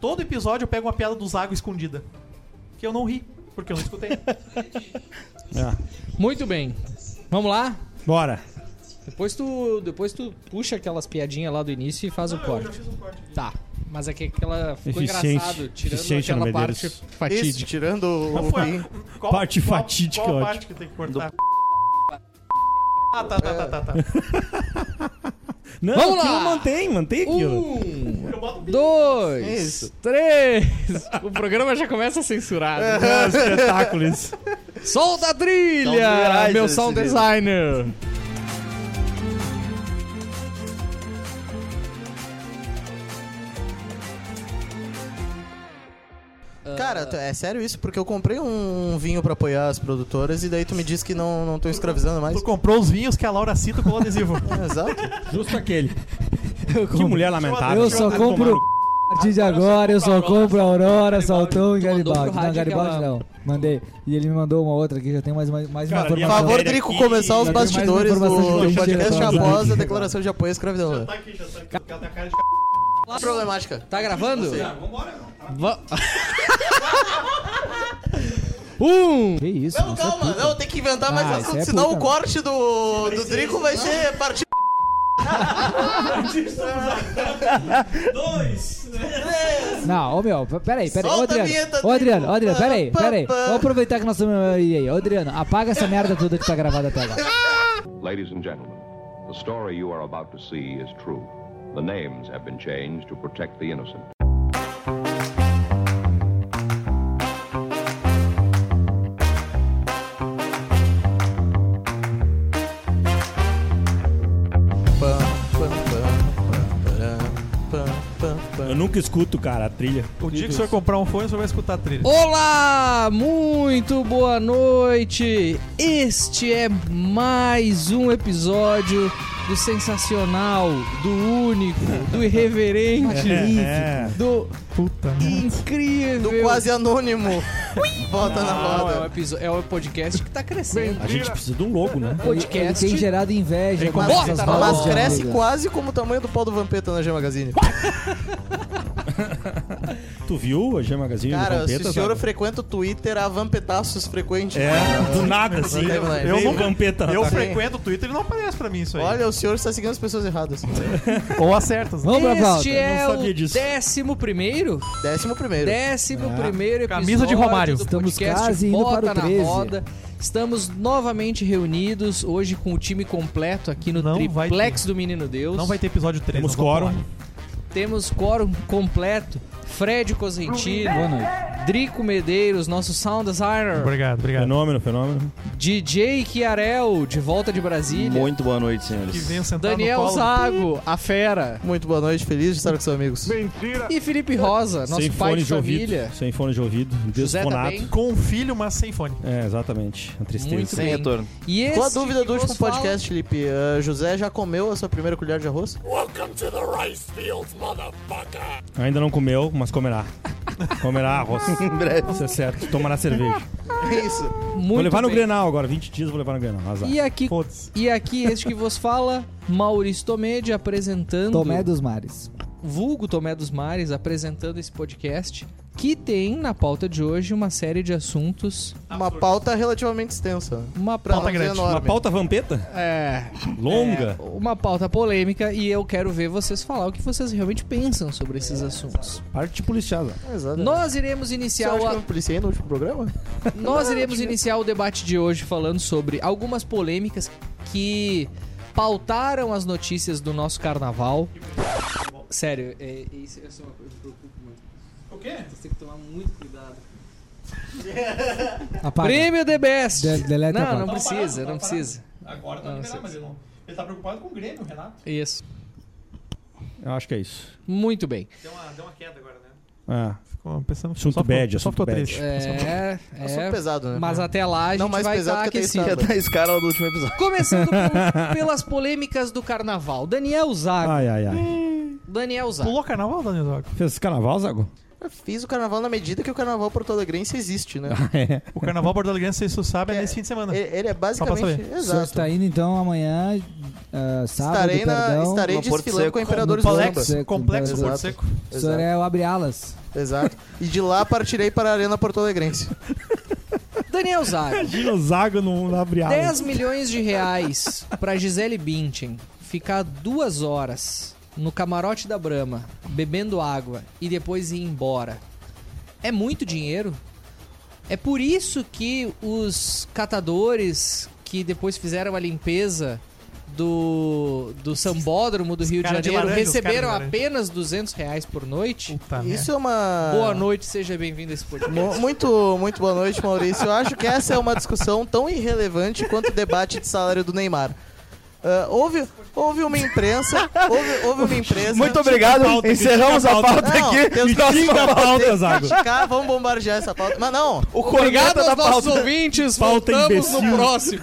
Todo episódio eu pego uma piada do Zago escondida. Que eu não ri, porque eu não escutei. É. Muito bem. Vamos lá? Bora. Depois tu, depois tu puxa aquelas piadinhas lá do início e faz o eu já corte. fiz um corte. Tá. Mas é que aquela ficou Eficiente. engraçado, tirando Eficiente, aquela Almedeiros. parte Isso, fatídica. tirando o. Qual foi fim. a- qual- Parte qual- fatídica, Qual eu a acho. parte que tem que cortar? Ah, tá, tá, tá, tá, tá. Não, Vamos lá. aquilo mantém, mantém aquilo. Um, Eu boto dois, Isso. três. É O programa já começa censurado. Ah, espetáculo isso. Solta a trilha, Sound design, meu esse sound jeito. designer. Cara, tu- é sério isso? Porque eu comprei um vinho pra apoiar as produtoras e daí tu me disse que não, não tô escravizando mais. Tu comprou os vinhos que a Laura cita com o adesivo. É, Exato. Justo aquele. Que Eu, compro- mulher lamentável. eu só Vai tomar compro. no c****. A partir de agora eu só compro Aurora, Saltão e Tu mandou Garibaldi. pro rádio Não, Garibaldi aquela- não. Mandei. E ele me mandou uma outra aqui, já tem mais, mais, mais uma Cara, ali Por a informação. favor, matéria Drico, aqui- começar os Já tem mais bastidores do, informação de do hoje, podcast já tá após usado. a declaração de apoio à escravidão. né? Tá aqui, já tá aqui. Ela tem a cara de c****. Problemática. Tá gravando? Sei. Va- um, Que isso? Não, mas calma, não, tem que inventar mais Ah, assunto, isso é senão puta, o né? corte do, do Drico vai ser partido. Dois! Não, ô meu, p- peraí, peraí. Ô Solta a Adriano, vinheta, ô Adriano, ô Drico. Adriano, peraí, Pá, peraí. pá. Vou aproveitar que nós estamos aí. aí. Ô Adriano, apaga essa merda toda que tá gravada até agora. Ladies and gentlemen, the story you are about to see is true. The names have been changed to protect the innocent. Eu nunca escuto, cara, a trilha. O dia que o senhor comprar um fone, o senhor vai escutar a trilha. Olá, muito boa noite. Este é mais um episódio do sensacional, do único, do irreverente, É. do Puta incrível. Do quase anônimo. Bota na Não, é, um roda. episo- é um podcast que tá crescendo. A gente precisa de um logo, né? Podcast. Ele tem gerado inveja. com Bota essas na vozes Mas roda. de cresce amiga. quase como o tamanho do pau do Vampeta na G Magazine. Tu viu a G Magazine do Cara, se Vampeta? o senhor sabe? frequenta o Twitter, há vampetaços frequente. É, do nada, assim. Eu não- Eu eu não não- Vampeta. na Eu tua- frequento o Twitter e não aparece pra mim isso aí. Olha, o senhor está seguindo as pessoas erradas. Ou acertas. Vamos pra pauta. Este é não o sabia disso. décimo primeiro, Décimo primeiro. décimo primeiro episódio Camisa de Romário. do Estamos podcast quase indo Bota para o na 13. Roda. Estamos novamente reunidos hoje com o time completo aqui no Não vai triplex do Menino Deus. Não vai ter episódio 3. Temos não vou quórum. falar. Temos quórum completo. Fred Cosentino, Boa noite. Drico Medeiros, nosso sound designer, Obrigado, obrigado. Fenômeno, fenômeno. DJ Chiarel, de volta de Brasília, Muito boa noite, Que senhores. venha sentar no Daniel colo. Zago, a fera, Muito boa noite, feliz de estar com seus amigos. e Felipe Rosa, nosso Sem pai fone de, de, família. ouvido. Sem fone de ouvido. José tá Desfonado. bem? Com um filho, mas sem fone. É, exatamente. A tristeza. Muito Sem bem. retorno. E esse Qual a dúvida que do último vos fala- podcast, Felipe? Ah, José já comeu a sua primeira colher de arroz? Ainda não comeu, mas comerá. Comerá arroz. Isso é certo. Tomará cerveja. É isso. Muito vou levar no bem. Grenal agora. 20 dias eu vou levar no Grenal. Azar. E aqui, Foda-se. e aqui este que vos fala, Maurício Tomedi apresentando Tomé dos Mares. vulgo Tomé dos Mares apresentando esse podcast que tem na pauta de hoje uma série de assuntos, Uma pauta relativamente extensa. uma Pra pauta não dizer grande, Uma enorme. pauta vampeta? é, Longa? é, uma pauta polêmica e eu quero ver vocês falar o que vocês realmente pensam sobre esses assuntos. É, Parte policiada. Exato. Nós iremos Você iniciar acha que o eu me policiei no último programa? Nós iremos iniciar o debate de hoje falando sobre algumas polêmicas que pautaram as notícias do nosso carnaval. Sério, é, isso é só uma coisa que me preocupa muito. O quê? Você tem que tomar muito cuidado. Apaga. Prêmio The Best! De- deleta a não, não pauta. precisa, não precisa. Agora tá Não, liberado, sei. mas ele não. Ele tá preocupado com o Grêmio, Renato. Isso. Eu acho que é isso. Muito bem. Deu uma, queda agora, né? É. Ficou pensando Assunto só ficou- bad, só assunto ficou bad. triste. É, Assunto é. pesado, né? Mas até lá a gente Não, mais vai pesado estar que até aquecido. Já tá a escala do último episódio. Ah. Começando por- pelas polêmicas do carnaval. Daniel Zago. Ah. Ai, ai, ai. Daniel Zago. Pulou carnaval, Daniel Zago? Fez carnaval, Zago? Eu fiz o carnaval na medida que o carnaval porto-alegrense existe, né? Ah, é. O carnaval Porto Alegre, vocês só sabem, é nesse fim de semana. Ele, ele Só é pra basicamente. saber. O senhor está Exato. indo então amanhã, ah, sábado, Estarei, na, perdão. estarei no Porto desfilando Seco. com o Imperador um No Samba. Porto Complexo, Seco, complexo é, exato. Porto Seco. O senhor Exato. é o abre alas. Exato. E de lá partirei para a Arena Porto-Alegrense. Daniel Zago. Imagina o Zago no, na abre 10 milhões de reais pra Gisele Bündchen ficar duas horas no camarote da Brahma bebendo água e depois ir embora. É muito dinheiro? É por isso que os catadores que depois fizeram a limpeza do, do sambódromo do Rio de cara de Janeiro laranja, os caras de receberam laranja. apenas 200 reais por noite? Puta Isso Ah, merda. é uma. Boa noite, seja bem-vindo a esse podcast. Mu- Muito, muito boa noite, Maurício. Eu acho que essa é uma discussão tão irrelevante quanto o debate de salário do Neymar. Ah, houve, houve uma imprensa. Houve, houve uma imprensa. Muito obrigado. pauta, Encerramos critica a a pauta. pauta Não, aqui. temos que Próxima Xinga a pauta. pauta, Zago. criticar, vamos bombardear essa pauta. Mas não, O Obrigado corneta da aos nossos pauta. ouvintes, Pauta voltamos no imbecil. próximo.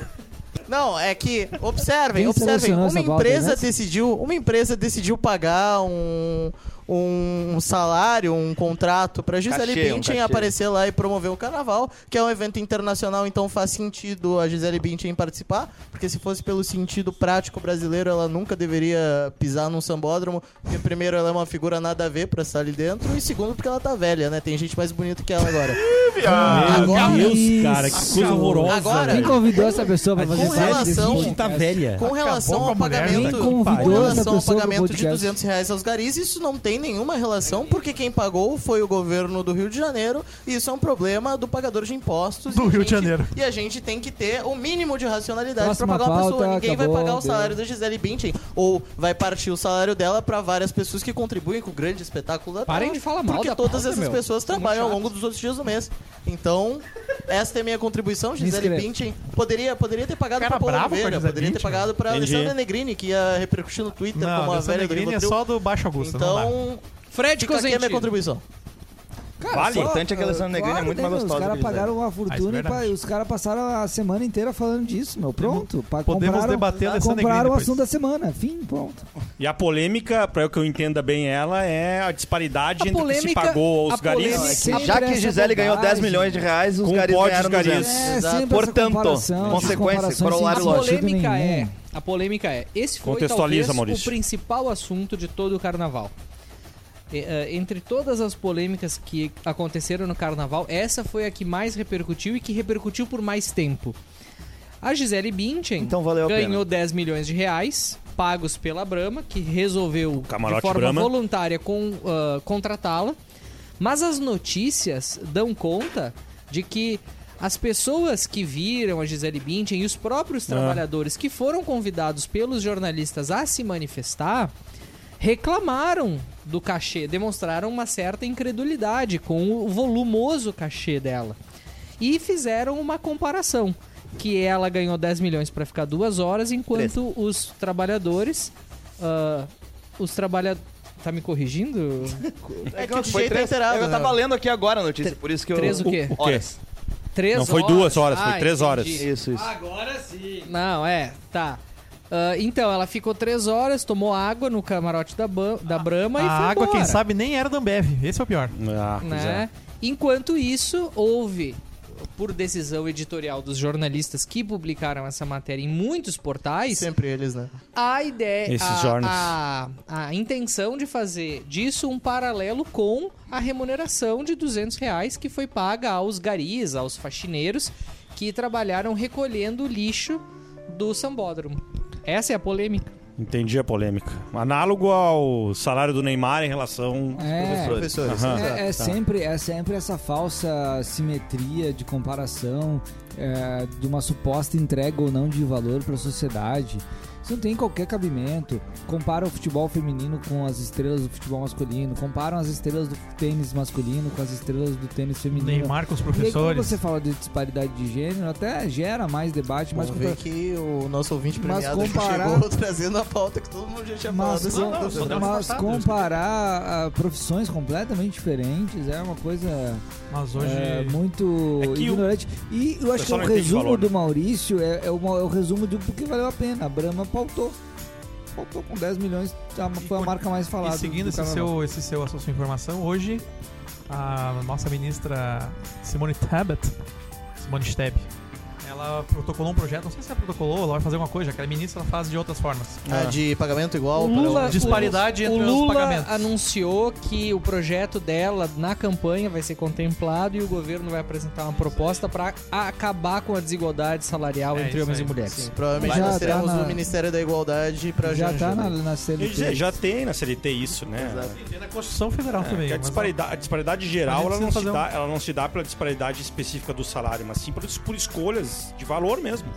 não, é que. Observem, Quem observem. selecionou Uma essa pauta, empresa né? decidiu. Uma empresa decidiu pagar um. Um salário, um contrato pra Gisele Cachê, um Bündchen cachê. aparecer lá e promover o carnaval, que é um evento internacional, então faz sentido a Gisele Bündchen participar, porque se fosse pelo sentido prático brasileiro, ela nunca deveria pisar num sambódromo, porque primeiro ela é uma figura nada a ver pra estar ali dentro, e segundo porque ela tá velha, né? Tem gente mais bonita que ela agora. Meu Agora- Deus, cara, que coisa horrorosa. Agora- Quem convidou essa pessoa pra Mas fazer com parte relação- desse Gente, tá podcast? velha. Com relação com a ao mulher, Quem pagamento, né? com É. convidou essa relação ao pessoa pro pagamento de podcast? 200 reais aos garis, isso não tem nenhuma É. relação, porque quem pagou foi o governo do Rio de Janeiro, e isso é um problema do pagador de impostos. Do e a Rio de gente- Janeiro. E a gente tem que ter o mínimo de racionalidade pra Próxima pagar uma pauta, pessoa. Ninguém vai acabou, pagar o deu. salário da Gisele Bündchen, ou vai partir o salário dela pra várias pessoas que contribuem com o grande espetáculo da Parem tarde, de falar mal Porque da todas pauta, essas meu. pessoas Tá muito trabalham ao chato. longo dos outros dias do mês. Então, esta é minha contribuição, Gisele inscrevo. Bündchen. Poderia, poderia ter pagado Cara pra Paula bravo com a Oliveira, Gisele poderia ter Bündchen. pagado pra Entendi. Alessandra Negrini, que ia repercutir no Twitter Não, como a essa velha do alegria é Rivotril. só do Baixo Augusto. não dá. Então, Fred fica aqui a minha Cosentino. contribuição. Cara, Vale. O importante é que a Alessandra Negrini é muito né, mais meu? gostosa Os que caras a Gisele. pagaram uma fortuna Ah, e isso é pa- verdade. os caras passaram a semana inteira falando disso, meu. Pronto. Pa- Podemos compraram, debater a Alessandra Compraram o Negrini assunto da depois. semana. Fim, pronto. E a polêmica, pra eu que eu entenda bem ela, é a disparidade A entre o que se polêmica- pagou a aos garis. polêmica- Sempre Já que essa Gisele ganhou 10 bobagem. milhões de reais, os Com garis pode, ganharam os garis. 200. É, Exato. sempre essa Portanto, comparação, consequência, comparações sem corolário A lógico. sentido polêmica nenhum. é, a polêmica é, esse foi Contextualiza, talvez o Maurício. principal assunto de todo o carnaval. E, eh, entre todas as polêmicas que aconteceram no carnaval, essa foi a que mais repercutiu e que repercutiu por mais tempo. A Gisele Bündchen Então valeu a pena. ganhou 10 milhões de reais pagos pela Brahma, que resolveu Camarote de forma Brahma. voluntária com, ah, contratá-la. Mas as notícias dão conta de que as pessoas que viram a Gisele Bündchen e os próprios Ah. trabalhadores que foram convidados pelos jornalistas a se manifestar reclamaram do cachê, demonstraram uma certa incredulidade com o volumoso cachê dela. E fizeram uma comparação, que ela ganhou 10 milhões para ficar duas horas, enquanto os trabalhadores... ah, os trabalhadores... Tá me corrigindo? É que o DJ Foi tá três, inteirado, eu né? tava lendo aqui agora a notícia, por isso que eu... três o quê? O quê? Horas. Três Ah, Não, foi duas horas, foi três horas. Isso, isso. Não, é, tá. Ah, então, ela ficou três horas, tomou água no camarote da, Ban- da Brahma e a foi água, embora, quem sabe, é. nem era da Ambev. Esse é o pior. Ah, pois Né? Enquanto isso, houve, por decisão editorial dos jornalistas que publicaram essa matéria em muitos portais, Sempre eles, né? a ideia, Esses a, jornais. a, a intenção de fazer disso um paralelo com a remuneração de 200 reais que foi paga aos garis, aos faxineiros que trabalharam recolhendo lixo do sambódromo. Essa é a polêmica. é. Entendi a polêmica. Análogo ao salário do Neymar em relação... É, Professores. Aham. É, é sempre, é sempre essa falsa simetria de comparação é, de uma suposta entrega ou não de valor para a sociedade. Isso não tem qualquer cabimento. Compara o futebol feminino com as estrelas do futebol masculino. Comparam as estrelas do tênis masculino com as estrelas do tênis feminino. Neymar com os E aí, quando professores. você fala de disparidade de gênero, até gera mais debate, mais Mas contra... ver que o nosso ouvinte Mas premiado aqui comparar- chegou trazendo a pauta que todo mundo já tinha falado. Mas, assim, com- não, podemos mas cortar, Deus. comparar ah, profissões completamente diferentes é uma coisa Mas hoje. é, muito É que o- ignorante. E eu acho que pessoal o não entende resumo valor, né? do Maurício é, é o, ma- é o resumo do que valeu a pena. A Brahma pautou. faltou com 10 milhões, a- foi a E- marca mais falada. E seguindo do esse carnaval. seu, esse seu assunto de informação, hoje a nossa ministra Simone Tebet, Simone Steb, ela protocolou um projeto, não sei se ela protocolou, ela vai fazer alguma coisa, já que ela é ministra, ela faz de outras formas. Ah, de pagamento igual O Lula- para Disparidade o entre os Lula pagamentos. anunciou que o projeto dela na campanha vai ser contemplado e o governo vai apresentar uma proposta para acabar com a desigualdade salarial É entre isso homens aí. e mulheres. Sim, assim. provavelmente Já nós tá teremos na- o Ministério da Igualdade para Já tá na, né? na CLT. Eu ia dizer, já tem na CLT isso, né? Tem na Constituição Federal É, também. que a, mas disparidade, a disparidade a geral gente ela não, precisa se fazer um dá, ela não se dá pela disparidade específica do salário, mas sim por, por escolhas de valor mesmo.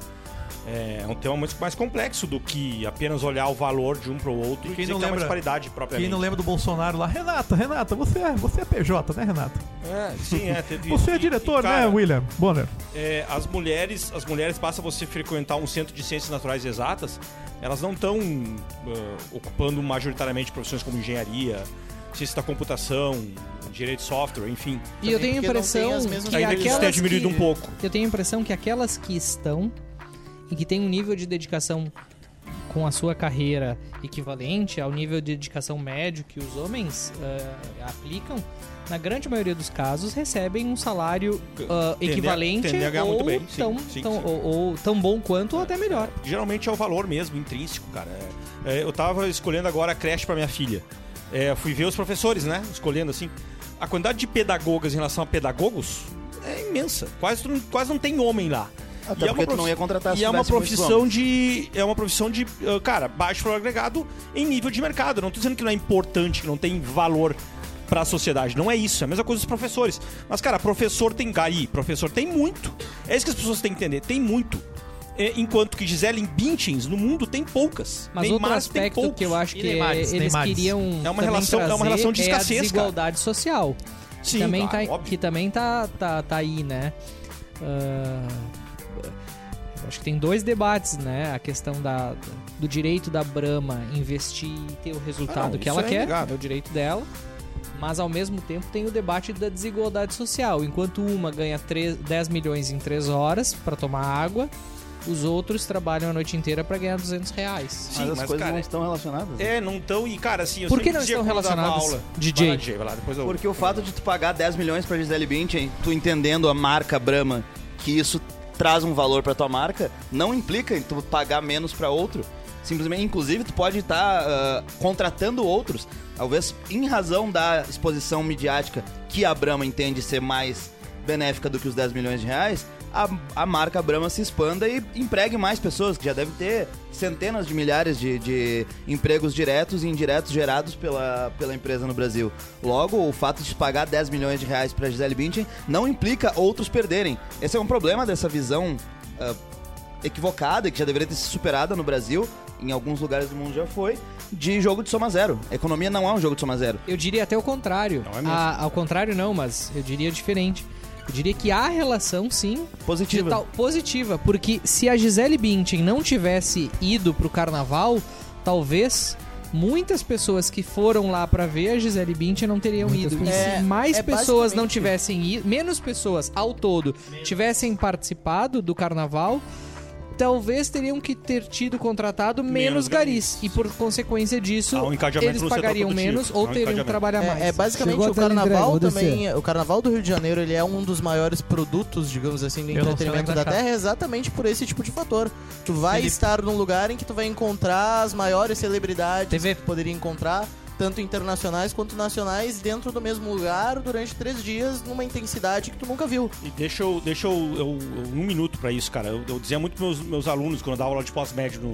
É um tema muito mais complexo do que apenas olhar o valor de um para o outro E e, quem dizer não que é uma lembra- disparidade Quem propriamente. não lembra do Bolsonaro lá, Renata, Renata, você é, você é PJ, né, Renata? É, sim, é, teve Você e- é e, diretor, né, cara, William? Bonner. é, as mulheres, as mulheres basta você frequentar um centro de ciências naturais exatas, elas não estão ocupando majoritariamente profissões como engenharia, ciência da computação, engenharia de software, enfim. E eu tenho a Também porque não tem impressão as mesmas que Ainda que isso aquelas tenha diminuído que- um pouco. Eu tenho a impressão que aquelas que estão e que têm um nível de dedicação com a sua carreira equivalente ao nível de dedicação médio que os homens ah, aplicam, na grande maioria dos casos recebem um salário ah, Tendem a- equivalente tendem a ganhar ou, muito bem, sim, tão, sim, tão- sim. Ou, ou tão bom quanto ou até melhor. geralmente é o valor mesmo, intrínseco, cara. É, é, eu tava escolhendo agora a creche para minha filha. É, fui ver os professores, né? Escolhendo assim. A quantidade de pedagogas em relação a pedagogos é imensa. Quase, tu não- quase não tem homem lá. Até é uma Ah, tá, porque tu profi- não ia contratar se E é uma tivesse muitos profissão homens. de. É uma profissão de. ah, Cara, baixo valor agregado em nível de mercado. Eu Não tô dizendo que não é importante, que não tem valor pra sociedade. Não é isso. É a mesma coisa dos professores. Mas, cara, professor tem gari, professor tem muito. É isso que as pessoas têm que entender. Tem muito. É, enquanto que Gisele Bündchen no mundo tem poucas. Mas outro Neymar tem aspecto poucos. que eu acho E que é Neymares, eles Neymares. queriam É uma também relação- é uma trazer relação de é escassez, a cara. desigualdade social. Sim, também claro, tá, óbvio. que também tá, tá, tá aí, né? Ah, acho que tem dois debates, né? A questão da, do direito da Brahma investir e ter o resultado Ah, não, que isso ela é quer, inegável. é o direito dela. Mas ao mesmo tempo tem o debate da desigualdade social. Enquanto uma ganha três- 10 milhões em 3 horas pra tomar água, os outros trabalham a noite inteira pra ganhar 200 reais. Sim, mas as mas, coisas cara, não estão relacionadas. É, não estão. E, cara, assim, eu Por que sempre não dizia estão quando dava relacionadas, aula- DJ? Vai lá, DJ, vai lá, depois eu... Porque o fato de tu pagar 10 milhões pra Gisele Bündchen, tu entendendo a marca Brahma, que isso traz um valor pra tua marca, não implica em tu pagar menos pra outro. Simplesmente, inclusive, tu pode estar ah, contratando outros, talvez em razão da exposição midiática que a Brahma entende ser mais benéfica do que os 10 milhões de reais, a, a marca Brahma se expanda e empregue mais pessoas, que já deve ter centenas de milhares de, de empregos diretos e indiretos gerados pela, pela empresa no Brasil. Logo, o fato de pagar 10 milhões de reais para Gisele Bündchen não implica outros perderem. Esse é um problema dessa visão ah, equivocada, que já deveria ter sido superada no Brasil, em alguns lugares do mundo já foi, de jogo de soma zero. A economia não é um jogo de soma zero. Eu diria até o contrário. Não é mesmo. A- ao contrário, não, mas eu diria diferente. Eu diria que há relação, sim, de Positivo. tal- positiva. Porque se a Gisele Bündchen não tivesse ido pro carnaval, talvez muitas pessoas que foram lá pra ver a Gisele Bündchen não teriam Muitas ido. E pessoas. se É, mais é pessoas não basicamente- tivessem ido, menos pessoas ao todo tivessem participado do carnaval, talvez teriam que ter tido contratado menos, Menos garis. garis. E por consequência disso, Há um encadeamento eles no setor pagariam produtivo. menos Há um ou teriam que encadeamento. trabalhar mais. É, é basicamente Chegou o até ele entregar, carnaval vou descer. também. O carnaval do Rio de Janeiro ele é um dos maiores produtos, digamos assim, do Eu não sei entretenimento da onde achar. terra, exatamente por esse tipo de fator. Tu vai Felipe. estar num lugar em que tu vai encontrar as maiores celebridades TV. que tu poderia encontrar, tanto internacionais quanto nacionais, dentro do mesmo lugar durante três dias, numa intensidade que tu nunca viu. E deixa eu, deixa eu, eu- eu- um minuto pra isso, cara. Eu, eu dizia muito pros meus, meus alunos quando eu dava aula de pós-médio no,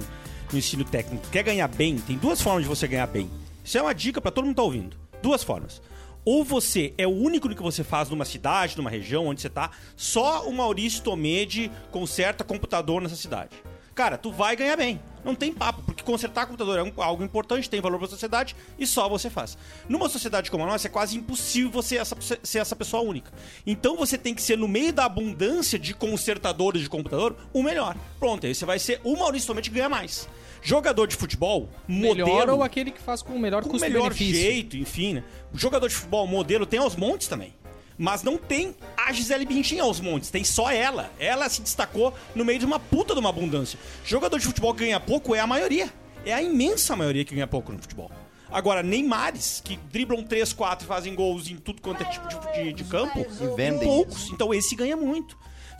no ensino técnico. Quer ganhar bem? Tem duas formas de você ganhar bem. Isso é uma dica pra todo mundo que tá ouvindo. Duas formas. Ou você é o único que você faz numa cidade, numa região onde você tá, só o Maurício Tomedi conserta computador nessa cidade. Cara, tu vai ganhar bem. Não tem papo, porque consertar computador é um- algo importante, tem valor pra sociedade e só você faz. Numa sociedade como a nossa, é quase impossível você essa- ser essa pessoa única. Então você tem que ser, no meio da abundância de consertadores de computador, o melhor. Pronto, aí você vai ser o Maurício Tomate que ganha mais. Jogador de futebol, modelo. melhor ou aquele que faz com o melhor Com o melhor custo-benefício. jeito, enfim, né? O jogador de futebol modelo tem aos montes também. Mas não tem a Gisele Bündchen aos montes, tem só ela. Ela se destacou no meio de uma puta de uma abundância. Jogador de futebol que ganha pouco é a maioria. é a imensa maioria que ganha pouco no futebol. Agora, Neymares, que driblam 3, 4 fazem gols em tudo quanto é tipo de, de- de campo, E vendem. poucos. Então esse ganha muito.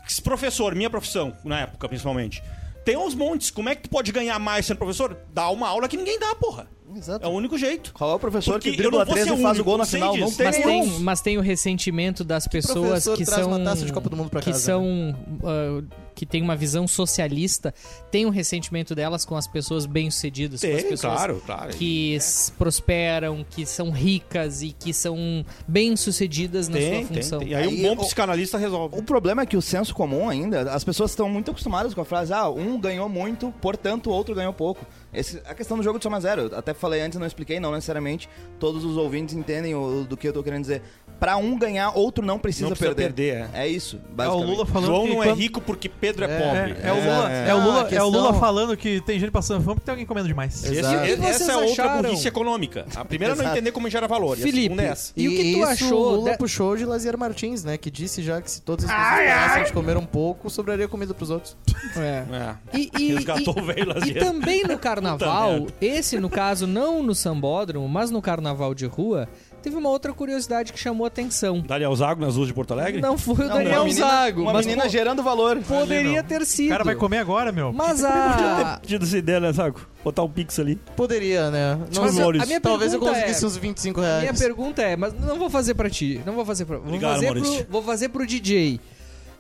Esse professor, minha profissão, na época principalmente, tem uns montes. Como é que tu pode ganhar mais sendo professor? Dá uma aula que ninguém dá, porra. É Exato. o único jeito. Qual é o professor Porque que eu não dribla vou 13 ser e faz único, o gol na sei final? disso, Não tem Mas nenhum. tem, um- mas tem o ressentimento das pessoas professor que traz são uma taça de Copa do Mundo pra que casa, né? são ah, que tem uma visão socialista, tem um ressentimento delas com as pessoas bem-sucedidas, com as Tem, pessoas claro, claro. que s- prosperam, que são ricas e que são bem-sucedidas na Tem, sua tem, função. tem. E aí, Aí, um bom o- psicanalista resolve. O problema é que o senso comum ainda, as pessoas estão muito acostumadas com a frase, ah, um ganhou muito, portanto o outro ganhou pouco. Esse- a questão do jogo de soma zero, eu até falei antes, não expliquei, não necessariamente todos os ouvintes entendem o- do que eu tô querendo dizer. Pra um ganhar, outro não precisa, Não precisa perder. perder, É isso, É o basicamente. Lula falando João que não é quando- rico porque Pedro é, pobre. É, é o Lula, É, é o Ah, Lula, a é o Lula questão- falando que tem gente passando fome porque tem alguém comendo demais. Esse- Exato. e- O que vocês essa é outra acharam? burrice econômica. A primeira é não Exato. entender como gera valor. E a Felipe. segunda é essa. E o que tu isso achou O Lula de- puxou de Lazier Martins, né? Que disse já que se todas as pessoas parassem de comer um pouco, sobraria comida pros outros. É. É. E, e- Resgatou e- o velho e lazer. também no Puta carnaval, esse no caso não no sambódromo, mas no carnaval de rua, teve uma outra curiosidade que chamou atenção. Daniel Zago nas ruas de Porto Alegre? Não foi o Não, Daniel uma menina- Zago, Uma mas menina po- gerando valor. poderia ter O sido. cara vai comer agora, meu. Mas a Tido essa ideia, né, Zago? Botar um pix ali. Poderia, né? Não, Mas sei. eu- a minha talvez eu pergunta é- conseguisse uns 25 a minha reais. pergunta é, mas não vou fazer pra ti, não vou fazer para, vou Obrigado, fazer pro, Maurício. vou fazer pro DJ.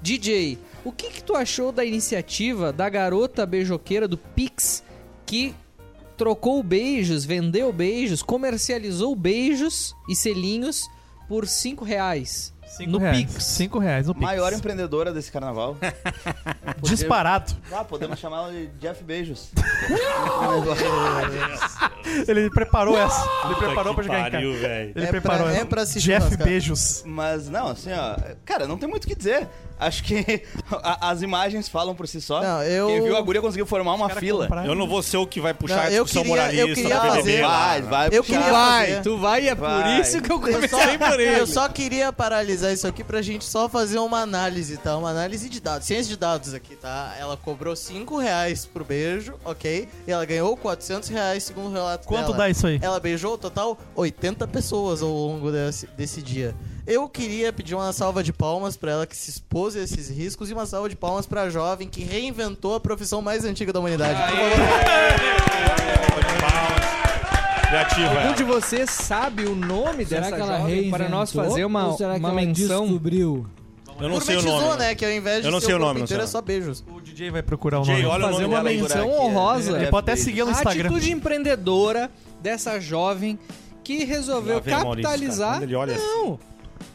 DJ, o que que tu achou da iniciativa da garota beijoqueira do Pix que trocou beijos, vendeu beijos, comercializou beijos e selinhos por 5 reais Cinco no reais. Pix? Cinco reais no Pix. Maior empreendedora desse carnaval. Disparado. Ah, podemos chamá-la de Jeff Beijos. Ele preparou essa. Ele preparou pra jogar em casa. velho. Ele É preparou pra- essa. é pra se Jeff churrascar. Beijos. Mas não, assim, ó, cara, não tem muito o que dizer. Acho que a- as imagens falam por si só. Não, eu- Quem viu a guria conseguiu formar uma Cara, fila. comprar- Eu não vou ser o que vai puxar Não, a eu discussão queria- eu moralista queria do PDB. fazer- lá, Vai, né? vai. Eu puxar. queria fazer- tu vai e é Vai. que eu Eu só, eu só queria paralisar isso aqui pra gente só fazer uma análise, tá? Uma análise de dados, ciência de dados aqui, tá? Ela cobrou 5 reais pro beijo, ok? E ela ganhou 400 reais, segundo o relato Quanto dela. dá isso aí? Ela beijou, o total, 80 pessoas ao longo desse, desse dia. Eu queria pedir uma salva de palmas pra ela que se expôs a esses riscos e uma salva de palmas pra jovem que reinventou a profissão mais antiga da humanidade. Por favor. Criativo, Algum é. Um de vocês sabe o nome Será dessa que ela jovem reinventou? para nós fazer uma, ou será uma que ela menção? descobriu? Eu não sei o Gourmetizou, nome. né? Que ao invés de Eu não ser sei o corpo nome, não inteiro, sei é só beijos. O DJ vai procurar o nome. Jay, olha o fazer nome uma dela aí. menção por aqui, é. honrosa. Ele Jeff pode até Bezos. seguir no A Instagram. atitude empreendedora dessa jovem que resolveu Lá vem o Maurício, cara. capitalizar. Quando Ele olha assim. Não,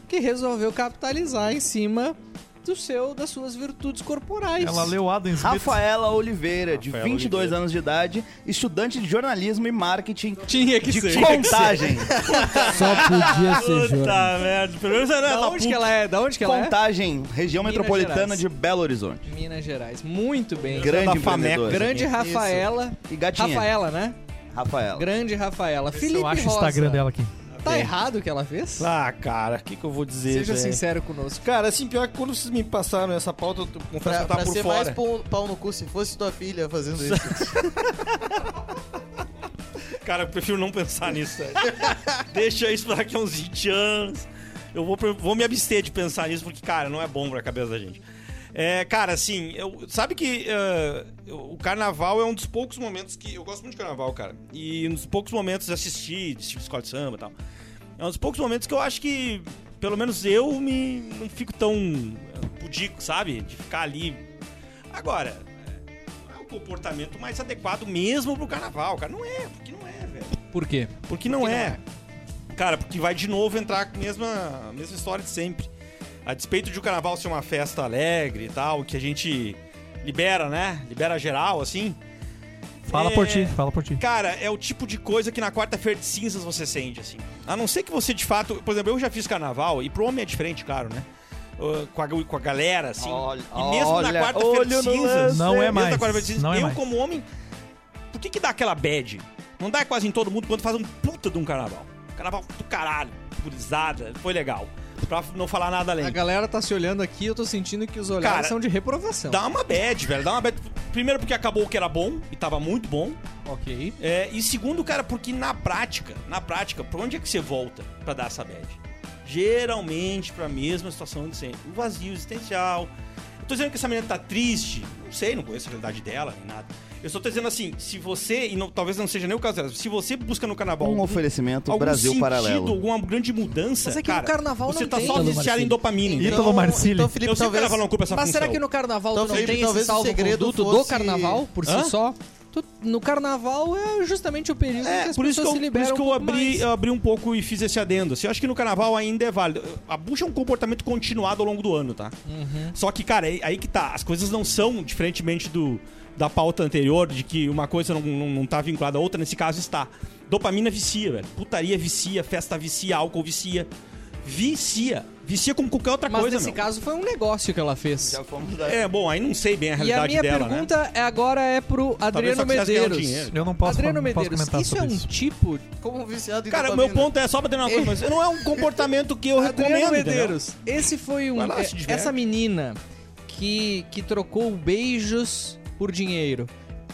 que resolveu capitalizar em cima do seu, das suas virtudes corporais. Ela leu Adam Smith. Rafaela Oliveira, de Rafaela 22 Oliveira. anos de idade, estudante de jornalismo e marketing Tinha que de ser. contagem. Só podia ser Jorge. Puta merda. Pelo menos era Da ela. onde que ela é? Da onde que ela é? contagem, região Minas metropolitana Gerais. de Belo Horizonte. Minas Gerais. Muito bem. Gra- Grande é da né? Fameca. empreendedora. Grande Rafaela. E gatinha. Rafaela, né? Rafaela. Grande Rafaela. Vê se Felipe eu acho o Rosa. Instagram dela aqui. Tá errado o que ela fez? Ah, cara, o que, que eu vou dizer, Seja velho? sincero conosco. Cara, assim, pior que quando vocês me passaram essa pauta, eu tô- confesso que Pra, eu tava pra por ser fora. mais pau, pau no cu se fosse tua filha fazendo isso. Cara, eu prefiro não pensar nisso, velho. Deixa isso pra daqui a uns 20 anos. Eu vou, pre- vou me abster de pensar nisso, porque, cara, não é bom pra cabeça da gente. É, cara, assim, eu- sabe que eh, eu- o carnaval é um dos poucos momentos que. Eu gosto muito de carnaval, cara. E um dos poucos momentos de assistir, de tipo escola de samba e tal. É um dos poucos momentos que eu acho que, pelo menos eu, me não fico tão eh, pudico, sabe? De ficar ali. Agora, é, não é o comportamento mais adequado mesmo pro carnaval, cara. Não é, porque não é, velho. Por quê? Porque não é. Cara, porque vai de novo entrar com a mesma, a mesma história de sempre. A despeito de o carnaval ser uma festa alegre e tal, que a gente libera, né? Libera geral, assim. Fala É. por ti, fala por ti. Cara, é o tipo de coisa que na quarta-feira de cinzas você sente, assim. A não ser que você de fato. Por exemplo, eu já fiz carnaval, e pro homem é diferente, claro, né? Uh, Com a, com a galera, assim. Olha- e mesmo olha, na quarta-feira de olho no cinzas. lance. Não é mesmo mais, na quarta-feira de cinzas, não é eu, mais. como homem, por que, que dá aquela bad? Não dá quase em todo mundo quando faz um puta de um carnaval. Carnaval do caralho, purizada, foi legal. Pra não falar nada além. A galera tá se olhando aqui, eu tô sentindo que os olhares Cara, são de reprovação. Dá uma bad, velho. Dá uma bad. Primeiro porque acabou o que era bom e tava muito bom. Ok. É, e segundo, cara, porque na prática, na prática, pra onde é que você volta pra dar essa bad? Geralmente pra mesma situação de sempre. O vazio existencial. Eu tô dizendo que essa menina tá triste. Não sei, não conheço a realidade dela, nem nada. Eu só tô dizendo assim, se você, e não- talvez não seja nem o caso dela, se você busca no carnaval Um algum- oferecimento algum Brasil sentido, Paralelo. alguma grande mudança, Mas é que no cara, carnaval você não tá tem, assim, só Ítalo viciado em Marcílio. dopamina. Então, Ítalo Marcilli. Então, Felipe, eu sei que o talvez... carnaval não culpa essa Mas será função. que no carnaval Então, tu não Felipe, tem esse talvez o segredo salvo-conduto do fosse- carnaval por Hã? si só? Tu- no carnaval é justamente o período É, que as por isso pessoas que eu, se por liberam. isso que eu um pouco abri, mais. eu abri um pouco e fiz esse adendo. Assim, eu acho que no carnaval ainda é válido. A bucha é um comportamento continuado ao longo do ano, tá? Uhum. Só que, cara, aí, aí que tá. As coisas não são, diferentemente do, da pauta anterior, de que uma coisa não, não, não tá vinculada à outra, nesse caso está. Dopamina vicia, velho. Putaria vicia, festa vicia, álcool vicia. Vicia. Vicia como qualquer outra Mas coisa, nesse meu. caso foi um negócio que ela fez. Já fomos da- É, bom, aí não sei bem a E a realidade minha dela, né? pergunta é- agora é pro Adriano só quisesse ganhar o Medeiros. dinheiro. Eu não posso, Adriano não posso Medeiros, comentar isso é sobre um isso. tipo. Como um viciado em Cara, o meu dopamina. ponto é só pra ter uma coisa, mas não é um comportamento que eu Adriano recomendo. entendeu? Medeiros, esse foi um. Vai lá, é- se diverte. essa menina que, que trocou beijos por dinheiro.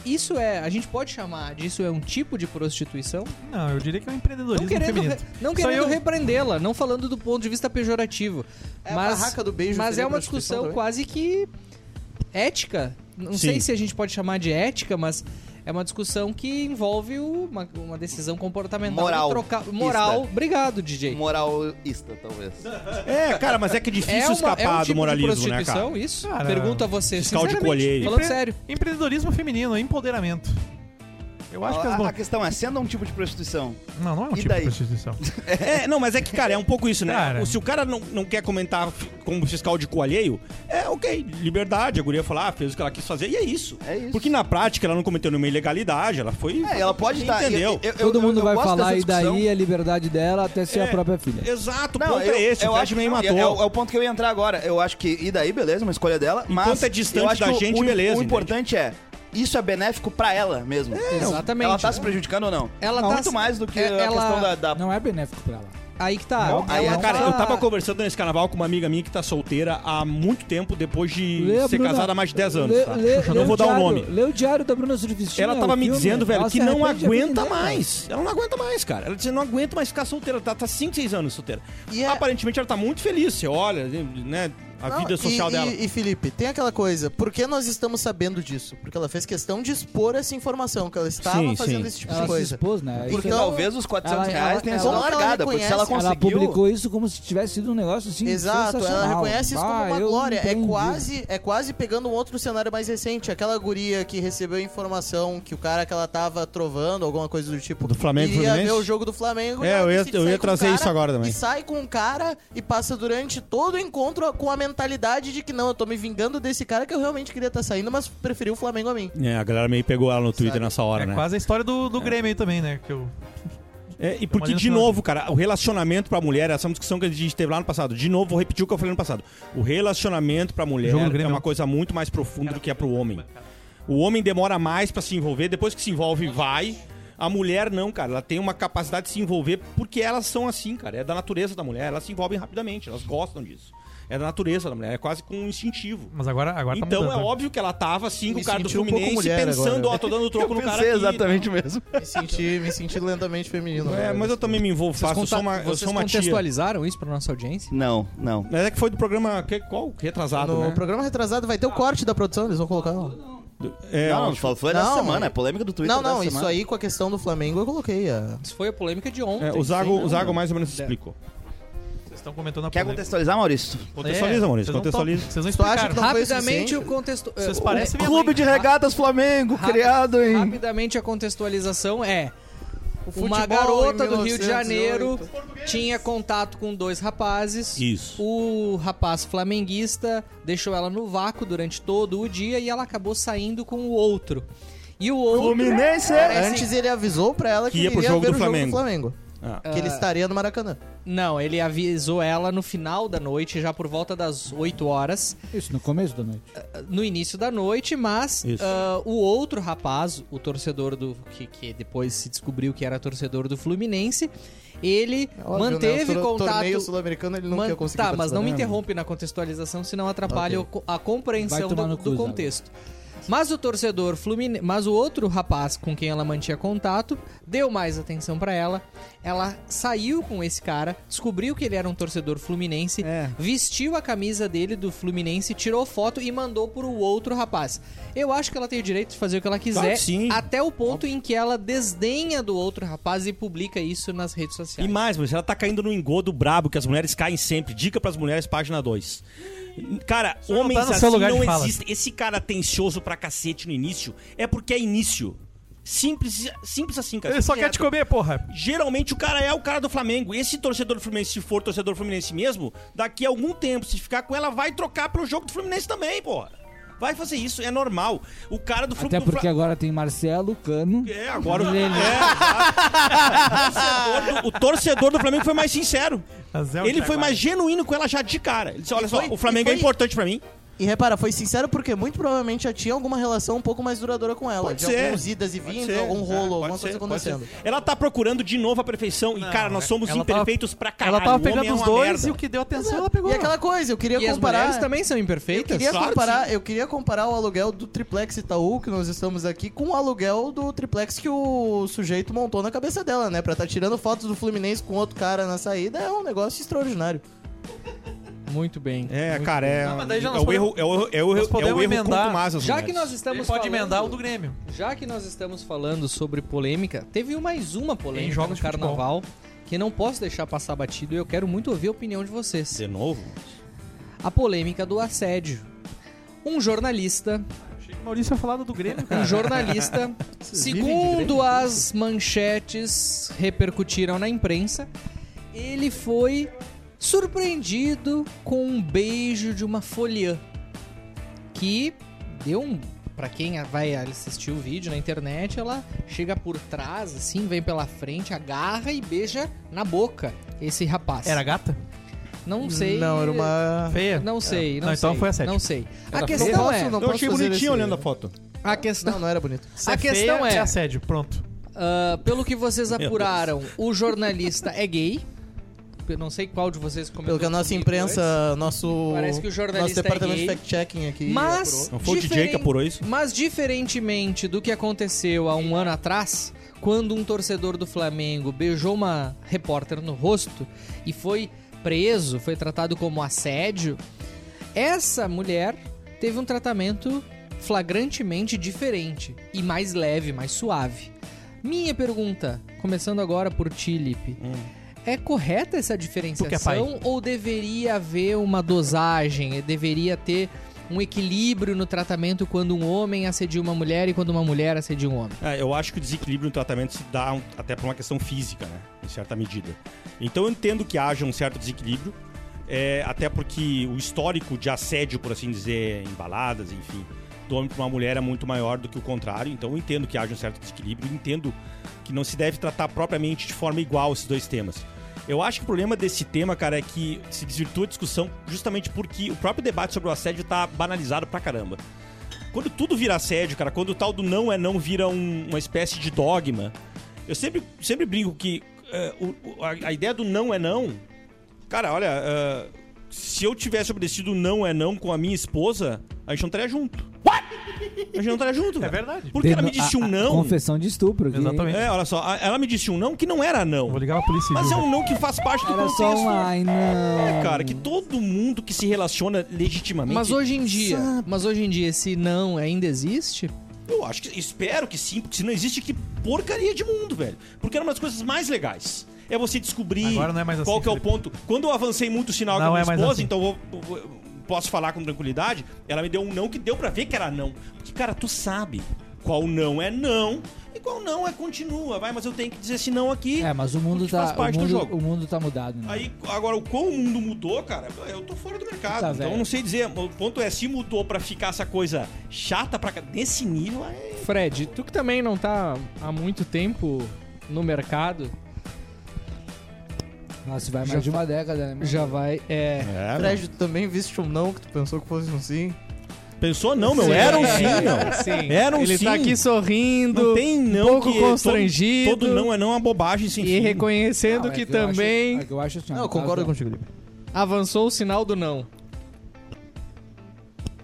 Isso é. A gente pode chamar disso é um tipo de prostituição? Não, eu diria que é um Não empreendedorismo querendo, feminino. re- não Só querendo eu- repreendê-la, não falando do ponto de vista pejorativo. É a mas barraca do beijo mas é seria uma prostituição discussão também? quase que ética. Não Sim. sei se a gente pode chamar de ética, mas é uma discussão que envolve uma, uma decisão comportamental. Moral. de Trocar, moral. é. Ista. Obrigado, DJ. Moralista, talvez. É, cara, mas é que é difícil uma- escapar é um do tipo de moralismo, né, prostituição, cara? isso? Cara, Pergunto a você, fiscal de sinceramente, colheita. Falando Empre- sério. Empreendedorismo feminino, é empoderamento. Eu acho que a, as a mulheres. questão é, sendo um tipo de prostituição, Não, não é um e tipo daí? de prostituição. É, não, mas é que, cara, é um pouco isso, né? Cara. O- Se o cara não, não quer comentar f- como fiscal de cu alheio, é ok, liberdade, a guria falar, ah, fez o que ela quis fazer, e é isso. é isso. Porque na prática ela não cometeu nenhuma ilegalidade, ela foi. É, ela pode estar... Entendeu? eu- eu- Todo eu- mundo eu vai gosto falar, dessa e discussão. daí a liberdade dela até ser É. a própria filha. Exato, o ponto é esse. o Fred acho- meio não, matou. É, é o- é o ponto que eu ia entrar agora. Eu acho que, e daí, beleza, uma escolha dela. mas Enquanto é distante eu acho da que o- gente, o, beleza, O entende? importante é, isso é benéfico pra ela mesmo. Exatamente. Ela tá se prejudicando ou não? Ela Não, tá muito se- mais do que é- a ela- questão da... da- Não é benéfico pra ela. Aí que tá. Não, aí, Ela Cara, tá- eu tava conversando nesse carnaval com uma amiga minha que tá solteira há muito tempo, depois de Lê, ser Bruna. casada há mais de 10 anos, Lê- tá? lê- eu lê não vou dar o diário- nome. Lê o diário da Bruna Surficina. Ela tava o me filme, dizendo, velho, ela que se não arrepende a vida aguenta inteira. mais. Ela não aguenta mais, cara. Ela disse, não aguento mais ficar solteira. Ela tá- tá 5, 6 anos solteira. E é- Aparentemente ela tá muito feliz. Você olha, né, a Não, vida social e, dela. E, e, Felipe, tem aquela coisa, por que nós estamos sabendo disso? Porque ela fez questão de expor essa informação, que ela estava Sim, fazendo sim. esse tipo Ela de se coisa. expôs, né? Isso Porque é- Então, talvez os 400 ela- reais ela- tenham ela- sido largada, ela porque se ela reconhece- Ela conseguiu... publicou isso como se tivesse sido um negócio assim. Exato, ela sensacional. reconhece isso como Ah, uma eu glória. É entendi. quase, é quase pegando um outro cenário mais recente. Aquela guria que recebeu informação que o cara que ela tava trovando, alguma coisa do tipo, Do Flamengo e iria Fluminense? ver o jogo do Flamengo. É, e ela eu ia- decide eu ia sair com o trazer isso agora também. E sai com um cara e passa durante todo o encontro com a mentalidade de que não, eu tô me vingando desse cara que eu realmente queria estar saindo, mas preferi o Flamengo a mim. É, a galera meio pegou ela no Twitter Sabe? nessa hora, é né? quase a história do, do Grêmio aí também, né? Que eu... É, e Imagina porque, né? de se não- novo, cara, o relacionamento pra mulher, essa é uma discussão que a gente teve lá no passado. De novo, vou repetir o que eu falei no passado. O relacionamento pra mulher Jogo do é Grêmio. né? uma coisa muito mais profunda do que é pro homem. O homem demora mais pra se envolver, depois que se envolve, vai. A mulher não, cara, ela tem uma capacidade de se envolver porque elas são assim, cara. É da natureza da mulher, elas se envolvem rapidamente, elas gostam disso. É da natureza da mulher, é quase com um instintivo. Mas agora, agora tá então mudando. é né? óbvio que ela tava assim com Me o cara do senti um pouco Fluminense mulher pensando, agora. ó, tô dando troco no cara. pensei aqui. né?" exatamente o mesmo. Me senti, me senti lentamente feminino. É, mas eu também me envolvo Vocês, fácil, eu sou conta- uma, eu vocês sou uma tia. contextualizaram isso pra nossa audiência? Não, não. Mas é que foi do programa. que- qual? Retrasado, No né? programa retrasado vai ter o corte da produção, eles vão colocar lá. É, não, ó, não, tu falou- foi dessa Não, semana, é polêmica do Twitter Não, não, dessa isso semana. aí com a questão do Flamengo eu coloquei. A... Isso foi a polêmica de é, ontem. o Zago, sim, não, o Zago não. mais ou menos explicou. É. Vocês estão comentando a Quer polêmica. contextualizar, Maurício? Contextualiza, É, Maurício, vocês não tão- contextualiza. Vocês não Tu acha explicaram. que não- foi Rapidamente suficiente? o contexto. Vocês o- parecem minha Clube mãe. de Regatas Flamengo, Rápido- criado em... Rapidamente a contextualização é. futebol Uma em garota do Rio de 1908. Janeiro tinha contato com dois rapazes. Isso. O rapaz flamenguista deixou ela no vácuo durante todo o dia e ela acabou saindo com o outro. E o outro. Fluminense! É, Antes ele avisou pra ela que, Que ia pro iria jogo ver do o Flamengo. jogo do Flamengo. Ah. É. Que ele estaria no Maracanã. Não, ele avisou ela no final da noite, já por volta das 8 horas. Isso, no começo da noite. É, no início da noite, mas Isso. ah, o outro rapaz, o torcedor do. Que, que depois se descobriu que era torcedor do Fluminense, ele manteve né? O tor- torneio contato. sul-americano ele não man- ia conseguir tá, mas participar, não me né? interrompe na contextualização, senão atrapalha o co- a compreensão Vai tomar do, no do cu, Zago. contexto. Mas o torcedor Fluminense, mas o outro rapaz com quem ela mantinha contato deu mais atenção pra ela. Ela saiu com esse cara, descobriu que ele era um torcedor fluminense, É. vestiu a camisa dele do Fluminense, tirou foto e mandou pro outro rapaz. Eu acho que ela tem o direito de fazer o que ela quiser, Claro que sim. até o ponto em que ela desdenha do outro rapaz e publica isso nas redes E sociais. mais, mas ela tá caindo no engodo brabo que as mulheres caem sempre. Dica pras mulheres, página 2. Cara, não homens tá no assim seu lugar de não fala. existem. Esse cara atencioso pra cacete no início é porque é início. Simples, simples assim, cara. Ele só quer Reto. te comer, porra. Geralmente o cara é o cara do Flamengo. Esse torcedor do Fluminense, se for torcedor Fluminense mesmo, daqui a algum tempo, se ficar com ela, vai trocar pro jogo do Fluminense também, porra. Vai fazer isso, é normal. O cara do Até Fluminense. porque agora tem Marcelo, Cano. É, agora o. Ele- É, exato. o, torcedor do, o torcedor do Flamengo foi mais sincero. Mas é o Ele Jaguar. foi mais genuíno com ela já de cara. Ele disse: olha só, foi- o Flamengo e é foi- importante pra mim. E repara, foi sincero porque muito provavelmente já tinha alguma relação um pouco mais duradoura com ela. Pode de ser. alguns idas e Pode vindas, ser, algum é, um rolo, pode alguma ser, coisa pode ser. acontecendo. Ela tá procurando de novo a perfeição. e, cara, nós somos é, ela tava- imperfeitos pra caralho. Ela tava O homem pegando é os uma dois merda. e o que deu atenção ela pegou. E aquela coisa, eu queria E as comparar... mulheres também são Eu imperfeitas. queria, Claro que comparar, eu queria comparar o aluguel do triplex Itaú, que nós estamos aqui, com o aluguel do triplex que o sujeito montou na cabeça dela, né? Pra tá tirando fotos do Fluminense com outro cara na saída é um negócio extraordinário. Muito bem. É, cara, é. Não, mas daí já é nós o erro, é o erro, é o nós erro, é o podemos erro emendar. contumaz das Já mulheres. que nós estamos Pode emendar o falando- do Grêmio. Já que nós estamos falando sobre polêmica, teve mais uma Em polêmica jogos no de futebol. carnaval que não posso deixar passar batido e eu quero muito ouvir a opinião de vocês. De novo? A polêmica do assédio. Um jornalista, Achei que o Maurício ia falar do Grêmio, um cara. jornalista, segundo as manchetes repercutiram na imprensa, ele foi surpreendido com um beijo de uma folhã que deu um Pra quem vai assistir o vídeo na internet, ela chega por trás, assim, vem pela frente, agarra e beija na boca esse rapaz. Era gata? Não sei. Não, era uma... Feia? Não sei, não, Não, então sei, foi assédio. Não sei. Era a feia? questão Não posso, é. não. Eu achei posso fazer bonitinho esse- olhando a foto. A questão. Não, não era bonito. Se A feia, questão é- É assédio, pronto. Ah, pelo que vocês Deus. apuraram, o jornalista é gay. Eu não sei qual de vocês comentou. Pelo que a nossa comigo imprensa, nosso, Parece que o jornalista nosso departamento é de gay. fact-checking aqui... antes. Mas. apurou. Não foi o DJ que diferen- apurou isso? Mas diferentemente do que aconteceu há um ano atrás, quando um torcedor do Flamengo beijou uma repórter no rosto e foi preso, foi tratado como assédio, essa mulher teve um tratamento flagrantemente diferente e mais leve, mais suave. Minha pergunta, começando agora por ti, Lipe. É correta essa diferenciação pai. ou deveria haver uma dosagem? Deveria ter um equilíbrio no tratamento quando um homem assedia uma mulher e quando uma mulher assedia um homem? Ah, eu acho que o desequilíbrio no tratamento se dá um- até por uma questão física, né? Em certa medida. Então eu entendo que haja um certo desequilíbrio, é, até porque o histórico de assédio, por assim dizer, em baladas, enfim, do homem para uma mulher é muito maior do que o contrário. Então eu entendo que haja um certo desequilíbrio, entendo que não se deve tratar propriamente de forma igual esses dois temas. Eu acho que o problema desse tema, cara, é que se desvirtua a discussão justamente porque o próprio debate sobre o assédio tá banalizado pra caramba. Quando tudo vira assédio, cara, quando o tal do não é não vira um- uma espécie de dogma, eu sempre, sempre brinco que eh, o- o- a, a ideia do não é não. Cara, olha, eh, se eu tivesse obedecido o não é não com a minha esposa, a gente não estaria junto. A gente não estaria junto. É cara. verdade. Porque ela me Deno- disse a- um a- não. Confessão de estupro. que Exatamente. É, olha só, a- ela me disse um não que não era não. Vou ligar pra polícia. Mas é civil, um não que faz parte do Era contexto. só um ai, não. É, cara, que todo mundo que se relaciona legitimamente. Mas hoje em dia, mas hoje em dia esse não ainda existe? Eu acho que. Espero que sim, porque se não existe, que porcaria de mundo, velho. Porque era uma das coisas mais legais. É você descobrir Agora não é mais assim, qual que é o Felipe. ponto. Quando eu avancei muito o sinal Não com a é minha mais esposa, assim. então eu vou- eu vou- posso falar com tranquilidade, ela me deu um não que deu pra ver que era não. Porque, cara, tu sabe qual não é não e qual não é continua. Vai, mas eu tenho que dizer esse não aqui. É, mas o mundo Que faz tá. O parte do mundo, jogo. o mundo tá mudado, né? Aí, agora, o quão o mundo mudou, cara, eu tô fora do mercado. Tá então, velho. eu não sei dizer. O ponto é, se mudou pra ficar essa coisa chata pra... ca- Nesse nível, é... Fred, tu que também não tá há muito tempo no mercado, Nossa, vai mais Já de uma década, né? já vai é Fred, tu também viste um não que tu pensou que fosse um sim? Pensou? Não, meu. Era um sim, não. É, Sim. Era um Ele sim. tá aqui sorrindo. Não tem não Um pouco que é constrangido. Todo, todo não é não é uma bobagem sem E fim. reconhecendo Não, é que, eu acho- também é que eu acho assim, ó, Não, eu no caso concordo da- contigo, Lipe. avançou o sinal do não.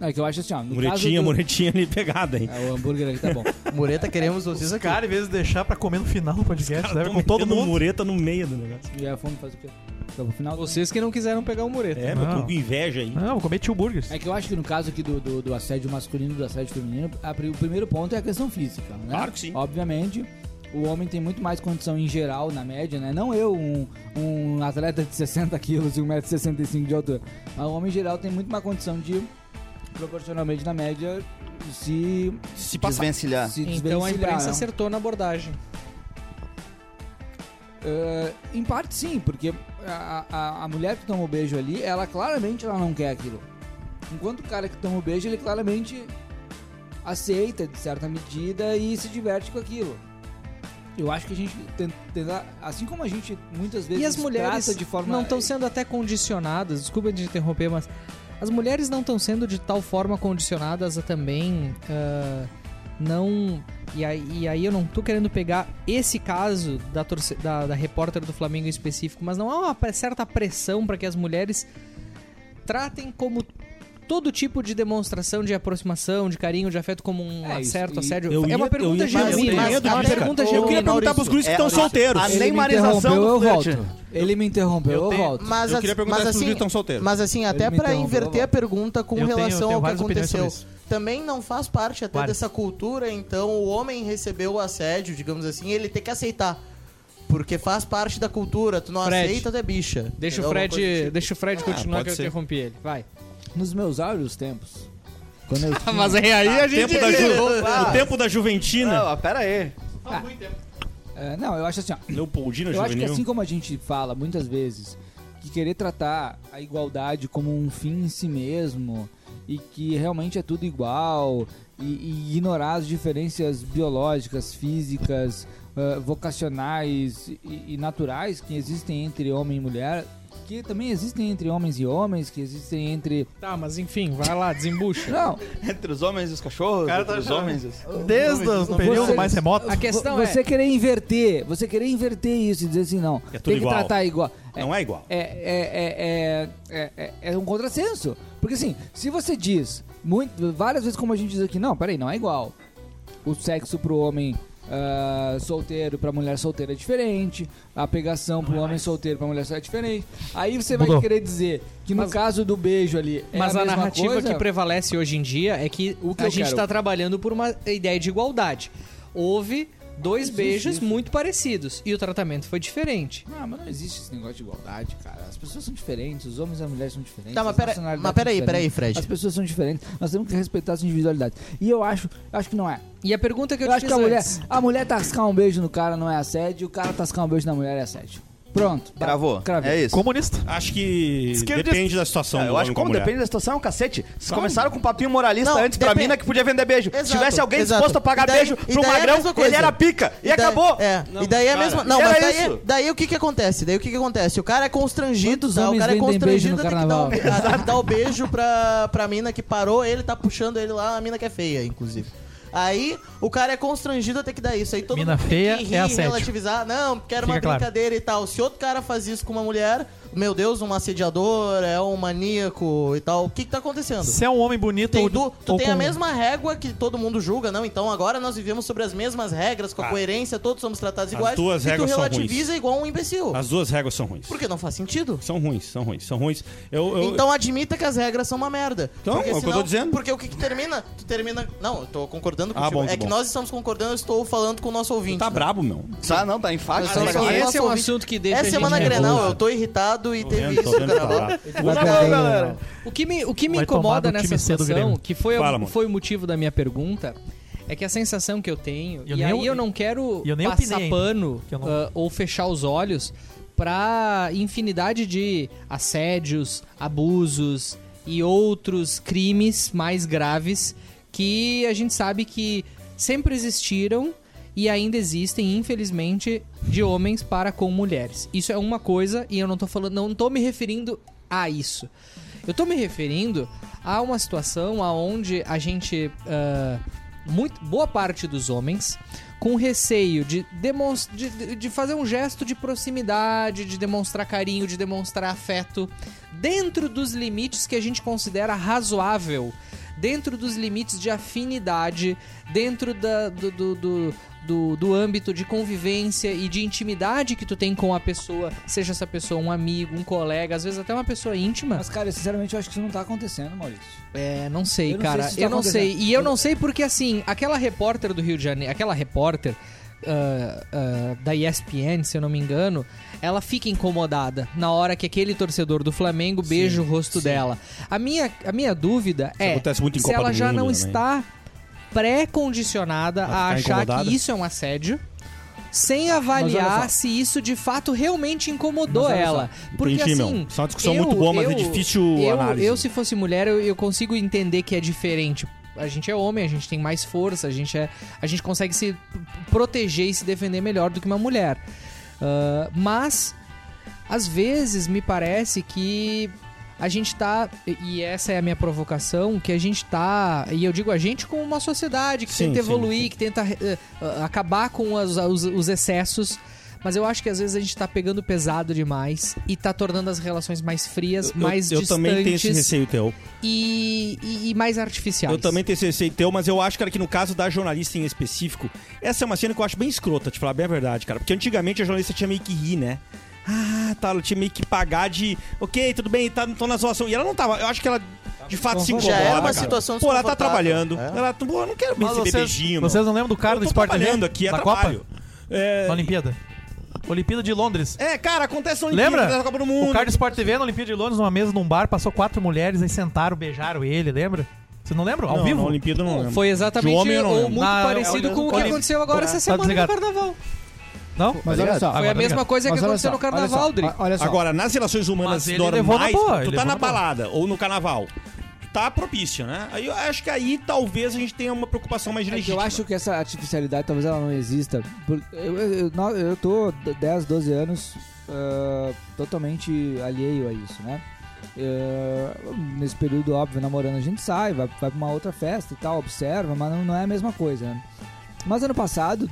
É que eu acho assim, ó. No Muretinha, caso do... muretinha ali pegada, hein? É, o hambúrguer aqui tá bom. Mureta, queremos vocês aqui. Cara, em vez de deixar pra comer no final do Tá podcast, leva com todo Metendo mundo. mureta no meio do negócio. E a fome faz o quê? Então, pro final. Vocês que não quiseram pegar o mureto. É, meu, Não. tô com inveja aí. Não, vou comer tio burgers. É que eu acho que no caso aqui do, do, do assédio masculino e do assédio feminino, a pri- o primeiro ponto é a questão física, né? Claro que sim. Obviamente, o homem tem muito mais condição em geral, na média, né? Não eu, um, um atleta de 60 quilos e 1,65m de altura. Mas o homem em geral tem muito mais condição de, proporcionalmente na média, se, Se passar. Desvencilhar. se Então a desvencilhar, imprensa né? acertou na abordagem. Eh, em parte sim, porque a, a, a mulher que toma o beijo ali, ela claramente ela não quer aquilo. Enquanto o cara que toma o beijo, ele claramente aceita de certa medida e se diverte com aquilo. Eu acho que a gente ten- tentar, assim como a gente muitas vezes E as mulheres trata de forma não estão sendo até condicionadas, desculpa de interromper, mas as mulheres não estão sendo de tal forma condicionadas a também ah, não. E aí, e aí eu não tô querendo pegar esse caso da, torce- da, da repórter do Flamengo em específico, mas não há uma pre- certa pressão para que as mulheres tratem como todo tipo de demonstração de aproximação, de carinho, de afeto como um É, isso, certo e assédio. eu é uma ia- pergunta eu ia- mas- genuína. mas é uma a pergunta pergunta- Eu genuína. queria perguntar pros guris que É, estão a- solteiros. a- Ele me Neymarização interrompeu, do eu flerte. volto. Ele me interrompeu, eu, Eu tenho- volto. Mas, Eu as- queria perguntar mas se os assim, guris estão solteiros. mas assim, até me pra interrompeu, inverter vamos. a pergunta com Eu tenho- relação eu tenho ao que várias opiniões sobre aconteceu. isso. Também não faz parte até Várias. dessa cultura, então o homem recebeu o assédio, digamos assim, ele tem que aceitar. Porque faz parte da cultura, tu não Fred. aceita, tu é bicha. Deixa Entendeu? o Alguma coisa do Fred, tipo. deixa o Fred Ah, continuar pode que eu ser. interrompi ele. Vai. Nos meus áureos tempos, quando eu tinha- aí, a Tempo da ju- Ah. O tempo da Juventina. Não, pera aí. Eh, não, eu acho assim, ó, Leopoldina Eu acho que Juvenil. assim como a gente fala muitas vezes que querer tratar a igualdade como um fim em si mesmo e que realmente é tudo igual e, e ignorar as diferenças biológicas, físicas, ah, vocacionais e, e naturais que existem entre homem e mulher, que também existem entre homens e homens, que existem entre Tá, mas enfim, vai lá, desembucha. não Entre os homens e os cachorros? cara tá entre os achando. homens e os... Desde o período Você- mais remoto. A questão Vo- é. você querer inverter, você querer inverter isso e dizer assim não, tudo tem que igual. tratar igual. Não é igual. é, é, é, é, é, é um contrassenso. Porque assim, se você diz muito, várias vezes como a gente diz aqui, não, peraí, não é igual. O sexo pro homem ah, solteiro pra mulher solteira é diferente. A pegação pro homem solteiro pra mulher solteira é diferente. Aí você vai Mudou. querer dizer que no Mas- caso do beijo ali é Mas a, a, mesma narrativa coisa, que prevalece hoje em dia é que, O que a eu gente quero- está trabalhando por uma ideia de igualdade. Houve dois existe beijos isso. muito parecidos e o tratamento foi diferente. Ah, mas não existe esse negócio de igualdade, cara. As pessoas são diferentes, os homens e as mulheres são diferentes. Tá, mas as pera- nacionalidades mas são peraí, diferentes, peraí, Fred. As pessoas são diferentes, nós temos que respeitar as individualidades. E eu acho, acho que não é. E a pergunta que eu, Eu te acho fiz que a mulher, antes, a mulher tascar um beijo no cara não é assédio, o cara tascar um beijo na mulher é assédio. Pronto. Tá- Cravou. Cravei. É isso. Comunista. Acho que Esquerda- depende da situação. Ah, eu do acho que homem com a como mulher. depende da situação, é um cacete. Vocês começaram com um papinho moralista Não, antes pra depende- mina que podia vender beijo. Exato, Se tivesse alguém exato. disposto a pagar E daí- beijo e pro daí é a magrão, mesma ele coisa. era pica. E, daí- acabou. É, Não, e daí é cara, mesmo. Não, era mas daí, isso. daí o que que acontece? Daí o que que acontece? O cara é constrangido, Quantos tá? o homens cara é vendem beijo constrangido, no tem que dar carnaval? um, tem que dar o beijo pra, pra mina que parou, ele tá puxando ele lá, a mina que é feia, inclusive. Aí o cara é constrangido a ter que dar isso. Aí todo Mina mundo tem feia que é assédio. relativizar. Não, porque era uma Fica claro. brincadeira e tal. Se outro cara faz isso com uma mulher, meu Deus, um assediador, é um maníaco e tal. O que que tá acontecendo? Se é um homem bonito Tem ou, du- tu ou tem um. com- a mesma régua que todo mundo julga, não? Então agora nós vivemos sobre as mesmas regras, com a Ah. coerência, todos somos tratados As iguais. duas e regras tu são relativiza igual um imbecil. As duas regras são ruins. Porque não faz sentido. São ruins, são ruins, são ruins. Eu, eu- Então admita que as regras são uma merda. Então, porque é o que eu tô dizendo. Ah, Porque o que, que termina? Tu termina. Não, eu tô concordando contigo. bom, é que que bom. nós estamos concordando, eu estou falando com o nosso ouvinte. tá né? brabo, meu. Tá, não, tá em faca. Nós tá estamos ligado? falando com o esse é um nosso assunto que deixa É a gente semana Grenal, nervoso. eu tô irritado e Tô teve vendo, tô isso vendo que tá gravado. brabo. Vai perder, Não, né, galera. não. O que me, o que me Vai tomar incomoda do nessa time cedo, situação, Grêmio. que foi, Fala, o, mano. foi o motivo da minha pergunta, é que a sensação que eu tenho, Eu e nem aí o- eu não quero e eu nem passar opinei ainda, pano que eu não- ah, ou fechar os olhos pra infinidade de assédios, abusos e outros crimes mais graves que a gente sabe que sempre existiram e ainda existem, infelizmente, de homens para com mulheres. Isso é uma coisa e eu não tô falando, não tô me referindo a isso. Eu tô me referindo a uma situação aonde a gente ah, muito, boa parte dos homens com receio de, demons- de- de, de fazer um gesto de proximidade, de demonstrar carinho, de demonstrar afeto, dentro dos limites que a gente considera razoável dentro dos limites de afinidade, dentro da- do, do, do, do- do âmbito de convivência e de intimidade que tu tem com a pessoa, seja essa pessoa um amigo, um colega, às vezes até uma pessoa íntima. Mas, cara, sinceramente, eu acho que isso não tá acontecendo, Maurício. É, não sei, Eu não cara. sei se isso tá eu não sei. acontecendo. E eu não sei porque, assim, aquela repórter do Rio de Janeiro, aquela repórter ah, ah, da ESPN, se eu não me engano, ela fica incomodada na hora que aquele torcedor do Flamengo beija o rosto dela. A minha, a minha dúvida é acontece muito em se Copa ela do já Mundo não também. está pré-condicionada a ficar achar incomodada? que isso é um assédio. Sem Mas olha avaliar só. se isso de fato realmente incomodou Mas olha só. ela. Porque Entendi, meu. assim. Isso é uma discussão muito boa, mas é difícil eu, análise. Eu, se fosse mulher, eu, eu consigo entender que é diferente. A gente é homem, a gente tem mais força, a gente, é, a gente consegue se p- proteger e se defender melhor do que uma mulher. Ah, mas, às vezes, me parece que a gente tá. e- E essa é a minha provocação, que a gente tá. E eu digo a gente como uma sociedade que Sim, tenta sim, evoluir, que tenta eh, ah, acabar com as- os, os excessos. Mas eu acho que às vezes a gente tá pegando pesado demais e tá tornando as relações mais frias, mais eu, eu distantes também tenho esse receio teu. e, e- e mais artificiais. Eu também tenho esse receio teu, mas eu acho, cara, que no caso da jornalista em específico, essa é uma cena que eu acho bem escrota, te falar bem a verdade, cara. Porque antigamente a jornalista tinha meio que rir, né? Ah, tá, ela tinha meio que pagar de. Ok, tudo bem, tá, tô na zoação. E ela não tava. Eu acho que ela Tá de fato se incomoda. é Já era uma cara. situação Pô, ela tá desconfortável, trabalhando. é. Ela, pô, eu não quero Mas receber beijinho, mano. vocês não lembram do cara Eu do tô Sport TV? trabalhando aqui, é da trabalho. Copa? É, Da Olimpíada. Olimpíada de Londres. é, cara, acontece na Olimpíada, Lembra? acontece na Copa do Mundo. O cara do Sport TV na Olimpíada de Londres, numa mesa num bar, passou quatro mulheres, aí sentaram, beijaram ele, lembra? Vocês não lembram? Ao Não, vivo? na Olimpíada eu não lembro. Foi exatamente De homem, eu não né? ou lembro. muito Na- parecido olha, com o que olha, aconteceu agora essa tá semana no desligado. carnaval. Não? Mas ligado? olha só. Foi a Agora, mesma obrigado. coisa que mas olha aconteceu só, no olha carnaval, só, Dri. Olha só. Agora, nas relações humanas Mas ele normais, levou na boa, tu ele tá levou na na boa. balada ou no carnaval, tá propício, né? Aí eu acho que aí talvez a gente tenha uma preocupação mais É que legítima. eu acho que essa artificialidade talvez ela não exista. Por- Eu, eu, eu- no- eu tô 10, 12 anos ah, totalmente alheio a isso, né? Eh, nesse período, óbvio, namorando a gente sai, vai, vai pra uma outra festa e tal, observa, mas não, não é a mesma coisa, né? Mas ano passado,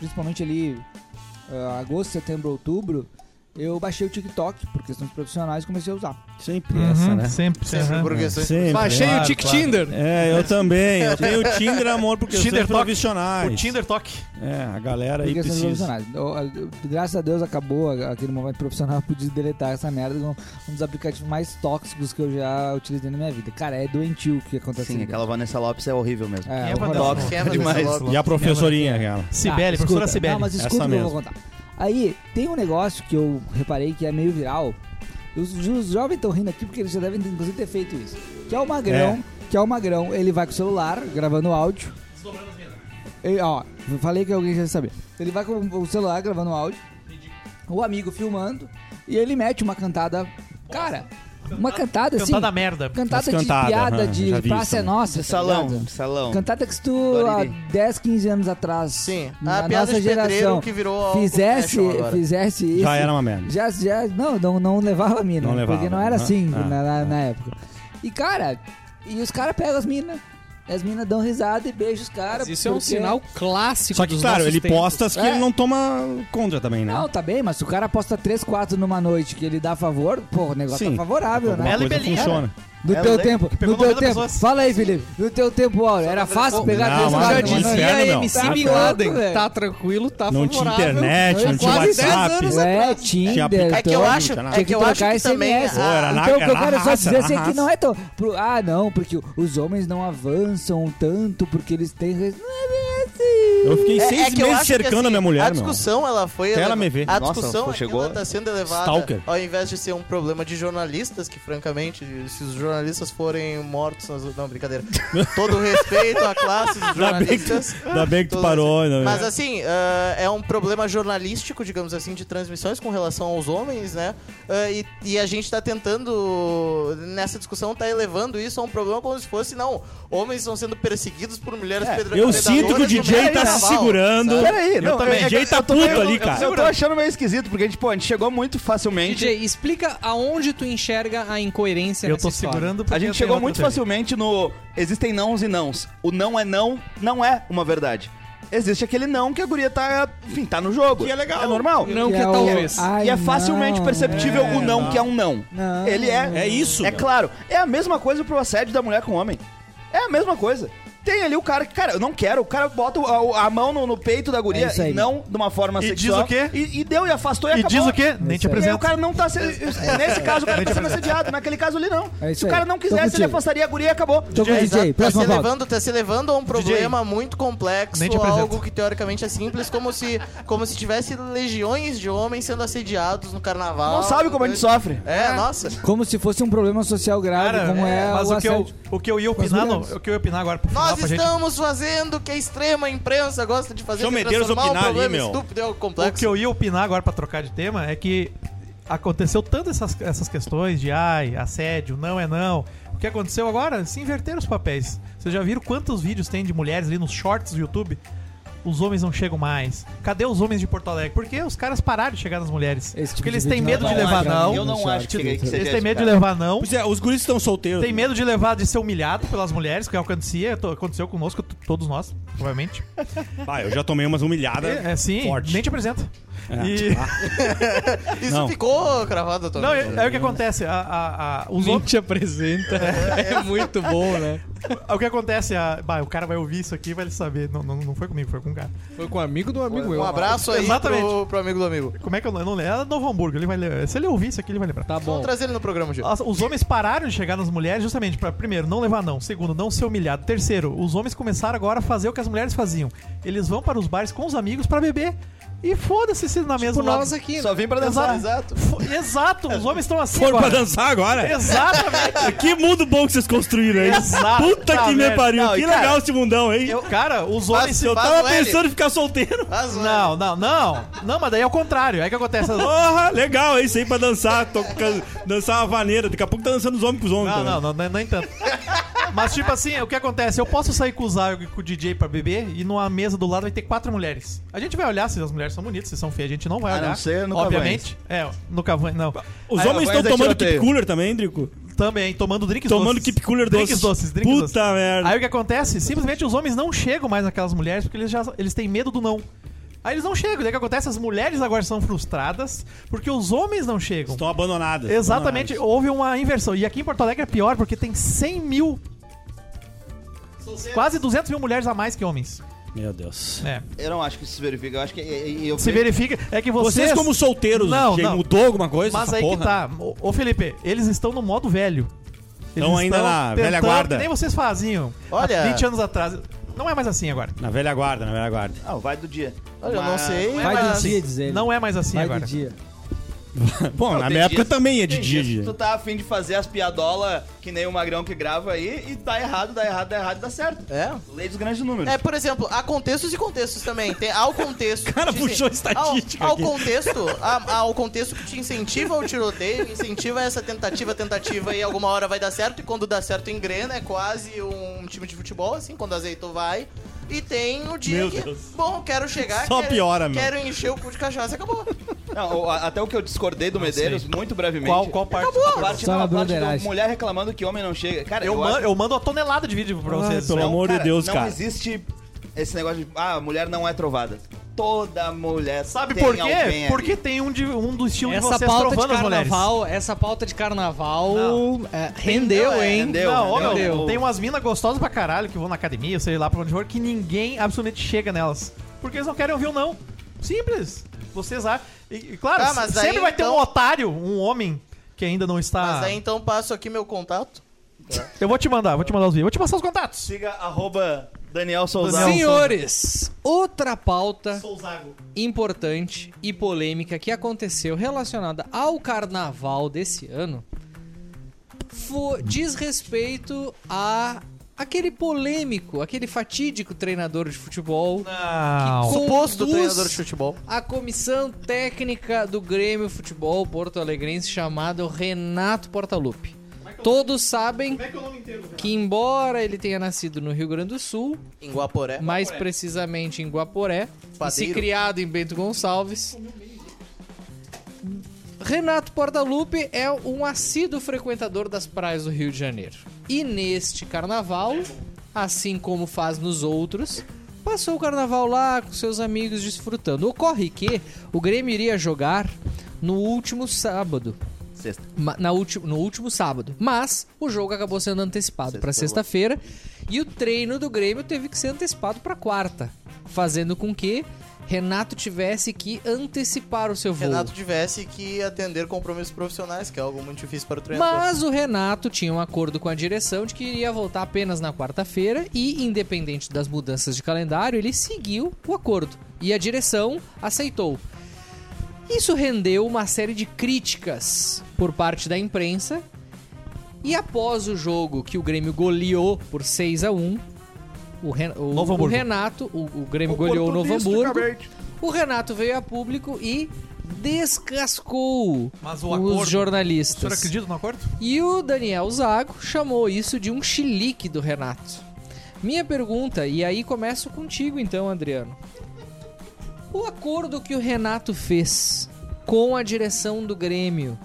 principalmente ali ah, agosto, setembro, outubro, eu baixei o TikTok por questões profissionais e comecei a usar. Sempre Uhum, Sempre, Sempre aham. por questões- Baixei Claro, o Tic claro. Tinder. né? É, eu também. Eu tenho o Tinder, amor, porque Tinder toque. profissionais. O Tinder Talk. É, a galera Por questões profissionais. Eu- eu- Graças a Deus acabou a- aquele momento profissional, eu pude deletar essa merda. Um, um dos aplicativos mais tóxicos que eu já utilizei na minha vida. Cara, é doentio o que acontece. Sim, ali. aquela Vanessa Lopes é horrível mesmo. Quem É, é horroroso. Vanessa? Tóxica Quem é demais. Vanessa Lopes? E a professorinha, aquela. Sibeli, Tá, professora escuta. Sibeli. Não, mas Essa escuta o que eu mesmo. vou contar. Aí, tem um negócio que eu reparei que é meio viral. Os, os jovens estão rindo aqui porque eles já devem, inclusive, ter feito isso. Que é o Magrão, que é o Magrão. Ele vai com o celular, gravando áudio. E, ó, eu falei que alguém já sabia. Ele vai com o celular, gravando áudio. O amigo filmando. E ele mete uma cantada... Cara, uma cantada, assim... Cantada tá merda. Cantada Mas de cantada, piada, aham, já de vi isso né? praça é também. nossa. tá ligado? Salão, salão. Cantada que se tu há Então, Doriri. 10, 15 anos atrás, Sim, na a piada nossa de pedreiro geração, que virou algo fizesse, fashion agora. fizesse isso. Já era uma merda. Já, já- não, não, não levava a mina. Não levava, Porque não né? era assim Ah, na, na- ah. na época. E cara, e os caras pegam as minas. As minas dão risada e beijam os caras. Isso é um porque- sinal clássico Só que, dos claro, nossos ele tempos. posta as que É. ele não toma contra também, né? Não, tá bem, mas se o cara posta 3, 4 numa noite que ele dá favor, pô, o negócio Sim. tá favorável, né? Alguma Ela e coisa Belinha. funciona. No Ela teu lembra tempo, que pegou no teu 90 tempo. pessoas. Fala aí, Felipe. No teu tempo, Áureo, era fácil pegar Não, 3, mas 4 já numa disse, noite? inferno, e a meu. MC Tá Milagre pronto, velho. tá tranquilo, tá Não tinha favorável. internet, não É, tinha Quase 10 WhatsApp. anos É, atrás. Tinder. aplica- É que eu todo. acho, Tinha é que eu acho trocar que também... é SMS. Pô, era na- Então o que eu era na quero é só raça, dizer era assim na que não raça. é tão. pro- ah, não, porque os homens não avançam tanto porque eles têm. res- Não é bem assim. Eu fiquei É- seis é que eu meses acho que, cercando assim, a minha mulher, A meu. discussão, ela foi... Até ela eleva- me ver. A Nossa, discussão, aqui chegou ela tá sendo elevada, stalker. ao invés de ser um problema de jornalistas, que francamente, se os jornalistas forem mortos... nas- Não, brincadeira. Todo respeito à classe dos Ainda bem que tu- jornalistas... Ainda bem que tu Todo parou, né? ainda bem. Mas assim, ah, é um problema jornalístico, digamos assim, de transmissões com relação aos homens, né? Ah, e, e a gente tá tentando, nessa discussão, tá elevando isso a um problema como se fosse, não, homens estão sendo perseguidos por mulheres pedra- Eu sinto que o predadoras no DJ meio tá do se um carnaval, segurando. sabe? Peraí, não, também. é que- DJ tá eu tô puto meio- ali, eu- cara. Eu tô achando meio esquisito, porque a gente, pô, a gente chegou muito facilmente. DJ, explica aonde tu enxerga a incoerência Eu nessa tô história. segurando porque A eu gente tenho chegou outra muito teoria. facilmente no existem nãos e nãos. O não é não, não é uma verdade. Existe aquele não que a guria tá, enfim, tá no jogo. Que é legal. É normal. Não que, Que é é o- talvez. Ai, e é facilmente não. perceptível É, o não, não. que é um não. Não. Ele é. É isso, É meu. claro. É a mesma coisa pro assédio da mulher com o homem. É a mesma coisa. Tem ali o cara que, cara, eu não quero. O cara bota a, a mão no, no peito da guria É isso aí. e não de uma forma E diz sexual. o quê? E, e deu, e afastou e, E acabou. diz o quê? Nem te aí. E aí o apresento. cara não tá sendo. Nesse caso, o cara tá sendo assediado. Naquele caso ali, não. É isso Se o aí. cara não Tô quisesse, ele contigo. afastaria a guria e acabou. Tô com o É, DJ, exato. tá, se próxima pauta. levando, tá se levando a um problema muito complexo, Nem te apresento. algo que teoricamente é simples, como se, como se tivesse legiões de homens sendo assediados no carnaval. Não sabe como a gente sofre. É, nossa. Como se fosse um problema social grave, Cara, como é, mas o o que, eu, assédio. o que eu ia as opinar, no, mulheres. o que eu ia opinar agora pro final, Nós pra gente- estamos fazendo o que a extrema imprensa gosta de fazer, Deixa eu que é meter os transformar opinar um problema ali, meu. estúpido em algo O complexo. que eu ia opinar agora pra trocar de tema é que aconteceu tanto essas, essas questões de ai, assédio, não é não. O que aconteceu agora? Se inverteram os papéis. Vocês já viram quantos vídeos tem de mulheres ali nos shorts do YouTube? Os homens não chegam mais. Cadê os homens de Porto Alegre? Porque os caras pararam de chegar nas mulheres. Esse tipo Porque de eles vídeo têm não né? medo dá de pra levar entrar não. no Eu não short, acho que- que seria entendeu? Eles têm esse medo de cara. levar não. Pois é, os guris estão solteiros. Tem medo de levar, de ser humilhado pelas mulheres, que acontecia, to- aconteceu conosco, t- todos nós, provavelmente. Ah, eu já tomei umas humilhadas. É, é, sim, Forte. nem te apresento. É. E- Isso Não. ficou cravado, doutor. não, é, é o que acontece. A, a, a- os Nem homens- te apresenta. É muito bom, né? É o que acontece, a- bah, o cara vai ouvir isso aqui e vai saber. Não, não, não foi comigo, foi com um cara. Foi com um amigo do amigo eu. um abraço aí Exatamente. pro, pro amigo do amigo. Como é que eu não, eu não lembro? Era Novo Hamburgo, ele vai lembrar. Se ele ouvir isso aqui, ele vai lembrar. Tá Vamos bom. trazer ele no programa, Gil. As- Os homens pararam de chegar nas mulheres justamente pra, primeiro, não levar não. Segundo, não ser humilhado. Terceiro, os homens começaram agora a fazer o que as mulheres faziam. Eles vão para os bares com os amigos pra beber. E foda-se se na mesma. Por nós aqui, né? Só vim pra dançar. Exato. Fo- Exato, os homens estão assim. Foram pra agora. dançar agora? Exatamente. Ah, Que mundo bom que vocês construíram aí. Exato. Puta Tá, que me velho. pariu. Não, e que cara, legal esse mundão, hein? Eu, Eu- cara, os homens. eu Tá- faz o tava L. pensando em ficar solteiro. Faz um- Não, não, não. Não, mas daí é o contrário. Aí que acontece. as- Porra, legal, é isso aí pra dançar. Tô, can- dançar uma vaneira. Daqui a pouco tá dançando os homens com os homens. Não, também. não, não, não, nem tanto. Mas, tipo assim, o que acontece? Eu posso sair com o Zago e com o DJ pra beber e numa mesa do lado vai ter quatro mulheres. A gente vai olhar se as mulheres são bonitas, se são feias. A gente não vai A olhar. não ser no Obviamente. É, no Cavani, não. Os homens Aí, agora estão ainda tomando tiroteio. keep cooler também, Drico? Também, tomando drinks Tomando doces. keep cooler drinks doces. doces. Drinks Puta doces. merda. Aí o que acontece? Simplesmente os homens não chegam mais naquelas mulheres porque eles já eles têm medo do não. Aí eles não chegam. Daí o que acontece? As mulheres agora são frustradas porque os homens não chegam. Estão abandonadas. Exatamente, Abandonadas. houve uma inversão. E aqui em Porto Alegre é pior porque tem 100 mil. Quase 200 mil mulheres a mais que homens. Meu Deus. É. Eu não acho que isso se verifica. Eu acho que. e- e- eu Se vejo- verifica, é que vocês. Vocês, como solteiros, Não, gente, não. mudou alguma coisa? Mas essa aí que porra? tá. Ô, Ô, Felipe, eles estão no modo velho. Eles Estão ainda na velha tentando guarda. que Nem vocês faziam. Olha- Há 20 anos atrás. Não é mais assim agora. Na velha guarda, na velha guarda. Ah, vai do dia. Olha, eu não Mas- sei, Não é Vai mais- do dia, diz ele. Não é mais assim Vai agora. do dia. Bom, Não, na tem minha época dias- também é de tem dia. dias dia. que Tu tá afim de fazer as piadolas que nem o Magrão que grava aí e dá errado, dá errado, dá errado e dá certo. É? Lei dos grandes números. É, por exemplo, há contextos e contextos também. Tem, há o contexto. cara que te puxou incen- estatística Há, o- há o aqui. contexto. Há, há o contexto que te incentiva ao tiroteio, incentiva essa tentativa, tentativa e alguma hora vai dar certo. E quando dá certo, engrena. É quase um time de futebol, assim, quando azeitou, vai. E tem o dia Meu que, Deus. bom, quero chegar, Só quero, piora, meu. quero encher o cu de cachaça, acabou. Não, o- a- até o que eu discordei do Medeiros, muito brevemente. Qual, qual parte? A parte, Só não, na a parte do broderagem. mulher reclamando que homem não chega. Cara, eu, Eu, mando, acho- eu mando uma tonelada de vídeo pra Ai, vocês. pelo não, amor de cara, Deus, não cara. existe esse negócio de, ah, mulher não é trovada. Toda mulher Sabe tem por quê? alguém Porque ali. tem um, de, um do estilo de Essa vocês é pauta de trovando as mulheres. carnaval, essa pauta de carnaval Não. é, rendeu, Não, é, hein? rendeu. não, ô, meu, Entendeu? tem umas minas gostosas pra caralho que vão na academia, sei lá pra onde for, que ninguém absolutamente chega nelas. Porque eles não querem ouvir o não. Simples. Vocês acham. E, e claro, Tá, mas sempre aí, vai ter um então- otário, um homem que ainda não Ah. está. Mas aí então passo aqui meu contato. Eu vou te mandar, vou te mandar os vídeos. Vou te passar os contatos. Siga arroba Daniel Souzão. Senhores, outra pauta importante e polêmica que aconteceu relacionada ao carnaval desse ano fo- diz respeito a aquele polêmico, aquele fatídico treinador de futebol Não. Que Suposto Conduz- treinador de futebol. a comissão técnica do Grêmio Futebol Porto Alegrense chamado Renato Portaluppi. Todos sabem que embora ele tenha nascido no Rio Grande do Sul, Em Guaporé. mais precisamente em Guaporé, e se Padeiro. criado em Bento Gonçalves, Renato Portaluppi é um assíduo frequentador das praias do Rio de Janeiro. E neste carnaval, assim como faz nos outros, passou o carnaval lá com seus amigos desfrutando. Ocorre que o Grêmio iria jogar no último sábado, Sexta. ma- na ulti- no último sábado. Mas o jogo acabou sendo antecipado para sexta-feira e o treino do Grêmio teve que ser antecipado para quarta, fazendo com que Renato tivesse que antecipar o seu voo. Renato tivesse que atender compromissos profissionais, que é algo muito difícil para o treinador. Mas o Renato tinha um acordo com a direção de que iria voltar apenas na quarta-feira e, independente das mudanças de calendário, ele seguiu o acordo e a direção aceitou. Isso rendeu uma série de críticas por parte da imprensa. E após o jogo que o Grêmio goleou por 6 a 1 o, Ren- o- Novo o Hamburgo. Renato, o, o Grêmio goleou o Novo Oportunista, Hamburgo. Cabete. O Renato veio a público e descascou Mas o os acordo- O jornalistas. senhor acredita no acordo? E o Daniel Zago chamou isso de um chilique do Renato. Minha pergunta, e aí começo contigo então, Adriano. O acordo que o Renato fez com a direção do Grêmio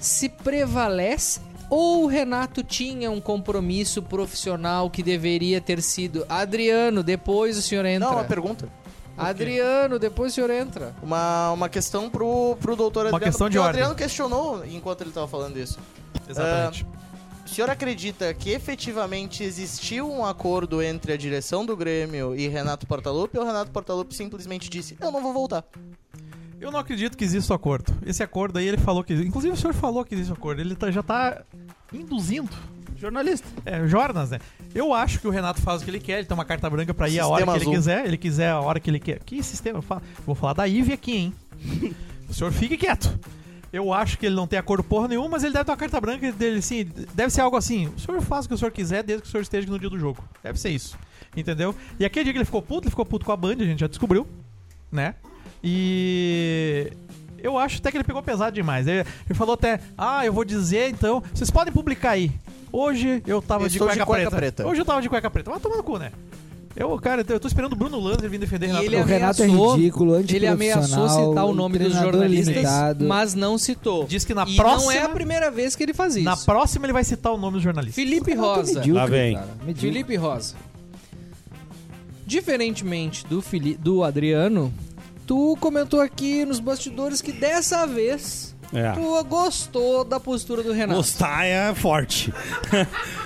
se prevalece ou o Renato tinha um compromisso profissional que deveria ter sido Adriano, depois o senhor entra. Não, uma pergunta. Adriano, depois o senhor entra. Uma, uma questão pro, pro doutor Adriano. questão de porque o ordem. Adriano questionou enquanto ele estava falando isso. Exatamente. O senhor acredita que efetivamente existiu um acordo entre a direção do Grêmio e Renato Portaluppi ou Renato Portaluppi simplesmente disse, eu não vou voltar? Eu não acredito que exista um acordo. Esse acordo aí ele falou que. Inclusive o senhor falou que existe um acordo. Ele tá- já tá induzindo. Jornalista. É, Jornas, né? Eu acho que o Renato faz o que ele quer, ele tem uma carta branca pra ir a hora que Sistema ele azul. quiser, ele quiser a hora que ele quer. Que sistema? Eu falo- Vou falar da IVE aqui, hein? o senhor fique quieto. Eu acho que ele não tem acordo porra nenhuma, mas ele deve ter uma carta branca dele, assim, deve ser algo assim, o senhor faz o que o senhor quiser desde que o senhor esteja no dia do jogo. Deve ser isso. Entendeu? E aquele dia que ele ficou puto, ele ficou puto com a Band, a gente já descobriu, né? E eu acho até que ele pegou pesado demais. Ele, ele falou até, ah, eu vou dizer então, vocês podem publicar aí. Hoje eu tava de Estou cueca, de cueca preta. preta. Hoje eu tava de cueca preta. Vai tomar no cu, né? Eu, cara, eu tô esperando o Bruno Lanza vir defender Renato. ele o Gaúcho. Renato ameaçou- é ridículo, Ele ameaçou antiprofissional, citar o nome dos treinador jornalistas, limitado. mas não citou. Diz que na e não próxima- é a primeira vez que ele faz isso. Na próxima ele vai citar o nome do jornalista. Felipe Renato é Rosa. medíocre, Lá vem. cara, medíocre. Felipe Rosa. Diferentemente do, Fili- do Adriano, tu comentou aqui nos bastidores que dessa vez É. tu gostou da postura do Renato. Gostar é forte.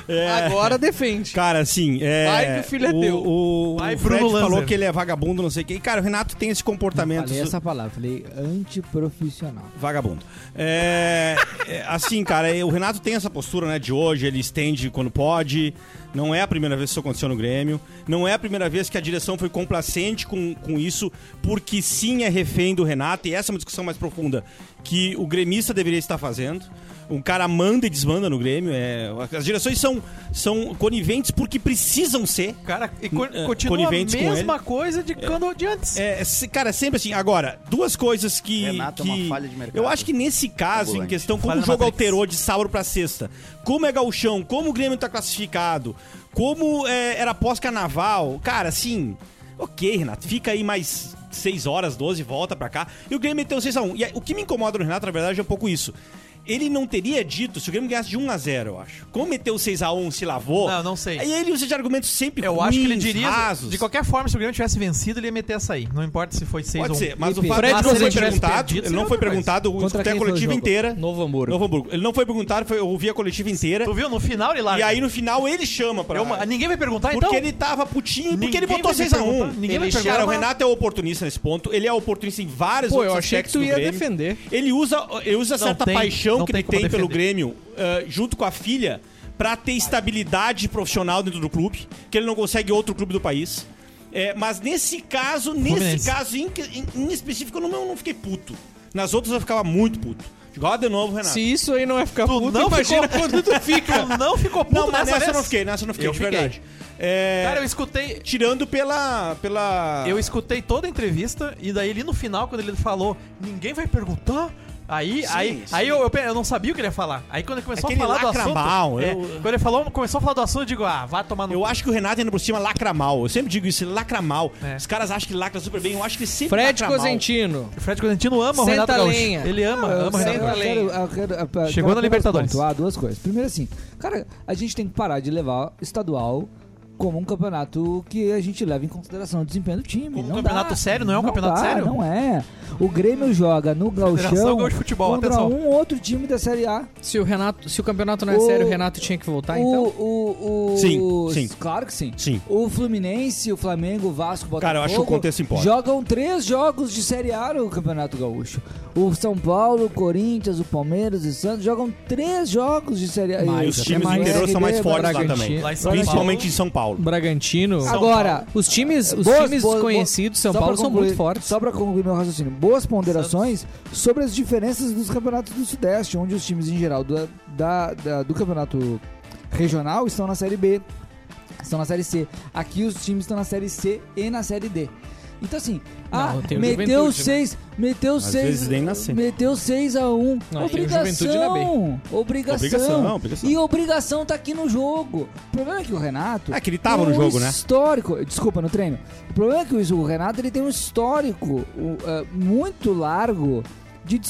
é. Agora defende. Cara, assim, é. Vai que o filho é o, teu. O, o Vai, Fred Bruno Lanza. falou que ele é vagabundo, não sei o quê. E, cara, o Renato tem esse comportamento. Falei essa palavra, falei antiprofissional. Vagabundo. É, é, assim, cara, é, o Renato tem essa postura, né? De hoje, ele estende quando pode. Não é a primeira vez que isso aconteceu no Grêmio. Não é a primeira vez que a direção foi complacente com, com isso, porque sim é refém do Renato. E essa é uma discussão mais profunda que o gremista deveria estar fazendo. Um cara manda e desmanda no Grêmio. é, as direções são, são coniventes porque precisam ser. Cara, e co- É, continua a coniventes com mesma coisa de quando de antes. É, se- cara, sempre assim. Agora, duas coisas que. Renato é que- uma falha de mercado. Eu acho que nesse caso, em Ambulante. questão, como Falha o na jogo Matrix. alterou de sábado pra sexta, como é gauchão, como o Grêmio tá classificado, como é, era pós-carnaval, cara, assim. Ok, Renato, fica aí mais 6 horas, 12, volta pra cá. E o Grêmio meteu 6x1. E aí, o que me incomoda no Renato, na verdade, é um pouco isso. Ele não teria dito se o Grêmio ganhasse de 1x0, eu acho. Como meteu 6x1, se lavou. Não, não sei. Aí ele usa de argumentos sempre Eu acho que ele ruins, diria. rasos. De qualquer forma, se o Grêmio tivesse vencido, ele ia meter essa aí. Não importa se foi 6 Pode ou ser, mas o Felipe, fato Fred Fred não foi Rosendo tivesse perguntado, perdido, ele não seria foi outra coisa. perguntado, eu Contra escutei a quem foi o coletiva jogo? inteira. Novo Hamburgo. Novo Hamburgo. Ele não foi perguntado, foi- eu ouvi a coletiva inteira. Tu viu? No final ele larga. E aí no final ele chama pra. Eu- mas ninguém vai perguntar, porque então. ele tava putinho, porque ele Ninguém botou vai me 6x1. perguntar, ninguém vai Ele perguntar. Cara, o Renato é oportunista nesse ponto. Ele é oportunista em vários Pô, eu outros achei que aspectos tu do ia Grêmio. defender. Ele usa, ele usa Não certa tem- paixão não que tem ele como tem pelo defender. Grêmio, eh, junto com a filha, pra ter estabilidade profissional dentro do clube, que ele não consegue em outro clube do país. Eh, mas nesse caso, nesse Fluminense. caso em, em- em específico, eu não, eu não fiquei puto. Nas outras eu ficava muito puto. Igual a de novo, Renato. Se isso aí não é ficar Tu puto, não imagina ficou- quando tu fica. Tu não ficou puto Não, mas nessa nessa eu vez? não fiquei, nessa eu não fiquei, Eu de fiquei. verdade. Eh, Cara, eu escutei. Tirando pela. pela... Eu escutei toda a entrevista e daí ali no final, quando ele falou, ninguém vai perguntar. Aí, Sim, aí, sim. aí eu, eu pe- eu não sabia o que ele ia falar. Aí quando ele começou Aquele a falar do lacra assunto. mal, é, eu- Quando ele falou, começou a falar do assunto, eu digo, ah, vá tomar no. Eu acho que o Renato ainda por cima lacra mal. Eu sempre digo isso, ele lacra mal. É. Os caras acham que ele lacra super bem. Eu acho que ele sempre Fred lacra mal. Cosentino. O Fred Cosentino ama o Senta Renato a Gaúcho. lenha. Ele ama, Eu ama o Renato quero- Gaúcho. eu quero- eu quero- eu quero Chegou na apenas Libertadores. pontuar duas coisas. Primeiro assim, cara, a gente tem que parar de levar estadual como um campeonato que a gente leva em consideração o desempenho do time. Como um não campeonato dá. sério, não é um campeonato dá, sério? Não é. O Grêmio joga no Federação Gauchão Gaúcha de Futebol, contra atenção. um outro time da Série A. Se o, Renato, se o campeonato não é O- sério, o Renato tinha que voltar, o, então? o, o- Sim, sim. Claro que sim. Sim. O Fluminense, o Flamengo, o Vasco, o Botafogo... Cara, eu acho que o contexto importa. Jogam três jogos de Série A no Campeonato Gaúcho. O São Paulo, o Corinthians, o Palmeiras e o Santos jogam três jogos de Série A. Mais, E os até times do mais. interior são mais RB, fortes lá Bragantino. também. Lá em São Principalmente Paulo. em São Paulo. Bragantino. Agora, Os times, os Boas- times boas- conhecidos de São só pra Paulo são concluir- muito fortes. Só pra concluir meu raciocínio, boas ponderações sobre as diferenças dos campeonatos do Sudeste, onde os times em geral do, da- da- do campeonato regional estão na Série B, estão na Série C. Aqui os times estão na Série C e na Série D. Então assim, Não, ah, tem o meteu Juventude, né? 6, meteu Às 6, vezes nem na C. meteu 6 a 1. Não, tem o Juventude na B. obrigação, obrigação. Obrigação, obrigação. E obrigação tá aqui no jogo. O problema é que o Renato É que ele tava tem no um jogo, né? Histórico, desculpa, no treino. O problema é que o Renato ele tem um histórico o, é, muito largo de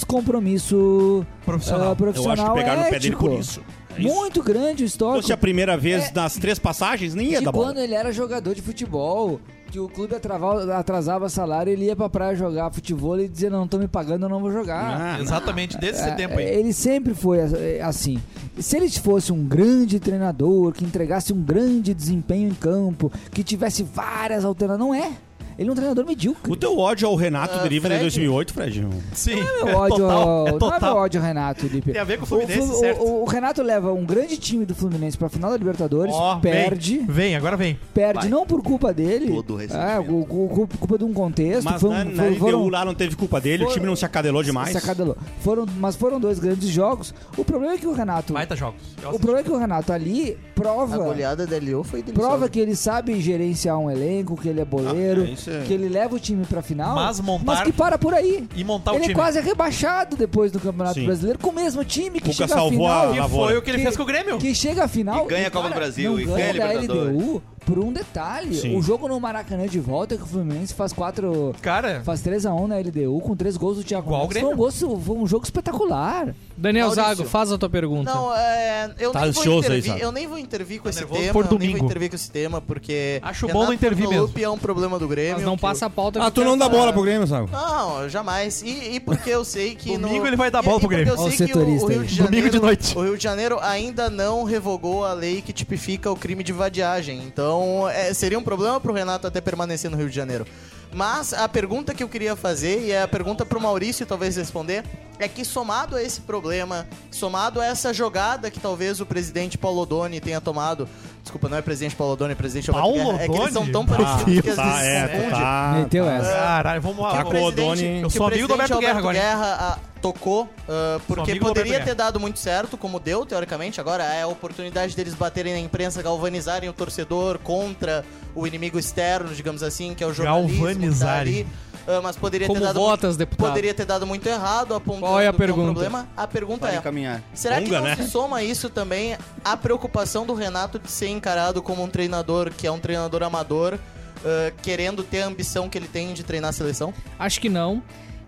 descompromisso Profissional. é, Eu acho profissional que pegaram no pé dele ético. por isso. É isso. Muito grande o Se histórico. fosse a primeira vez É. nas três passagens, nem ia de dar bola. quando é? ele era jogador de futebol, que o clube atrava- atrasava salário, ele ia pra praia jogar futebol e dizia, não, tô me pagando, eu não vou jogar. Ah, Exatamente, desde esse É, tempo aí. Ele sempre foi é, assim. Se ele fosse um grande treinador, que entregasse um grande desempenho em campo, que tivesse várias alternativas, não é. Ele é um treinador medíocre. O teu ódio ao Renato Ah, deriva de Fred? 2008, Fred. Sim, Não é é ódio total. ao- É não é meu total. ódio ao Renato, Lipe. Tem a ver com o O, Fluminense, Flu- certo? o- o Renato leva um grande time do Fluminense pra final da Libertadores, Ó, vem, perde, Vem, agora vem. perde Vai. não por culpa dele, Todo o é, ressentimento. cu- cu- culpa de um contexto, Mas foi um- na, na foi- LDU foram- lá não teve culpa dele, o foram- time não se acadelou demais. se acadelou. Foram, mas foram dois grandes jogos. O problema é que o Renato Baita jogos. Eu O assisti. problema é que o Renato ali A prova, goleada da LO foi deliciosa. prova que ele sabe gerenciar um elenco, que ele é boleiro, Ah, é, isso é- que ele leva o time pra final, Mas montar- mas que para por aí. E montar o Ele time. quase é rebaixado depois do Campeonato Sim. Brasileiro com o mesmo time que Cuca chega à salvou final. a- Que Lavoura. foi o que ele Que- fez com o Grêmio. Que chega à final E ganha a Copa cara, do Brasil, não e ganha ganha a da Libertadores. LDU por um detalhe. Sim. O jogo no Maracanã de volta é que o Fluminense faz quatro Cara, faz 3 a 1 na LDU com três gols do Thiago. Igual o Neves. Foi um, gol- foi um jogo espetacular. Daniel Maurício. Zago, faz a tua pergunta. Não, é, eu, Tá nem vou ansioso aí, intervir, sabe? eu nem vou intervir com Tá esse nervoso tema. por eu nem domingo. vou intervir com esse tema, porque. Acho bom não intervir mesmo. Portaluppi é um problema do Grêmio. mas não que passa a pauta. Ah, que tu não dá bola pro Grêmio, sabe? Não, jamais. E, e porque eu sei que. Domingo no- ele vai dar e- bola e pro porque Grêmio. Ó, Eu o sei que o, o setorista Rio aí. de Janeiro, Domingo de noite. O Rio de Janeiro ainda não revogou a lei que tipifica o crime de vadiagem. Então, é, seria um problema pro Renato até permanecer no Rio de Janeiro. Mas a pergunta que eu queria fazer, e é a pergunta pro Maurício talvez responder, é que somado a esse problema, somado a essa jogada que talvez o presidente Paulo Odoni tenha tomado. Desculpa, não é presidente Paulo Odoni, é presidente Alberto Paulo Guerra. É que eles são Odoni? tão Ah, parecidos que às tá, vezes é, se tu confunde. tá. Meteu tá. essa. Caralho, vamos Que lá. o Taco vamos. Odoni. presidente- Eu que o sou amigo do presidente Alberto Guerra agora, hein? Guerra, ah, tocou, ah, porque amigo do Alberto poderia Guerra. ter dado muito certo, como deu, teoricamente. Agora é a oportunidade deles baterem na imprensa, galvanizarem o torcedor contra o inimigo externo, digamos assim, que é o jornalismo. que tá Galvanizarem. ali. Ah, mas poderia Como ter dado votas, muito, deputado? Poderia ter dado muito errado, apontando Qual é a que um pergunta? problema. A pergunta Para é... encaminhar. Será que Longa, não né? se soma isso também à preocupação do Renato de ser encarado como um treinador que é um treinador amador, ah, querendo ter a ambição que ele tem de treinar a seleção? Acho que não.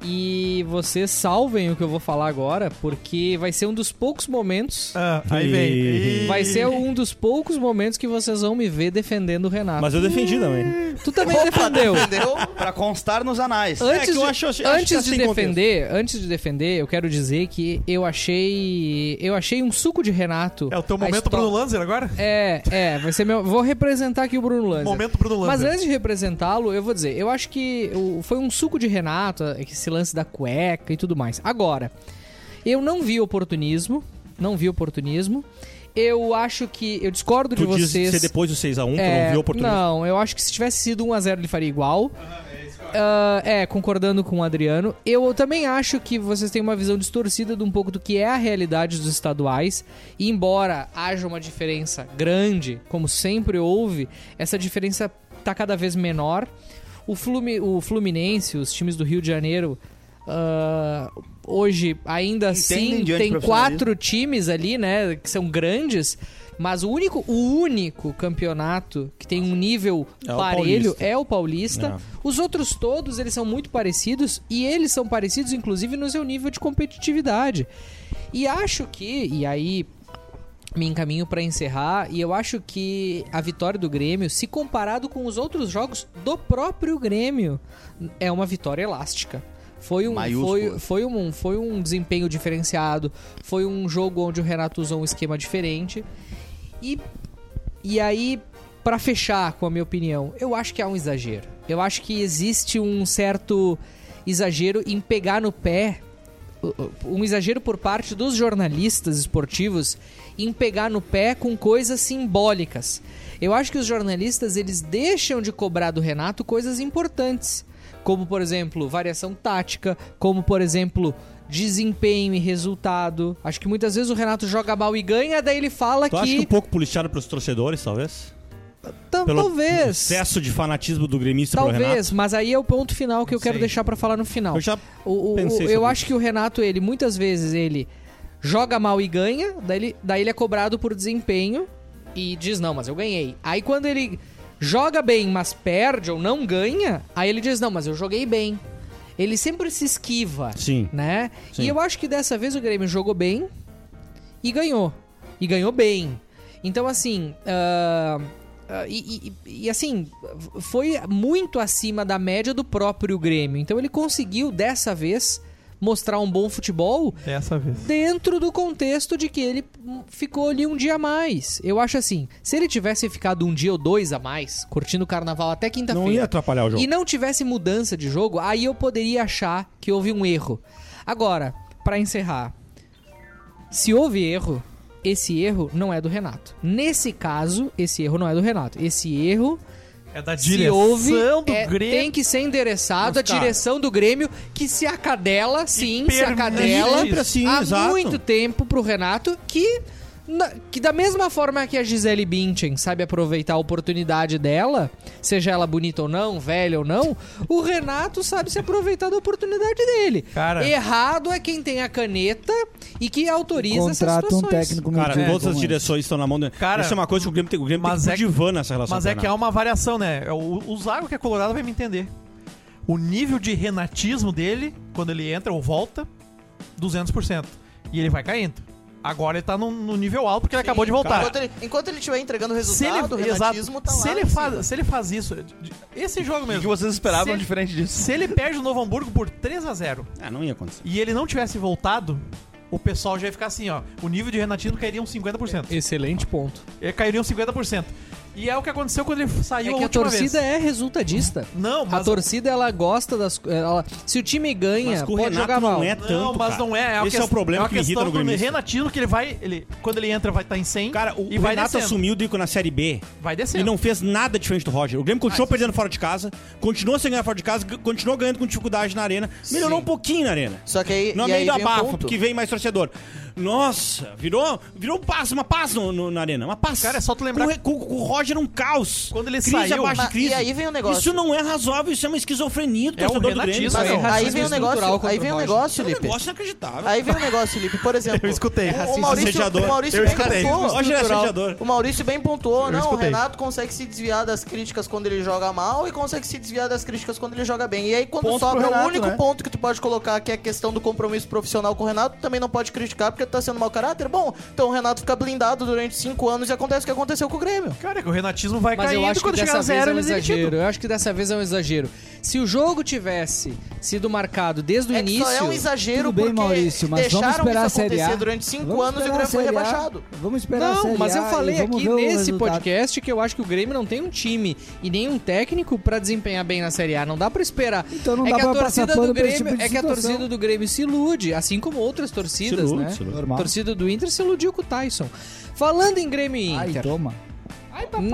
E vocês salvem o que eu vou falar agora, porque vai ser um dos poucos momentos. Ah, aí vem. Ih. Vai ser um dos poucos momentos que vocês vão me ver defendendo o Renato. Mas eu defendi também. Tu também defendeu. Entendeu? Pra constar nos anais. que Antes, eu de, acho- acho que tá antes de sem contexto. defender, antes de defender, eu quero dizer que eu achei, eu achei um suco de Renato. É o teu A momento histó- Bruno Lanzer agora? É, é, vai ser meu. Vou representar aqui o Bruno Lanza. Momento Bruno Lanza. Mas antes de representá-lo, eu vou dizer, eu acho que o- foi um suco de Renato, esse lance da cueca e tudo mais. Agora, eu não vi oportunismo, não vi oportunismo. Eu acho que. Eu discordo de Tu diz vocês. ser depois do 6x1, tu É, não viu a oportunidade. Não, eu acho que se tivesse sido 1x0 ele faria igual. Ah, é, concordando com o Adriano. Eu também acho que vocês têm uma visão distorcida de um pouco do que é a realidade dos estaduais. E embora haja uma diferença grande, como sempre houve, essa diferença tá cada vez menor. O, Flumi- o Fluminense, os times do Rio de Janeiro, ah, hoje ainda Entendem assim diante tem do profissionalismo. quatro quatro times ali, né, que são grandes, mas o único, o único campeonato que tem um nível É o parelho Paulista. é o Paulista. É. Os outros todos, eles são muito parecidos e eles são parecidos inclusive no seu nível de competitividade. E acho que, e aí me encaminho pra encerrar e eu acho que a vitória do Grêmio, se comparado com os outros jogos do próprio Grêmio, é uma vitória elástica. Foi um, foi, Maiúsculo. foi, um, foi um desempenho diferenciado, foi um jogo onde o Renato usou um esquema diferente. E, e aí, pra fechar com a minha opinião, eu acho que há um exagero. Eu acho que existe um certo exagero em pegar no pé um exagero por parte dos jornalistas esportivos em pegar no pé com coisas simbólicas. Eu acho que os jornalistas eles deixam de cobrar do Renato coisas importantes, como por exemplo variação tática, como por exemplo desempenho e resultado. Acho que muitas vezes o Renato joga mal e ganha, daí ele fala Tu acha que um que, pouco policiado pelos torcedores, talvez? Tal- Pelo Então, talvez, excesso de fanatismo do gremista pro Renato? talvez, mas aí é o ponto final que eu quero sei. deixar pra falar no final. Eu já O- o- Pensei o- eu sobre acho que o Renato, ele muitas vezes ele joga mal e ganha, daí ele, daí ele é cobrado por desempenho e diz, não, mas eu ganhei. Aí quando ele joga bem, mas perde ou não ganha, aí ele diz, não, mas eu joguei bem. Ele sempre se esquiva, Sim. né? Sim. E eu acho que dessa vez o Grêmio jogou bem e ganhou. E ganhou bem. Então, assim. ah, ah, e, e- e, assim, foi muito acima da média do próprio Grêmio. Então ele conseguiu, dessa vez, mostrar um bom futebol Dessa É vez. dentro do contexto de que ele hum, ficou ali um dia a mais. Eu acho assim, se ele tivesse ficado um dia ou dois a mais, curtindo o carnaval até Não ia quinta-feira, atrapalhar o jogo. e não tivesse mudança de jogo, aí eu poderia achar que houve um erro. Agora, pra encerrar, se houve erro, esse erro não é do Renato. Nesse caso, esse erro não é do Renato. Esse erro, É da se houve, do é- Grêmio. tem que ser endereçado à Mas, cara- direção do Grêmio, que se acadela, sim, se permite acadela sempre assim, há exato. muito tempo pro Renato, que, na- que da mesma forma que a Gisele Bündchen sabe aproveitar a oportunidade dela, seja ela bonita ou não, velha ou não, o Renato sabe se aproveitar da oportunidade dele. Cara- Errado é quem tem a caneta e que autoriza essas Contrata um situações. técnico Cara, mediano todas como as esse. direções estão na mão do Cara, Isso é uma coisa que o Grêmio tem, o Grêmio mas tem é que que- ir divã nessa relação. Mas com o é que há Renato. uma variação, né? O, o Zago, que é colorado, vai me entender. O nível de renatismo dele, quando ele entra ou volta, 200%. E ele vai caindo. Agora ele tá no, no nível alto porque ele acabou de voltar. Enquanto ele, enquanto ele estiver entregando o Se ele, resultado, o exato, renatismo tá lá. se, ele em cima. faz, se ele faz isso, de- de- esse jogo O que mesmo. vocês esperavam Se- diferente disso? Se ele perde o Novo Hamburgo por 3 a 0 Ah, não ia acontecer. e ele não tivesse voltado, o pessoal já ia ficar assim, ó. O nível de renatismo cairia uns 50%. É, Excelente ponto. Ele cairia uns 50%. E é o que aconteceu quando ele saiu É a que a última torcida vez. é resultadista. Não, A mas torcida, ela gosta das... Ela, se o time Mas ganha, com o pode Renato jogar mal. não é tanto, não, mas cara. não é. uma Esse é o quest- problema uma que me irrita questão no do gremista. Renatismo que ele vai, ele quando ele entra vai estar em 100. Cara, o, e o vai Renato descendo. assumiu o Drico na Série B Vai e descendo. Ah, não fez nada diferente do Roger. O Grêmio continuou perdendo fora de casa, continuou sem ganhar fora de casa, g- continuou ganhando com dificuldade na arena. Melhorou um pouquinho na arena. Só que aí. Não e é meio aí da vem o bafa, ponto. porque vem mais torcedor. Nossa, virou, virou um passo, uma paz no, no- na arena. Uma paz. Cara, é só tu lembrar Com, re- com- com o Roger um caos. Quando ele crise saiu- abaixo de Mas- crise. E aí vem o negócio. Isso não é razoável, isso é uma esquizofrenia do É um torcedor do Grêmio. renatismo, cara. Mas é um aí racismo vem o estrutural negócio, contra aí o vem o Roger. Isso negócio, é um Lipe. negócio inacreditável. Aí vem o negócio, Lipe. Por exemplo, Eu escutei. o- o Racismo Maurício, assediador. o Maurício Eu bem escutei. pontuou. Hoje ele é cultural. assediador. O Maurício bem pontuou, Eu não. O escutei. Renato consegue se desviar das críticas quando ele joga mal e consegue se desviar das críticas quando ele joga bem. E aí, quando Ponto pro sobra, é Renato, o único né? ponto que tu pode colocar, que é a questão do compromisso profissional com o Renato, tu também não pode criticar porque tu tá sendo mau caráter. Bom, então o Renato fica blindado durante cinco anos e acontece o que aconteceu com o Grêmio. Cara, é que o renatismo tá vai Mas caindo eu acho que quando chegar dessa a zero, vez é um ele é demitido. exagero. Eu acho que dessa vez é um exagero. Se o jogo tivesse sido marcado desde o É que início. só é um exagero Tudo bem, porque Maurício, mas deixaram vamos esperar a isso Série acontecer A. durante cinco Vamos anos e o esperar a Grêmio foi Série A. rebaixado. Vamos esperar a Não, Série mas eu A e falei vamos aqui ver o nesse resultado. podcast que eu acho que o Grêmio não tem um time e nem um técnico pra desempenhar bem na Série A. Não dá pra esperar. Então não é dá que a pra passar torcida do pano pra Grêmio, esse tipo de é que a situação. torcida do Grêmio se ilude, assim como outras Se torcidas, ilude, né? se ilude. A Normal. torcida do Inter se iludiu com o Tyson. Falando em Grêmio e Ai, tá Inter, toma.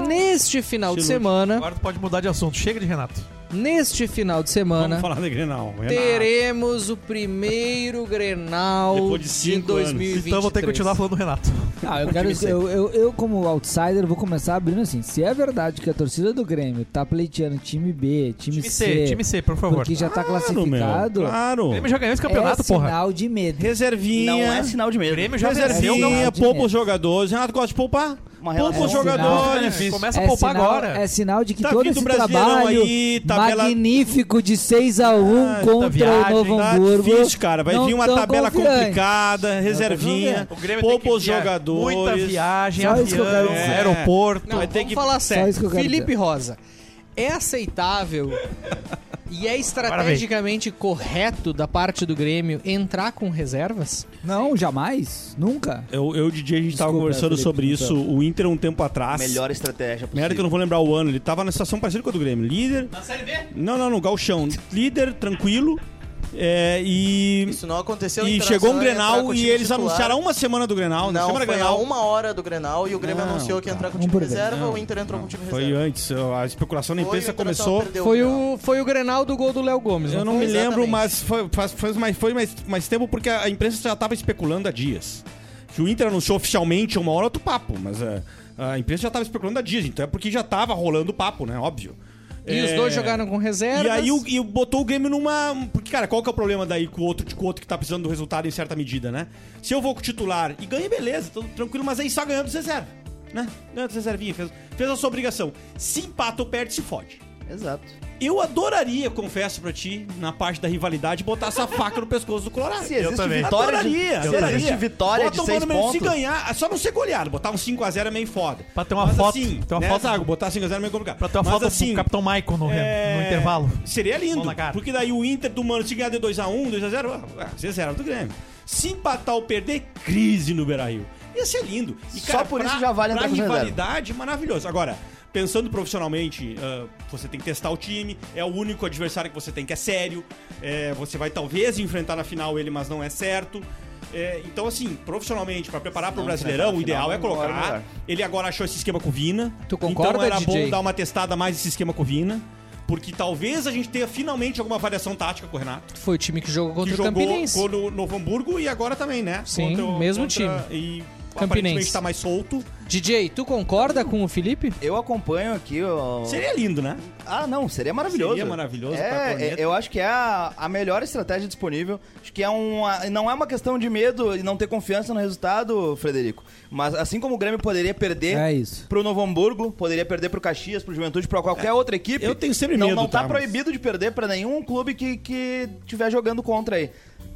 neste final de Se ilude. semana, Agora tu pode mudar de assunto. Chega de Renato. neste final de semana, Vamos falar da Grenal. Renato. Teremos o primeiro Grenal Depois de em cinco anos. 2023. Então vou ter que continuar falando do Renato. Ah, eu quero. Eu, eu, eu, como outsider, vou começar abrindo assim. Se é verdade que a torcida do Grêmio tá pleiteando time B, time, Time C, time C, por favor. porque já tá Claro, meu. classificado, O Claro. Grêmio já ganhou esse campeonato, é assim, porra. sinal de medo. Reservinha. Não é sinal de O medo. Grêmio já venceu. é Reservinha, sinal de poupa medo. os jogadores. Renato gosta de poupar. uma Poucos relação. né? jogadores. custo-benefício. Começa a É poupar sinal- agora. É sinal de que Tá todo vindo esse o Brasileirão trabalho aí, tabela- magnífico de 6x1 Ah, contra viagem, o Novo Tá Hamburgo. difícil, cara. Vai não vir uma tão tabela confiante. complicada, reservinha, O Grêmio tem que poucos criar jogadores. Muita viagem, Só isso que eu avião, quero dizer. aeroporto. Não, Vai ter vamos que- falar sério. isso que eu quero Felipe Rosa, é aceitável e é estrategicamente correto da parte do Grêmio entrar com reservas? Não, jamais. Nunca. Eu, eu e o DJ, a gente tava Desculpa, conversando Felipe, sobre isso. O Inter, um tempo atrás. Melhor estratégia possível. Merda que eu não vou lembrar o ano. Ele tava na situação parecida com a do Grêmio. Líder. Na Série B? Não, não, no Galchão. Líder, tranquilo. É, e. Isso não aconteceu é e chegou um Grenal e eles anunciaram uma semana do Grenal. na Não, semana foi Grenal. a uma hora do Grenal e o Grêmio Não, anunciou que ia entrar com o Um time por vez, reserva, não, o Inter entrou não, com o time Foi reserva. antes. A especulação na Foi, tá imprensa o Internacional começou. perdeu Foi Grenal. o, foi o Grenal do gol do Léo Gomes. Eu não não me Exatamente. lembro, mas foi, faz, faz mais, foi mais, mais tempo porque a imprensa já estava especulando há dias. Que o Inter anunciou oficialmente uma hora outro papo, mas é, a imprensa já estava especulando há dias, então é porque já estava rolando o papo, né? Óbvio. E os É, dois jogaram com reservas. E aí o, e botou o Grêmio numa. Porque, cara, qual que é o problema daí com o outro, com o outro que tá precisando do resultado em certa medida, né? Se eu vou com o titular e ganha, beleza, tô tranquilo, mas aí só ganhando dos reserva. Né? Ganhando dos reservinha, fez, fez a sua obrigação. Se empata ou perde, se fode. Exato. Eu adoraria, confesso pra ti, na parte da rivalidade, botar essa faca no pescoço do Colorado. Ah, Se existe também. vitória adoraria, de, se adoraria. existe vitória Bota de um seis mano menos pontos. Se ganhar, é só não ser goleado. Botar um 5x0 é meio foda. Pra ter uma Mas foto- Assim, ter uma né, foto- Zago? botar 5x0 é meio complicado. Pra ter uma Mas foto assim, do Capitão Maicon no, é, no intervalo. Seria lindo. Mão na cara. Porque daí o Inter do Mano, se ganhar de 2x1, 2x0, ah, 0 do Grêmio. Se empatar ou perder, crise no Beira-Rio. Ia ser lindo. E, Só por isso já vale pra entrar com reserva. rivalidade, maravilhoso. Agora, pensando profissionalmente, ah, você tem que testar o time, é o único adversário que você tem que é sério, é, você vai talvez enfrentar na final ele, mas não é certo. É, então, assim, profissionalmente, pra preparar pro não Brasileirão, o enfrentar na ideal é final, vai embora, colocar. melhor. Ele agora achou esse esquema com o Vina. Tu concorda, Então era DJ? bom dar uma testada mais esse esquema com o Vina. Porque talvez a gente tenha finalmente alguma variação tática com o Renato. Foi o time que jogou Que contra o jogou Campinense. contra o Novo Hamburgo e agora também, né? Sim, mesmo time. E Campinense. aparentemente tá mais solto. DJ, tu concorda com o Felipe? Eu acompanho aqui o... Seria lindo, né? Ah, não, seria maravilhoso. Seria maravilhoso pra É, planeta. é, eu acho que é a, a melhor estratégia disponível. Acho que é uma, não é uma questão de medo e não ter confiança no resultado, Frederico. Mas assim como o Grêmio poderia perder É isso. pro Novo Hamburgo, poderia perder pro Caxias, pro Juventude, pra qualquer outra equipe. É, Eu tenho sempre não, medo, Não tá, tá, mas- proibido de perder pra nenhum clube que, que tiver jogando contra aí.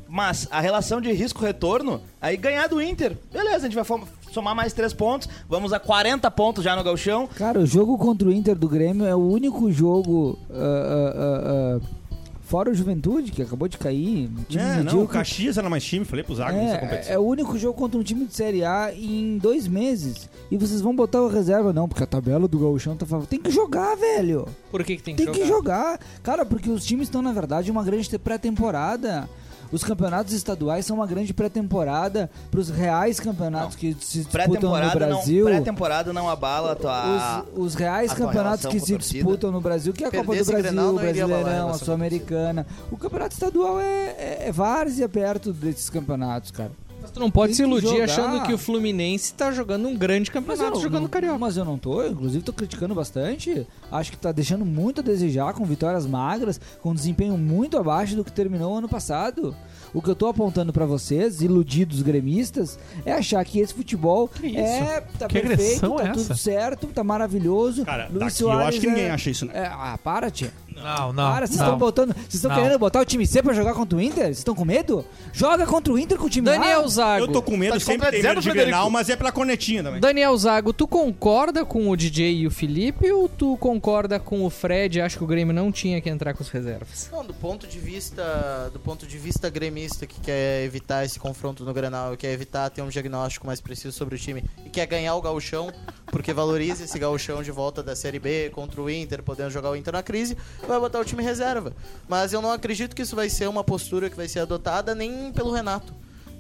Mas a relação de risco-retorno, aí ganhar do Inter. Beleza, a gente vai fom- somar mais três pontos. Vamos a 40 pontos já no Galchão. Cara, o jogo contra o Inter do Grêmio é o único jogo. ah, ah, ah, ah, fora o Juventude, que acabou de cair. um Time É, não, o medíocre. Caxias era mais time, falei pro Zago nessa É, é competição. o único jogo contra um time de Série A em dois meses. E vocês vão botar o reserva, não, porque a tabela do Gauchão tá falando. Tem que jogar, velho. Por que, que tem que Tem que jogar. Cara, porque os times estão, na verdade, em uma grande te- pré-temporada. Os campeonatos estaduais são uma grande pré-temporada para os reais campeonatos que se disputam no Pré-temporada não, Brasil. pré-temporada não abala a tua. Os, os reais a tua campeonatos relação que com a se torcida. disputam no Brasil, que é a Copa do Perdesse Brasil, Grenal, o não iria abalar a Brasileirão, a relação Sul-Americana. O campeonato estadual é, é, é várzea perto desses campeonatos, cara. Mas tu não pode Tem se que iludir jogar. achando que o Fluminense tá jogando um grande campeonato jogando não, carioca. Mas eu não tô, inclusive tô criticando bastante. Acho que tá deixando muito a desejar com vitórias magras, com desempenho muito abaixo do que terminou o ano passado. O que eu tô apontando pra vocês, iludidos gremistas, é achar que esse futebol isso? é tá Que perfeito, agressão tá é essa? tudo certo, tá maravilhoso. Cara, Luiz daqui eu Soares acho que é- ninguém acha isso, né? é, ah, para, tia. Não, não. Para, vocês Ah, não. estão botando. Vocês estão Não. querendo botar o time C pra jogar contra o Inter? Vocês estão com medo? Joga contra o Inter com o time A. Daniel Zago. Eu tô com medo, Tá te sempre tem medo contradizendo, de Frederico? Grenal, mas é pela cornetinha também. Daniel Zago, tu concorda com o DJ e o Felipe ou tu concorda com o Fred e acha que o Grêmio não tinha que entrar com as reservas? Não, do ponto de vista do ponto de vista gremista que quer evitar esse confronto no Granal, quer evitar ter um diagnóstico mais preciso sobre o time e quer ganhar o gauchão, porque valoriza esse gauchão de volta da Série B contra o Inter, podendo jogar o Inter na crise, vai botar o time reserva. Mas eu não acredito que isso vai ser uma postura que vai ser adotada nem pelo Renato.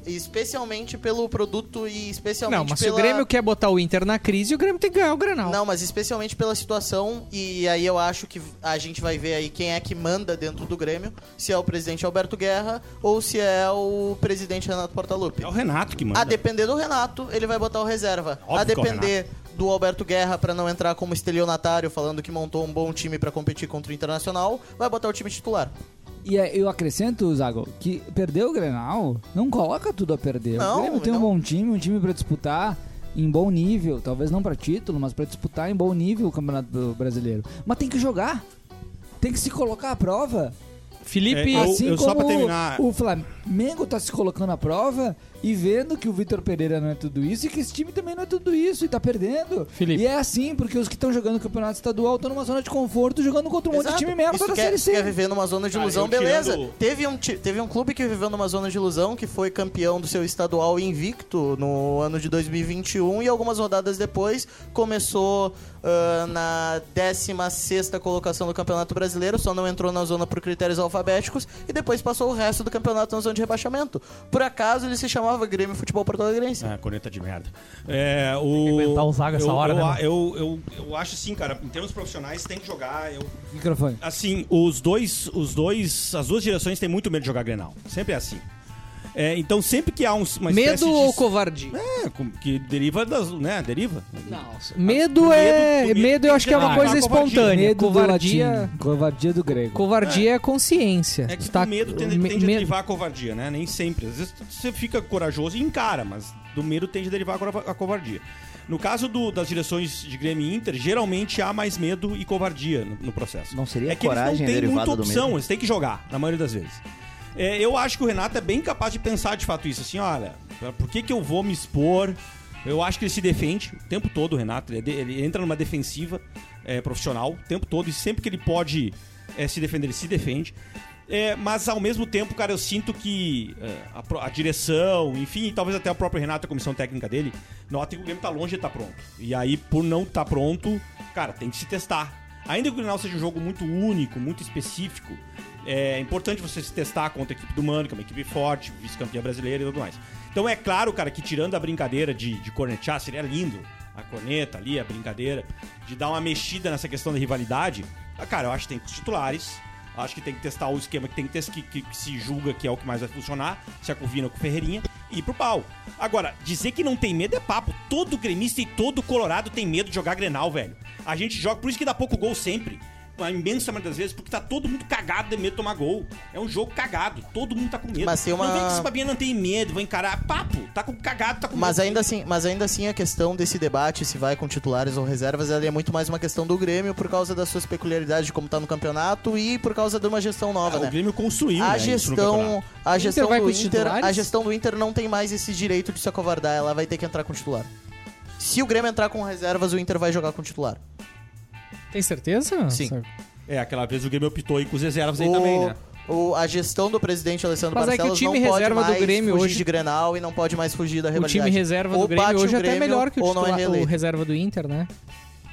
Especialmente pelo produto e especialmente Não, mas se Então, pela... o Grêmio quer botar o Inter na crise, o Grêmio tem que ganhar o Granal. Não, mas especialmente pela situação, e aí eu acho que a gente vai ver aí quem é que manda dentro do Grêmio, se é o presidente Alberto Guerra ou se é o presidente Renato Portaluppi. É o Renato que manda. A depender do Renato, ele vai botar o reserva. Óbvio a que é o depender do Alberto Guerra pra não entrar como estelionatário falando que montou um bom time pra competir contra o Internacional, vai botar o time titular. E é, eu acrescento, Zago, que perder o Grenal não coloca tudo a perder. Não, o Grêmio tem um não. bom time, um time pra disputar. em bom nível, talvez não pra título, mas pra disputar em bom nível o Campeonato Brasileiro. Mas tem que jogar. Tem que se colocar à prova. Felipe, É, eu- assim só como pra terminar- o Flamengo tá se colocando à prova e vendo que o Vitor Pereira não é tudo isso e que esse time também não é tudo isso e tá perdendo. Felipe. E é assim, porque os que estão jogando campeonato estadual estão numa zona de conforto jogando contra um monte Exato. de time merda Isso da é- quer, Série C. quer viver numa zona de Cara, ilusão, eu tirando- beleza. Teve, um, ti- teve um clube que viveu numa zona de ilusão, que foi campeão do seu estadual invicto no ano de 2021 e algumas rodadas depois começou ah, na 16ª colocação do Campeonato Brasileiro, só não entrou na zona por critérios alfabéticos e depois passou o resto do campeonato na zona de rebaixamento. Por acaso ele se chamava Grêmio Futebol Porto Alegrense. Ah, corneta de merda. É, o... Tem que aguentar o Zaga essa eu, hora, eu, né, a- mano? Eu, eu, eu acho assim, cara, em termos profissionais tem que jogar. Eu, Microfone. assim, os dois, os dois, as duas direções têm muito medo de jogar Grenal. Sempre é assim. É, então sempre que há um, uma espécie medo ou de... covardia? É, com- que deriva das, né, deriva. Nossa. Medo é. medo- Medo, eu acho que é uma Ah, coisa tá, covardia. espontânea. Medo do Covardia. latim. Covardia do grego. Covardia é consciência. É que Tu tá- o medo tende, me- tende a medo- derivar a covardia, né? Nem sempre. Às vezes tu- você fica corajoso e encara, mas do medo tende a derivar a cova- a covardia. No caso do- das direções de Grêmio e Inter, geralmente há mais medo e covardia no, no processo. Não seria é que eles não coragem têm derivada muita do opção, medo? eles têm que jogar, na maioria das vezes. É, eu acho que o Renato é bem capaz de pensar de fato isso, assim, olha, pra- por que, que eu vou me expor? Eu acho que ele se defende o tempo todo, o Renato. Ele, é de- ele entra numa defensiva é, profissional o tempo todo e sempre que ele pode é, se defender, ele se defende. É, mas ao mesmo tempo, cara, eu sinto que é, a, pro- a direção, enfim, e talvez até o próprio Renato, a comissão técnica dele, notem que o Grêmio tá longe de estar pronto. E aí, por não estar pronto, cara, tem que se testar. Ainda que o Grenal seja um jogo muito único, muito específico, é importante você se testar contra a equipe do Mano, que é uma equipe forte, vice-campeã brasileira e tudo mais. Então é claro, cara, que tirando a brincadeira de, de cornetear, seria lindo a corneta ali, a brincadeira, de dar uma mexida nessa questão da rivalidade. Ah, Cara, eu acho que tem que os titulares, acho que tem que testar o esquema que tem que, tes- que, que- que se julga que é o que mais vai funcionar, se a combina com o Ferreirinha, e ir pro pau. Agora, dizer que não tem medo é papo. Todo gremista e todo colorado tem medo de jogar Grenal, velho. A gente joga, por isso que dá pouco gol sempre a imensa maioria das vezes, porque tá todo mundo cagado de medo de tomar gol. É um jogo cagado, todo mundo tá com medo. Mas tem uma- Não vem que esse babinha não tem medo, vai encarar. Papo, tá com cagado, tá com Mas medo. ainda assim, mas ainda assim a questão desse debate se vai com titulares ou reservas, ela é muito mais uma questão do Grêmio por causa das suas peculiaridades de como tá no campeonato e por causa de uma gestão nova, Ah, né? O Grêmio construiu, A né, isso no gestão, campeonato. a Inter gestão vai do com os Inter, a titulares? gestão do Inter não tem mais esse direito de se acovardar, ela vai ter que entrar com titular. Se o Grêmio entrar com reservas, o Inter vai jogar com titular. Tem certeza? Sim. Sabe? É, aquela vez o Grêmio optou aí com os reservas aí O- também, né? o- a gestão do presidente Alessandro Mas é que o Barcelos time não pode reserva do mais Grêmio fugir hoje- de Grenal e não pode mais fugir da O rivalidade. time reserva do Ou bate Grêmio hoje o até é Grêmio melhor que o, ou não é titular, o reeleito. reserva do Inter, né?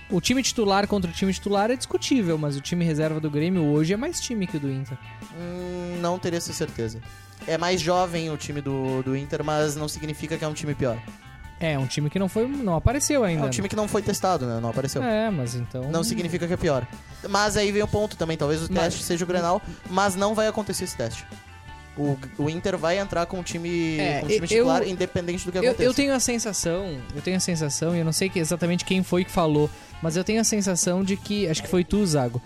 O time titular contra o time titular é discutível, mas o time reserva do Grêmio hoje é mais time que o do Inter. Hum, não teria essa certeza. É mais jovem o time do, do Inter, mas não significa que é um time pior. É, um time que não foi, não apareceu É ainda. um time que não foi testado, né? Não apareceu. É, mas então. Não significa que é pior. Mas aí vem o ponto também, talvez o Mas- teste seja o Grenal, mas não vai acontecer esse teste. O, o Inter vai entrar com o time, É, com o time eu- titular, independente do que Eu, aconteça. eu tenho a sensação, eu tenho a sensação, e eu não sei que- exatamente quem foi que falou, mas eu tenho a sensação de que, acho que foi tu, Zago,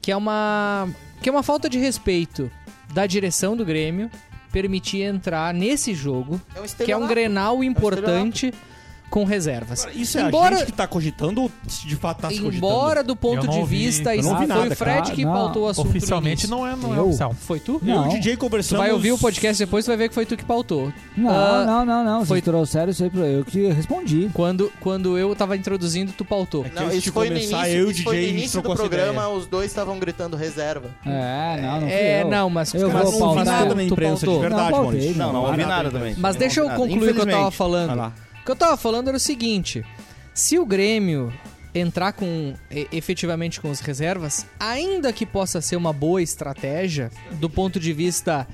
que é uma que é uma falta de respeito da direção do Grêmio permitir entrar nesse jogo, É que é um um estelionato. Grenal importante com reservas. Agora, isso é Embora- a gente que tá cogitando ou se de fato tá se cogitando? Embora do Eu ponto não de ouvi, vista, eu isso não foi ouvi nada, o Fred cara. que Não, pautou o assunto. Oficialmente no não é, não é Eu? oficial. início. Foi tu? Eu e o Não. DJ Tu conversamos... vai ouvir o podcast depois, tu vai ver que foi tu que pautou. Não, Ah, não, não, não. foi- Vocês trouxeram isso aí pra eu que respondi. Quando, quando eu tava introduzindo, tu pautou. É que Não, antes isso de foi no começar, início, eu e o isso foi DJ, no a gente início do trocou essa programa, os dois estavam gritando reserva. É, não, não fui É, eu. não, mas eu Mas cara, vou não ouvi pautar. nada Tu na imprensa, de pautou. verdade, Não, Maurício. pautei, Não, não ouvi Nada, nada então. também. Mas Não deixa eu ouvi nada. concluir o que eu tava Infelizmente. Vai falando. lá. O que eu tava falando era o seguinte: se o Grêmio entrar com e- efetivamente com as reservas, ainda que possa ser uma boa estratégia do ponto de vista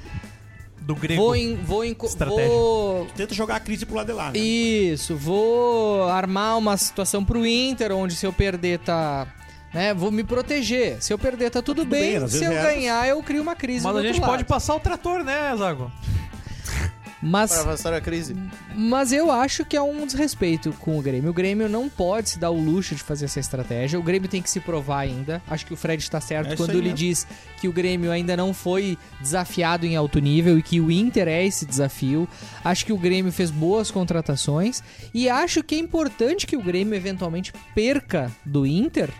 Do grego. vou em, vou em, Estratégia. vou Tenta jogar a crise pro lado de lá, né? isso, vou armar uma situação pro Inter onde se eu perder tá, né, vou me proteger. Se eu perder tá tudo, tudo bem, bem, às se eu vezes é. ganhar eu crio uma crise Mas do a outro gente lado. pode passar o trator, né, Zago? Para Mas, avançar a crise. mas eu acho que é um desrespeito com o Grêmio. O Grêmio não pode se dar o luxo de fazer essa estratégia. O Grêmio tem que se provar ainda. Acho que o Fred está É certo isso quando aí ele mesmo. diz que o Grêmio ainda não foi desafiado em alto nível e que o Inter é esse desafio. Acho que o Grêmio fez boas contratações e acho que é importante que o Grêmio eventualmente perca do Inter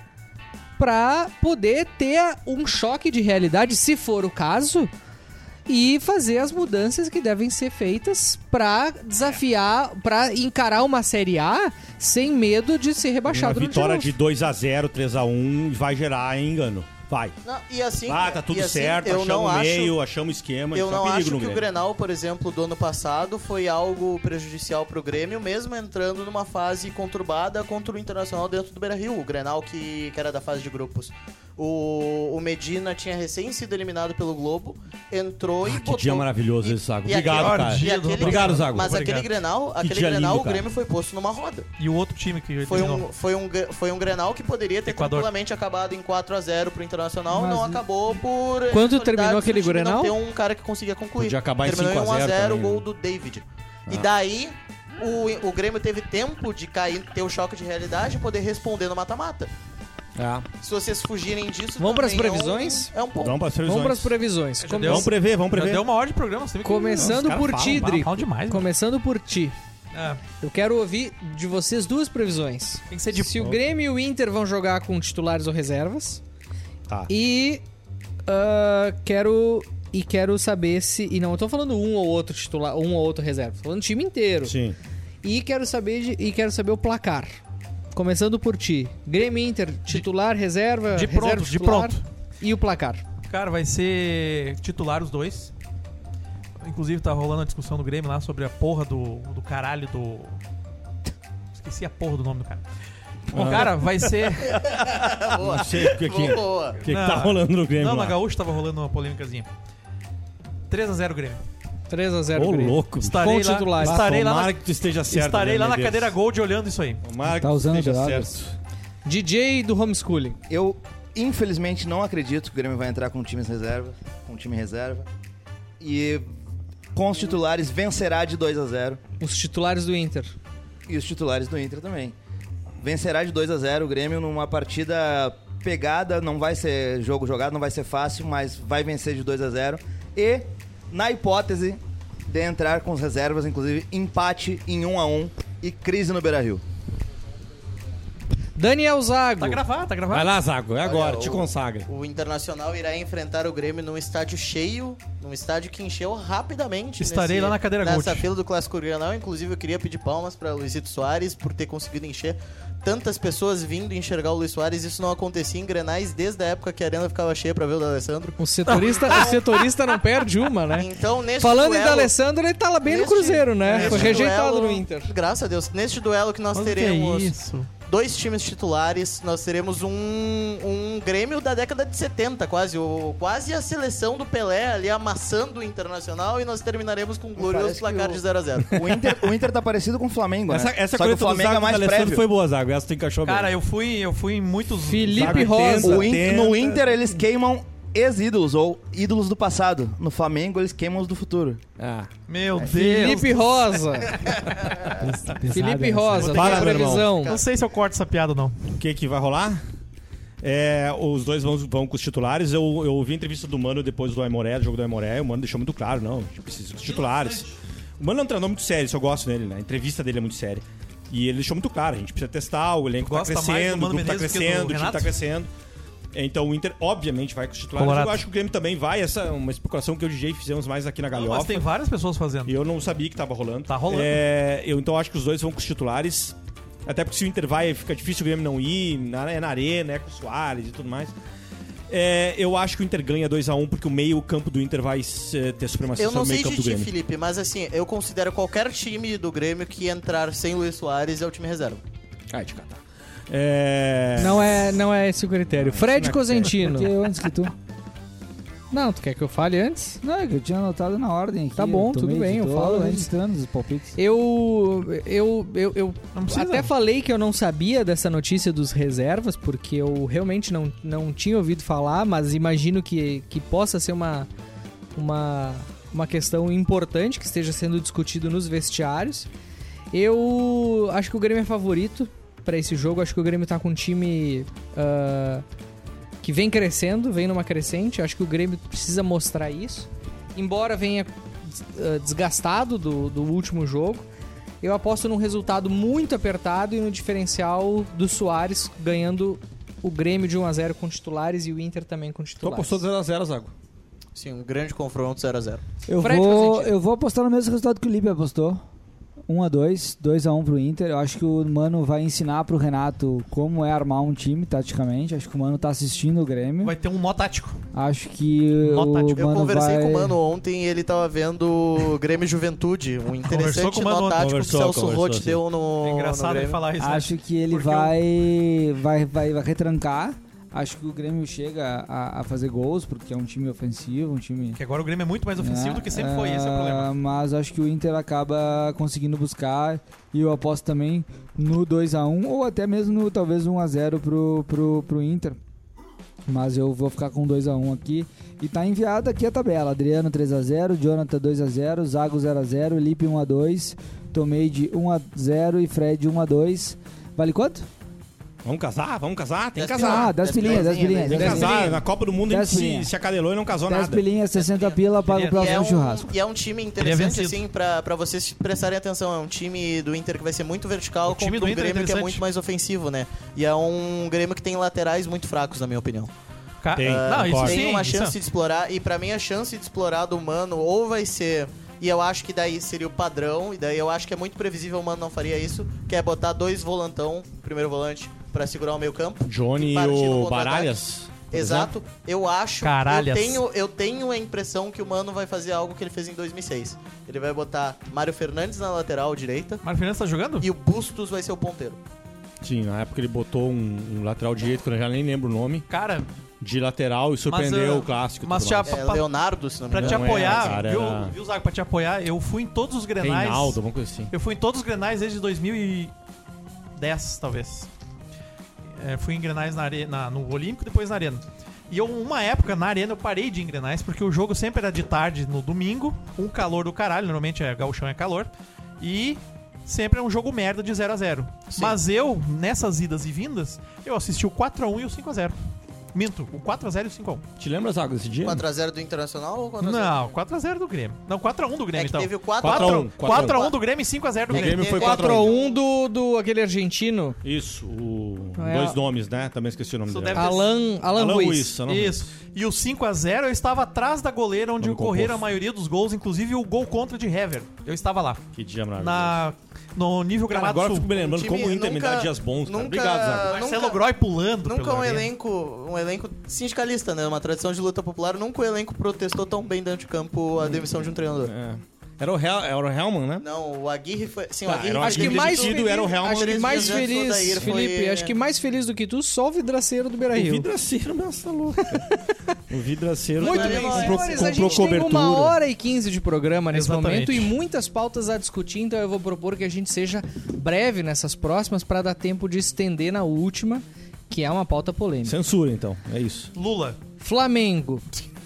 para poder ter um choque de realidade, se for o caso, e fazer as mudanças que devem ser feitas para desafiar, para encarar uma Série A sem medo de ser Uma rebaixado no vitória de de 2x0, 3x1 vai gerar engano. Vai. Não, e assim, Ah, tá tudo e assim, certo, eu achamos não o acho meio, achamos o esquema. é um Eu tá não perigo acho no que o Grêmio. Grenal, por exemplo, do ano passado foi algo prejudicial pro Grêmio, mesmo entrando numa fase conturbada contra o Internacional dentro do Beira-Rio, o Grenal que, que era da fase de grupos. O, o Medina tinha recém sido eliminado pelo Globo, entrou e Ah, que botou... dia maravilhoso esse, Zago. e Obrigado, aquele- cara. e aquele- Obrigado, Zago. Mas Obrigado. aquele Grenal, aquele dia Grenal lindo, o cara. Grêmio foi posto numa roda. E o outro time que Foi eliminou? um, foi, um, gre- foi um Grenal que poderia ter Equador. tranquilamente acabado em 4x0 pro Internacional, Mas não e- acabou por... Quando responsabilidades terminou do aquele time Grenal? Não ter um cara que conseguia concluir. Podia acabar em terminou 5 a 0 1x0 o também, gol né? Ah. do David. E daí, o, o Grêmio teve tempo de cair, ter o choque de realidade e poder responder no mata-mata. É. Se vocês fugirem disso... Ah. Vamos pras também é um- previsões? É um ponto. Vamos para as Vamos para as previsões. previsões. Come- deu- Vamos prever, vamos Já prever. deu uma hora de programa, você vê que- Começando Os caras por falam, ti, bah, Drico. falam demais, mano. Começando por ti. É, Eu quero ouvir de vocês duas previsões. tem que ser de Se o Grêmio e o Inter vão jogar com titulares ou reservas. Tá. E ah, quero e quero saber se e não, eu tô falando um ou outro titular, um ou outro reserva, tô falando time inteiro. Sim. E quero saber de- e quero saber o placar. Começando por ti. Grêmio e Inter titular, reserva, de reserva, pronto, de titular, pronto. E o placar. Cara, vai ser titular os dois. Inclusive tá rolando a discussão do Grêmio lá sobre a porra do, do caralho do. Esqueci a porra do nome do cara. O cara vai ser. Não sei o que, que, o Boa. que que Não. tá rolando no Grêmio. Não, na lá. Gaúcha tava rolando uma polêmicazinha. 3x0 Grêmio. 3 a 0 Ô, é Grêmio. louco. Estarei Com lá, titulares. estarei lá, Tomara na, que tu esteja certo. estarei né, lá meu na Deus. cadeira Gold olhando isso aí. Tomara que Tá tu usando esteja drogas. certo. DJ do homeschooling. Eu, infelizmente, não acredito que o Grêmio vai entrar com times reserva, com time reserva. E com os titulares vencerá de 2 a 0 Os titulares do Inter. e os titulares do Inter também. Vencerá de 2 a 0 o Grêmio numa partida pegada, não vai ser jogo jogado, não vai ser fácil, mas vai vencer de 2 a 0 e na hipótese de entrar com as reservas, inclusive empate em 1 a 1 e crise no Beira-Rio. Daniel Zago. Tá gravado, tá gravado. Vai lá, Zago. É agora, Olha, te o- consagra. O Internacional irá enfrentar o Grêmio num estádio cheio, num estádio que encheu rapidamente. Estarei lá na cadeira Nessa Gold. fila do Clássico Grenal, inclusive eu queria pedir palmas para Luizito Soares por ter conseguido encher tantas pessoas vindo enxergar o Luiz Soares. Isso não acontecia em Grenais desde a época que a arena ficava cheia para ver o D'Alessandro. O setorista, o setorista não perde uma, né? Então, neste Falando em duelo, D'Alessandro, ele tá lá bem neste- no Cruzeiro, né? neste Foi rejeitado duelo- no Inter. Graças a Deus. Neste duelo que nós Mas o que é teremos isso? dois times titulares, nós teremos um, um Grêmio da década de 70, quase. O, quase a seleção do Pelé ali amassando o Internacional e nós terminaremos com um glorioso Parece que placar o- de 0 a 0 O Inter, o Inter tá parecido com o Flamengo, Essa, né? essa Só que coleta o do Flamengo Zago é do mais Alessandro prévio. foi boa, Zago. Essa tu encaixou bem. Cara, eu fui, eu fui em muitos. Felipe Zago é Rosa. tensa. O In- Tenta. no Inter eles queimam ex-ídolos ou ídolos do passado. No Flamengo eles queimam os do futuro. Ah. Meu Deus. Felipe Rosa. Felipe Rosa, Fala, tua meu irmão. previsão. Não sei se eu corto essa piada ou não. O que, que vai rolar? É, os dois vão, vão com os titulares. Eu, eu ouvi a entrevista do Mano depois do Aimoré, do jogo do Aimoré. O Mano deixou muito claro, não. A gente precisa dos titulares. O Mano é um treinador muito sério, isso eu gosto nele, né? A entrevista dele é muito séria. E ele deixou muito claro, a gente precisa testar, o elenco Tu tá gosta mais do crescendo, o Mano grupo tá Menezes que do crescendo, o time tá Renato? crescendo. Então o Inter, obviamente, vai com os titulares. Colorado. Eu acho que o Grêmio também vai. Essa é uma especulação que eu e o DJ fizemos mais aqui na Não, Galhofa. mas tem várias pessoas fazendo. E eu não sabia que tava rolando. Tá rolando. É, eu então acho que os dois vão com os titulares. Até porque se o Inter vai, fica difícil o Grêmio não ir. Na, é na arena, é com o Soares e tudo mais. É, eu acho que o Inter ganha 2x1 porque o meio-campo do Inter vai eh, ter supremacia Eu sobre não o sei meio-campo de do ti, Grêmio. Felipe, mas assim, eu considero qualquer time do Grêmio que entrar sem Luiz Soares é o time reserva. Ai, de catar. É... Não é, não é esse o critério. Fred Cosentino. Porque eu antes que tu. Não, tu quer que eu fale antes? Não, é que eu tinha anotado na ordem aqui. Tá bom, eu tô tudo meio bem, eu editor, falo antes. né? registrando os palpites. Eu. Eu. Eu. eu Não precisa. até falei que eu não sabia dessa notícia dos reservas, porque eu realmente não, não tinha ouvido falar, mas imagino que, que possa ser uma. Uma. uma questão importante que esteja sendo discutido nos vestiários. Eu acho que o Grêmio é favorito para esse jogo. Acho que o Grêmio tá com um time ah, que vem crescendo, vem numa crescente. Acho que o Grêmio precisa mostrar isso. Embora venha des- ah, desgastado do, do último jogo, eu aposto num resultado muito apertado e no diferencial do Soares ganhando o Grêmio de 1x0 com titulares e o Inter também com Tô titulares. apostou 0x0, Zago. Sim, um grande confronto 0x0. Eu Fred, faz vou, sentido. eu vou apostar no mesmo resultado que o Lipe apostou. 1x2, 2x1 pro Inter. Eu acho que o Mano vai ensinar pro Renato como é armar um time taticamente. Acho que o Mano tá assistindo o Grêmio. Vai ter um nó tático. Acho que Nó o tático. Eu Mano conversei vai... com o Mano ontem e ele tava vendo o Grêmio Juventude. Um Conversou com interessante o Mano nó ontem. tático que o Conversou, Celso conversou, Roth sim. deu no. É no engraçado ele Grêmio. falar isso. né? Acho que ele Porque vai, vai, vai, vai retrancar. Acho que o Grêmio chega a, a fazer gols, porque é um time ofensivo, um time... Que agora o Grêmio é muito mais ofensivo né? do que sempre foi, esse é o problema. Ah, Mas acho que o Inter acaba conseguindo buscar e eu aposto também no 2x1 ou até mesmo no talvez 1x0 pro, pro, pro Inter. Mas eu vou ficar com 2x1 aqui. E tá enviada aqui a tabela. Adriano 3x0, Jonathan 2x0, Zago 0x0, Lipe 1x2, Tomei de 1x0 e Fred 1x2. Vale quanto? Vamos casar? Vamos casar? Tem que Dez casar. Ah, 10 pilinhas, 10 pilinhas. Tem que 10 casar. Na Copa do Mundo a gente Dez pilinha. se, se acadelou e não casou nada. pilinhas, 60 pila, pago o E próximo churrasco. e é um time Teria interessante, vencido. assim, pra, pra vocês prestarem atenção. É um time do Inter que vai ser muito vertical O time contra do um Inter é Grêmio que é interessante. muito mais ofensivo, né? E é um Grêmio que tem laterais muito fracos, na minha opinião. Ca- Tem, não, isso concordo. sim, tem uma isso- é. chance de explorar, e pra mim a chance de explorar do Mano ou vai ser. E eu acho que daí seria o padrão, e daí eu acho que é muito previsível o Mano não faria isso, que é botar dois volantão, primeiro volante, pra segurar o meio campo. Johnny e Partir no o contra-ataque. Baralhas. por exemplo. Exato. Eu acho. Caralhas. Eu tenho, eu tenho a impressão que o Mano vai fazer algo que ele fez em 2006. Ele vai botar Mário Fernandes na lateral direita Mário Fernandes tá jogando? e o Bustos vai ser o ponteiro. Sim, na época ele botou um, um lateral direito, que eu já nem lembro o nome, Cara, de lateral e surpreendeu ah, o clássico. e mas tudo já- mais. É, pa- Leonardo, se não me pra te engano. Não apoiar, era, é, cara, viu, era- viu, Zago? Pra te apoiar, eu fui em todos os grenais. Reinaldo, alguma coisa assim. Eu fui em todos os grenais desde 2010, talvez. É, fui em grenais na are- na- no Olímpico, depois na Arena. E eu, uma época, na Arena, eu parei de ir em grenais, porque o jogo sempre era de tarde, no domingo, um calor do caralho, normalmente é gauchão é calor, e sempre é um jogo merda de 0 a 0 Mas eu, nessas idas e vindas, eu assisti o 4x1 e o 5x0. Minto, o 4x0 e o 5x1. Te lembra, Zago, desse dia? 4x0 do Internacional ou 4x0? Não, 4x0 do Grêmio. Não, 4x1 do Grêmio, É que então. teve o 4 4 a 1. 4x1 do Grêmio e 5x0 do O Grêmio. Grêmio foi 4x1. 4x1 do, do aquele argentino, Isso, o... É, dois ó. nomes, né? Também esqueci o nome Isso dele. deve ter Alan, Alan, Alan Ruiz. Ruiz, Tá Alan Ruiz. Isso. E o 5x0 eu estava atrás da goleira onde Nome ocorreram a composto. maioria dos gols, inclusive o gol contra de Hever. Eu estava lá. Que dia maravilhoso. Na, no nível Cara, gramado agora eu sul. fico me lembrando como o Inter me dá nunca- dias bons, cara. nunca- Obrigado, Zago. Marcelo nunca- Groy pulando. Nunca pelo um Grêmio. elenco, um elenco sindicalista, né? Uma tradição de luta popular. Nunca um elenco protestou tão bem dentro de campo a demissão de um treinador. É. Era o, Hel era o Helman, né? Não, o Aguirre foi. Sim, o Tá, Aguirre era o Acho que Aguirre mais demitido, feliz- era o Real né? Acho que Madrid. mais Acho que o feliz, Jair foi- Felipe. Acho que mais feliz do que tu, só o vidraceiro do Beira O Rio. vidraceiro, nossa, louca. o vidraceiro. Muito comprou- bem, comprou, senhores, a comprou gente tem cobertura. uma hora e quinze de programa nesse Exatamente. momento e muitas pautas a discutir, então eu vou propor que a gente seja breve nessas próximas para dar tempo de estender na última, que é uma pauta polêmica. Censura, então. É isso. Lula. Flamengo,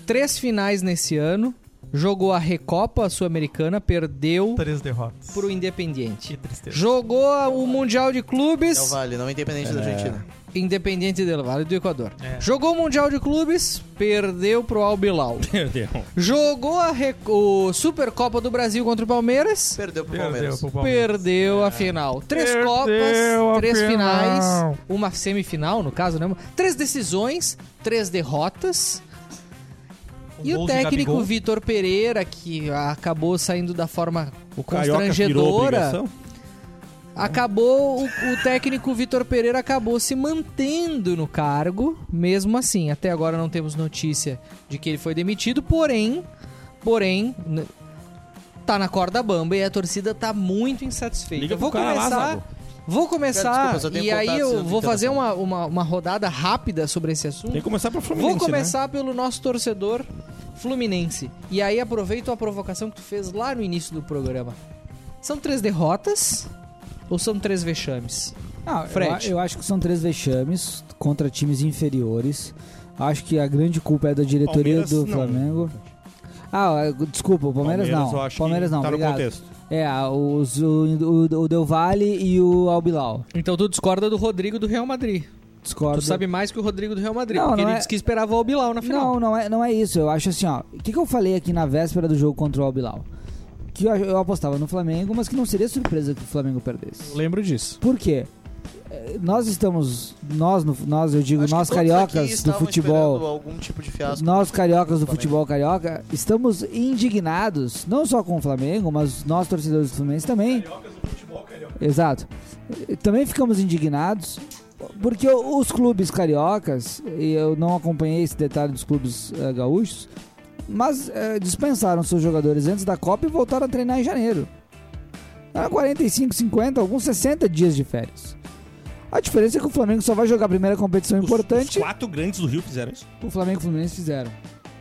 três finais nesse ano, jogou a Recopa Sul-Americana, perdeu Três derrotas. pro Independiente. Que tristeza. Jogou o Mundial de É o Clubes, Vale, não independente da Argentina. Independiente del Valle do Equador. É. Jogou o Mundial de Clubes, perdeu pro Albilau. Perdeu. Jogou a Re- o Supercopa do Brasil contra o Palmeiras, Perdeu pro Perdeu Palmeiras. pro Palmeiras. perdeu É. a final. Três Perdeu Copas, a três final. finais, uma semifinal, no caso, né? Três decisões, três derrotas. Com Um E o gols Um de técnico Gabigol. Vitor Pereira, que acabou saindo da forma O Carioca virou constrangedora, obrigação. acabou o, o técnico Vitor Pereira acabou se mantendo no cargo, mesmo assim. Até agora não temos notícia de que ele foi demitido, porém, porém n- tá na corda bamba e a torcida tá muito insatisfeita. Liga Eu vou pro cara lá, começar Zago. Vou começar Desculpa, só tenho e aí contatos eu do vou fazer Internacional. uma, uma, uma rodada rápida sobre esse assunto. Tem que começar pro Fluminense, Vou né? começar pelo nosso torcedor Fluminense. E aí aproveito a provocação que tu fez lá no início do programa. São três derrotas ou são três vexames? Ah, eu Fred. a- Eu, acho que são três vexames contra times inferiores. Acho que a grande culpa é da diretoria Palmeiras, do não. Flamengo. Ah, desculpa, o Palmeiras, não. eu acho que Palmeiras não, tá no obrigado. contexto. É, ah, os, o, o, o Del Valle e o Albilau. Então tu discorda do Rodrigo do Real Madrid. Discordo. Tu sabe mais que o Rodrigo do Real Madrid, Não, porque não ele é- disse que esperava o Albilau na final. Não, não é, não é isso. Eu acho assim, ó. O que, que eu falei aqui na véspera do jogo contra o Albilau? Que eu, eu apostava no Flamengo, mas que não seria surpresa que o Flamengo perdesse. Lembro disso. Por quê? Eh, Nós estamos. Nós, no- nós eu digo, Acho que nós todos aqui cariocas do estavam futebol. esperando algum tipo de fiasco. Nós, cariocas do Flamengo. futebol carioca, estamos indignados, não só com o Flamengo, mas nós, torcedores do Fluminense, também. Exato. Eh, Também ficamos indignados, porque o- os clubes cariocas, e eu não acompanhei esse detalhe dos clubes eh, gaúchos, mas eh, dispensaram seus jogadores antes da Copa e voltaram a treinar em janeiro. Era 45, 50, alguns 60 dias de férias. A diferença é que o Flamengo só vai jogar a primeira competição Os- Os, importante. quatro grandes do Rio fizeram isso. O Flamengo e o Fluminense fizeram.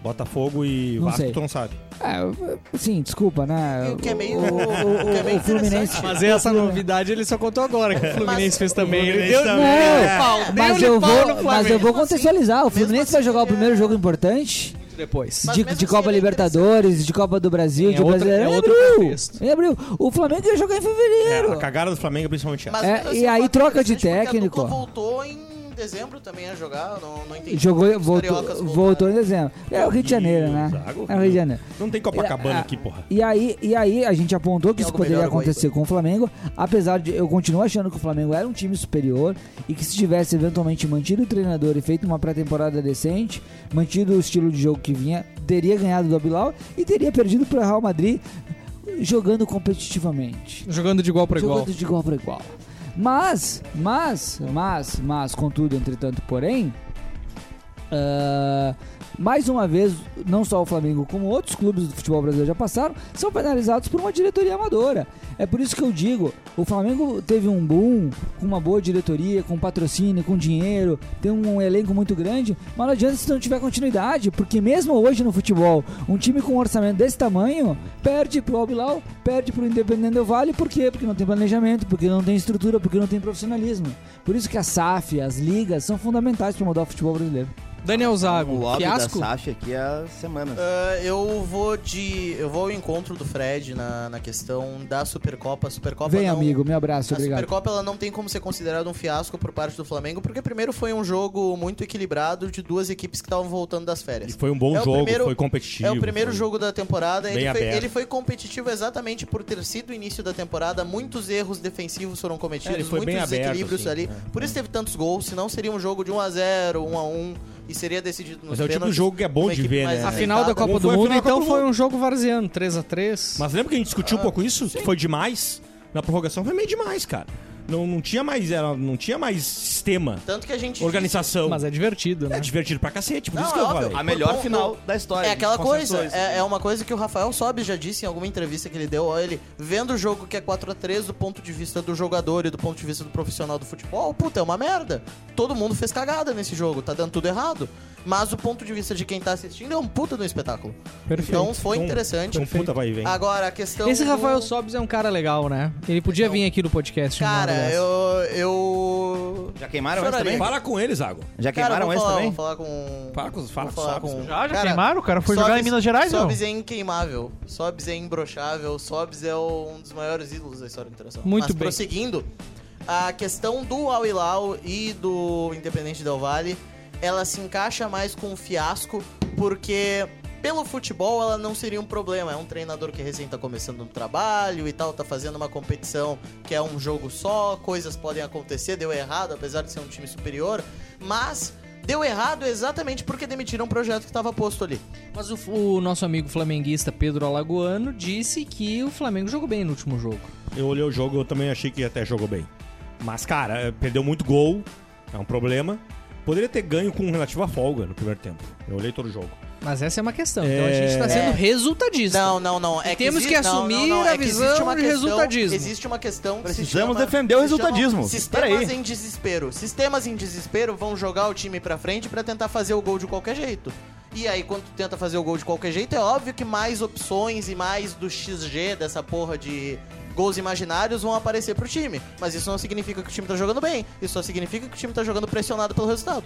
Botafogo e Não Vasco, sei. tu não sabe. É, eu- sim, desculpa, né? O que é meio- O, o- o- o que é meio o Fluminense. interessante. Mas essa novidade ele só contou agora, que o Fluminense fez também. né? Ele deu Não, é, É, né? mas, deu-lhe eu pau no vou, Flamengo. mas eu vou contextualizar. O Fluminense assim, vai jogar o ele é- primeiro jogo importante depois. Mas de, mesmo de assim, Copa ele é Libertadores, de Copa do Brasil, Sim, é de outra- Brasileiro. é em outro abril. contexto. Em abril. O Flamengo ia jogar em fevereiro. A cagada do Flamengo é principalmente essa. Mas, É, mesmo assim, e é um aí fato troca de interessante, porque a técnico. dupla voltou em dezembro também a jogar, não, não entendi. Jogou, como os voltou, cariocas voltaram. voltou em dezembro. É o Rio de Janeiro, né? Zago, É o Rio de Janeiro. Não tem Copacabana É, aqui, porra. E aí, e aí a gente apontou que Tem isso algo poderia melhor, Guaíba? acontecer com o Flamengo, apesar de eu continuo achando que o Flamengo era um time superior e que se tivesse eventualmente mantido o treinador e feito uma pré-temporada decente, mantido o estilo de jogo que vinha, teria ganhado do Abilau e teria perdido para o Real Madrid jogando competitivamente. Jogando de igual pra igual. Jogando de igual para igual. Mas, mas, mas, mas, contudo, entretanto, porém, ah, mais uma vez, não só o Flamengo, como outros clubes do futebol brasileiro já passaram, são penalizados por uma diretoria amadora. É por isso que eu digo: o Flamengo teve um boom, com uma boa diretoria, com patrocínio, com dinheiro, tem um elenco muito grande, mas não adianta se não tiver continuidade, porque mesmo hoje no futebol, um time com um orçamento desse tamanho perde pro Albilau, perde pro Independente Del Vale, por quê? Porque não tem planejamento, porque não tem estrutura, porque não tem profissionalismo. Por isso que a SAF, as ligas, são fundamentais para mudar o futebol brasileiro. Daniel O Zago, lobby fiasco? da Sasha aqui há semanas. Ah, eu vou de. Eu vou ao encontro do Fred na, na questão da Supercopa. A Supercopa Vem, não- um amigo, me abraço, A obrigado. Supercopa ela não tem como ser considerada um fiasco por parte do Flamengo, porque primeiro foi um jogo muito equilibrado de duas equipes que estavam voltando das E férias. foi um bom É o jogo, primeiro- foi competitivo. É o primeiro foi- jogo da temporada. Bem Ele foi, aberto. ele foi competitivo exatamente por ter sido o início da temporada. Muitos erros defensivos foram É, cometidos, ele foi muitos bem aberto, desequilíbrios assim, ali. Por isso teve tantos gols, senão seria um jogo de 1x0, 1x1 e seria decidido nos Mas é o tipo de pênaltis. jogo que é bom Uma de equipe ver, mais né? A final da Copa ajeitada. Como do foi a Mundo, final da Copa então do foi Mundo? um jogo varzeano, 3x3. Mas lembra que a gente discutiu um Ah. pouco isso? Que foi demais? Na prorrogação foi meio demais, cara. Não, não tinha mais, era, não tinha mais sistema, Tanto que a gente. organização. Mas é divertido, né? É divertido pra cacete, por Não, isso que é eu óbvio. falei. a melhor bom, final bom. da história. É aquela Consensuou coisa, isso. é, é uma coisa que o Rafael Sobe já disse em alguma entrevista que ele deu, ó, ele vendo o jogo que é 4 a 3 do ponto de vista do jogador e do ponto de vista do profissional do futebol, puta, é uma merda. Todo mundo fez cagada nesse jogo, tá dando tudo errado. Mas o ponto de vista de quem tá assistindo é um puta do espetáculo. Perfeito. Então foi Um Então, interessante. Então, puta vai e vem. Agora a questão Esse do- Rafael Sobes é um cara legal, né? Ele podia vir aqui no podcast. uma hora Cara, dessa. eu eu Já queimaram esse Choraria. também? Fala com eles, Água. Já Cara, queimaram vamos esse falar, também? vamos falar com Fala com os- fala vamos falar com os com um Sobs. Já, já Cara, queimaram? O cara foi jogar em Minas Gerais, não? Sobs é inqueimável. Sobs é imbrochável. Sobs é o- um dos maiores ídolos da história do Internacional. Muito Mas bem. prosseguindo, a questão do Al Hilal e do Independente Del Valle, ela se encaixa mais com o fiasco, porque pelo futebol ela não seria um problema. É um treinador que recém tá começando no trabalho e tal, tá fazendo uma competição que é um jogo só, coisas podem acontecer, deu errado, apesar de ser um time superior, mas... Deu errado exatamente porque demitiram um projeto que tava posto ali. Mas o, o nosso amigo flamenguista Pedro Alagoano disse que o Flamengo jogou bem no último jogo. Eu olhei o jogo, eu também achei que até jogou bem. Mas, cara, eh, perdeu muito gol, é um problema. Poderia ter ganho com relativa folga no primeiro tempo. Eu olhei todo o jogo. Mas essa é uma questão. Então a gente tá É. sendo resultadista. Não, não, não. É temos que exi- não, assumir não, não. a É que visão existe uma de questão- resultadismo. Existe uma questão que se Precisamos chama, defender o se chama resultadismo. Sistemas Peraí. em desespero. Sistemas em desespero vão jogar o time pra frente pra tentar fazer o gol de qualquer jeito. E aí, quando tu tenta fazer o gol de qualquer jeito, é óbvio que mais opções e mais do XG dessa porra de gols imaginários vão aparecer pro time. Mas isso não significa que o time tá jogando bem. Isso só significa que o time tá jogando pressionado pelo resultado.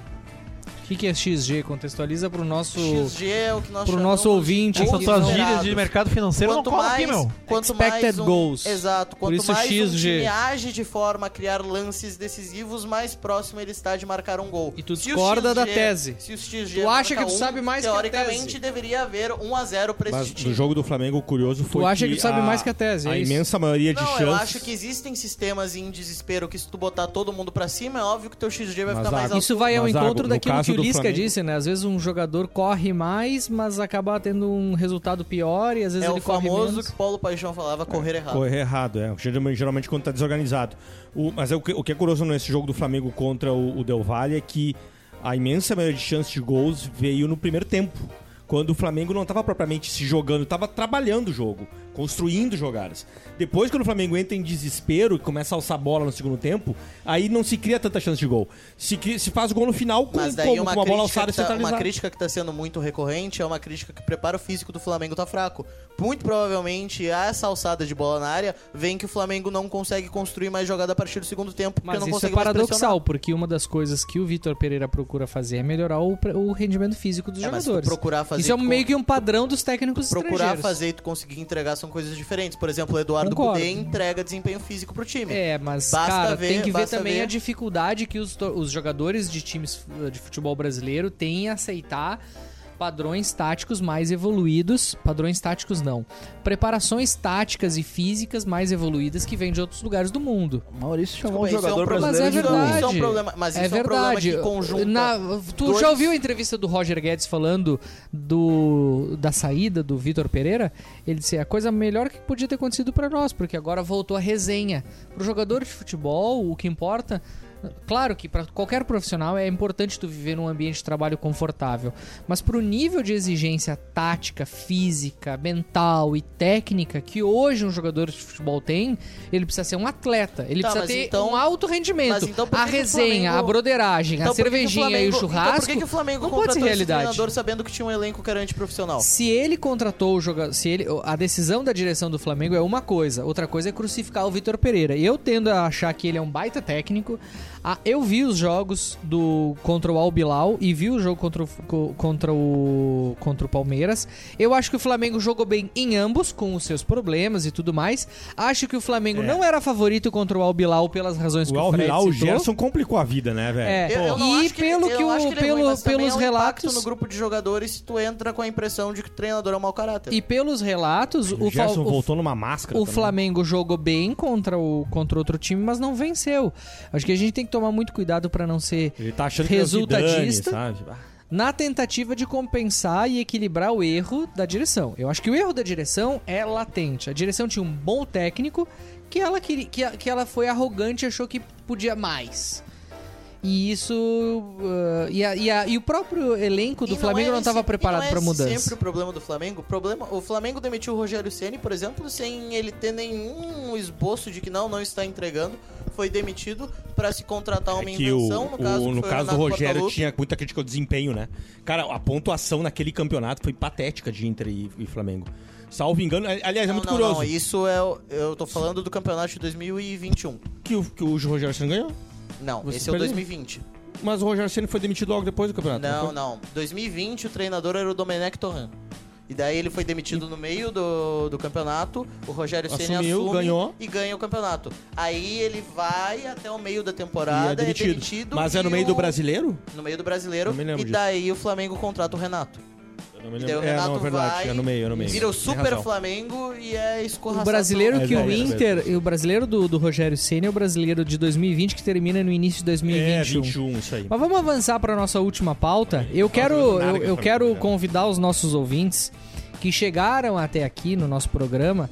que, que é XG? Contextualiza pro nosso. XG é o que nós pro chamamos nosso ouvinte de Essas que tuas não- gírias de mercado um financeiro Quanto não cola mais, aqui, meu. Quanto Expected mais um, goals. Exato. Por Quanto isso, mais um XG. time age de forma a criar lances decisivos, mais próximo ele está de marcar um gol. E tu Se o discorda da XG tese. Se o XG Tu acha marca que tu um, sabe mais que a Teoricamente, tese. deveria haver 1x0 pra esse Mas time. no jogo do Flamengo, o curioso foi. Tu acha que tu sabe mais que a tese, é A isso? imensa maioria de Não, chances. eu acho que existem sistemas em desespero que se tu botar todo mundo pra cima, é óbvio que teu XG vai Mas ficar a- mais alto. Isso vai ao Mas, Zago, encontro no daquilo que caso o do Lisca Flamengo- disse, né? Às vezes um jogador corre mais, mas acaba tendo um resultado pior e às vezes É ele o corre famoso menos. que Paulo Paixão falava, correr errado. Correr errado, é. Geralmente, geralmente quando tá desorganizado. O- mas é o, que, o que é curioso nesse jogo do Flamengo contra o, o Del Valle é que a imensa maioria de chances de gols veio no primeiro tempo. Quando o Flamengo não estava propriamente se jogando, estava trabalhando o jogo, construindo jogadas. Depois, quando o Flamengo entra em desespero e começa a alçar bola no segundo tempo, aí não se cria tanta chance de gol. Se, cria- se faz gol no final com, Mas daí é como? uma, Com uma bola crítica alçada e que tá, uma centralizada. crítica que tá sendo muito recorrente é uma crítica que o preparo físico do Flamengo tá fraco. Muito provavelmente essa alçada de bola na área vem que o Flamengo não consegue construir mais jogada a partir do segundo tempo, porque Mas não isso é consegue mais paradoxal, porque uma das coisas que o Vitor Pereira procura fazer é melhorar o, pre- o rendimento físico dos pressionar. É, mas tu jogadores. procurar fazer Isso é com- meio que um padrão dos técnicos procurar estrangeiros. fazer e tu conseguir entregar são coisas diferentes. Por exemplo, o Eduardo Concordo. Cudê entrega desempenho físico pro time. É, mas, Basta cara, ver- tem que ver basta também ver. a dificuldade que os, to- os jogadores de times eh, de futebol brasileiro têm em aceitar padrões táticos mais evoluídos. Padrões táticos não. Preparações táticas e físicas mais evoluídas que vêm de outros lugares do mundo. Maurício Desculpa, chamou o isso é um jogador problema- brasileiro né? Mas é verdade. de burro. Isso é um problema, mas é isso é um problema verdade. que conjunta. Na- tu dois- já ouviu a entrevista do Roger Guedes falando do, da saída do Vitor Pereira? Ele disse: "É a coisa melhor que podia ter acontecido pra nós, porque agora voltou a resenha. Pro jogador de futebol, o que importa. Claro que pra qualquer profissional é importante tu viver num ambiente de trabalho confortável, mas pro nível de exigência tática, física, mental e técnica que hoje um jogador de futebol tem, ele precisa ser um atleta, ele Tá, precisa mas ter então- um alto rendimento, mas então por que a que o resenha, a Flamengo- broderagem, a Então, por que que cervejinha e Flamengo- o então, churrasco. por que, que o Flamengo não pode ser contratou esse realidade. treinador sabendo que tinha um elenco que era antiprofissional? Se ele contratou o jogador, se ele, a decisão da direção do Flamengo é uma coisa, outra coisa é crucificar o Vitor Pereira. Eu tendo a achar que ele é um baita técnico. Ah, eu vi os jogos do contra o Al Bilal e vi o jogo contra o, co- contra o contra o Palmeiras. Eu acho que o Flamengo jogou bem em ambos com os seus problemas e tudo mais. Acho que o Flamengo não era favorito contra o Al Bilal pelas razões que É. O o Al Fred Hilal, o citou. Gerson complicou a vida, né, velho? É. Eu- eu não e acho que ele- pelo eu que não o- acho ele é pelo- ruim, mas também pelos é um relatos- impacto no grupo de jogadores se tu entra com a impressão de que o treinador é um mau caráter. E pelos relatos, O, o, Fal- Gerson o- voltou numa máscara. o também. Flamengo jogou bem contra o contra outro time, mas não venceu. Acho que a gente tem que tomar muito cuidado pra não ser Ele tá achando que ele é o Zidane, Resultadista. sabe? Ah, na tentativa de compensar e equilibrar o erro da direção. Eu acho que o erro da direção é latente. A direção tinha um bom técnico que ela queria, que, a- que ela foi arrogante e achou que podia mais. E isso ah, e, a- e a- e o próprio elenco do E Flamengo é não estava esse- e preparado não é pra esse mudança. sempre o problema do Flamengo. O, problema, o Flamengo demitiu o Rogério Ceni, por exemplo, sem ele ter nenhum esboço de que não, não está entregando. Foi demitido pra se contratar uma É que o, invenção, no caso, o- que no foi o caso do Renato Rogério Portaluppi. tinha muita crítica ao desempenho, né? Cara, a pontuação naquele campeonato foi patética de Inter e, e Flamengo. Salvo engano, a- aliás, é Não, muito não, curioso não, isso é. o- Eu tô falando do campeonato de 2021. que, o, que o Rogério Senna ganhou, Não, Você esse é o perdeu. 2020. mas o Rogério Senna foi demitido logo depois do campeonato. Não, foi? não. 2020 o treinador era o Domenech Torran. E daí ele foi demitido no meio do, do campeonato, o Rogério Ceni Assumiu, assume ganhou. e ganha o campeonato. Aí ele vai até o meio da E temporada, é demitido. é demitido. mas é no e meio do o- brasileiro? No meio do brasileiro. Não me lembro E disso. daí o Flamengo contrata o Renato. Eu não me E daí o É, Renato não, é verdade, vai, é no meio, é no meio. Vira o Tem Super razão. Flamengo e é O escorraçado. brasileiro É que o verdade, é Inter, o brasileiro do, do Rogério Ceni é o brasileiro de 2020 que termina no início de É, 2021. 21, isso aí. Mas vamos avançar para nossa última pauta. Eu quero, eu, eu quero convidar os nossos ouvintes que chegaram até aqui no nosso programa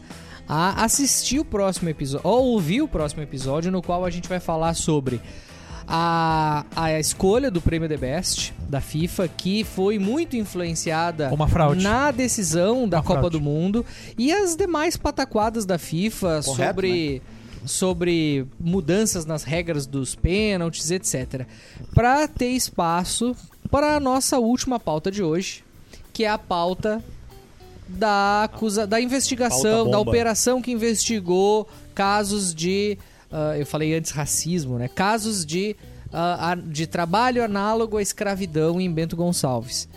a assistir o próximo episódio, ou ouvir o próximo episódio, no qual a gente vai falar sobre a, a escolha do prêmio The Best da FIFA, que foi muito influenciada Uma fraude. na decisão da Uma Copa fraude. do Mundo e as demais pataquadas da FIFA Correto, sobre sobre mudanças nas regras dos pênaltis, etc. Para ter espaço para a nossa última pauta de hoje, que é a pauta da acusa, da investigação, Pauta da bomba. operação que investigou casos de, ah, eu falei antes racismo, né? Casos de ah, a- de trabalho análogo à escravidão em Bento Gonçalves.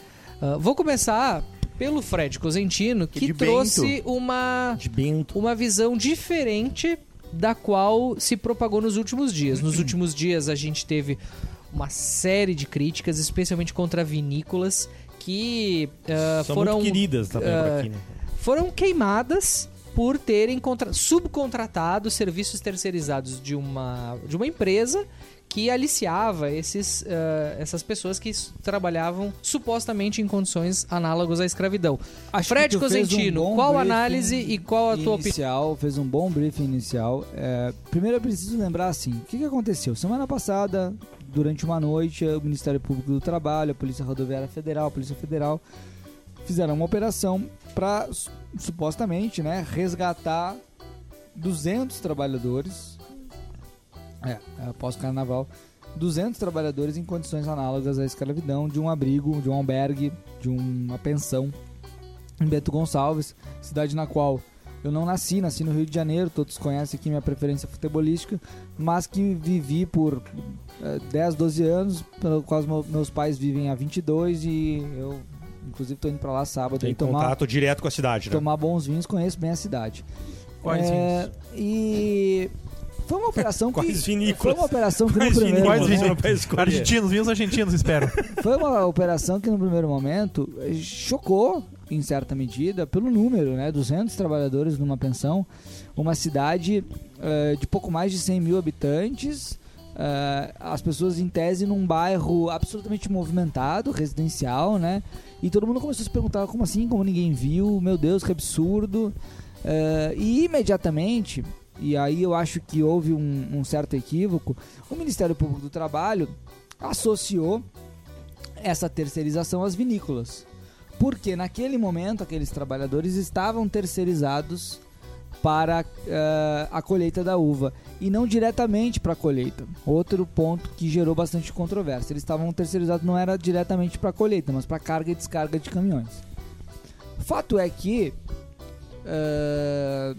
Ah, vou começar pelo Fred Cosentino, que, de trouxe uma De Bento. uma visão diferente da qual se propagou nos últimos dias. Nos últimos dias a gente teve uma série de críticas, especialmente contra vinícolas, que ah, São foram, muito queridas também por aqui, né? foram queimadas por terem contra- subcontratado serviços terceirizados de uma, de uma empresa que aliciava esses, ah, essas pessoas que s- trabalhavam supostamente em condições análogas à escravidão. Acho Fred que tu fez Cosentino, um bom qual a briefing análise e qual a tua opinião? inicial, Fez um bom briefing inicial. É, primeiro eu preciso lembrar assim, o que, que aconteceu? Semana passada, durante uma noite, o Ministério Público do Trabalho, a Polícia Rodoviária Federal, a Polícia Federal fizeram uma operação para supostamente, né, resgatar 200 trabalhadores é, após o carnaval, 200 trabalhadores em condições análogas à escravidão de um abrigo, de um albergue, de uma pensão em Bento Gonçalves, cidade na qual eu não nasci, nasci no Rio de Janeiro, todos conhecem aqui minha preferência futebolística, mas que vivi por eh, 10, 12 anos, pelo qual os meu- meus pais vivem há 22 e eu, inclusive, tô indo pra lá sábado Tem e tomar, contato direto com a cidade, né? tomar bons vinhos, conheço bem a cidade. Quais É, vinhos? E foi uma operação que. Quais Foi vinícolas? uma operação que no Quais primeiro vinícolas Quais momento, foram pra escolher? Argentinos, vinhos argentinos, espero. foi uma operação que no primeiro momento eh, chocou em certa medida pelo número, né? 200 trabalhadores numa pensão, uma cidade eh, de pouco mais de 100 mil habitantes, eh, as pessoas em tese num bairro absolutamente movimentado, residencial, né? E todo mundo começou a se perguntar como assim, como ninguém viu, meu Deus, que absurdo. Eh, e imediatamente, e aí eu acho que houve um, um certo equívoco, o Ministério Público do Trabalho associou essa terceirização às vinícolas. Porque naquele momento aqueles trabalhadores estavam terceirizados para eh, a colheita da uva e não diretamente para a colheita. Outro ponto que gerou bastante controvérsia. Eles estavam terceirizados não era diretamente para a colheita, mas para carga e descarga de caminhões. Fato é que eh,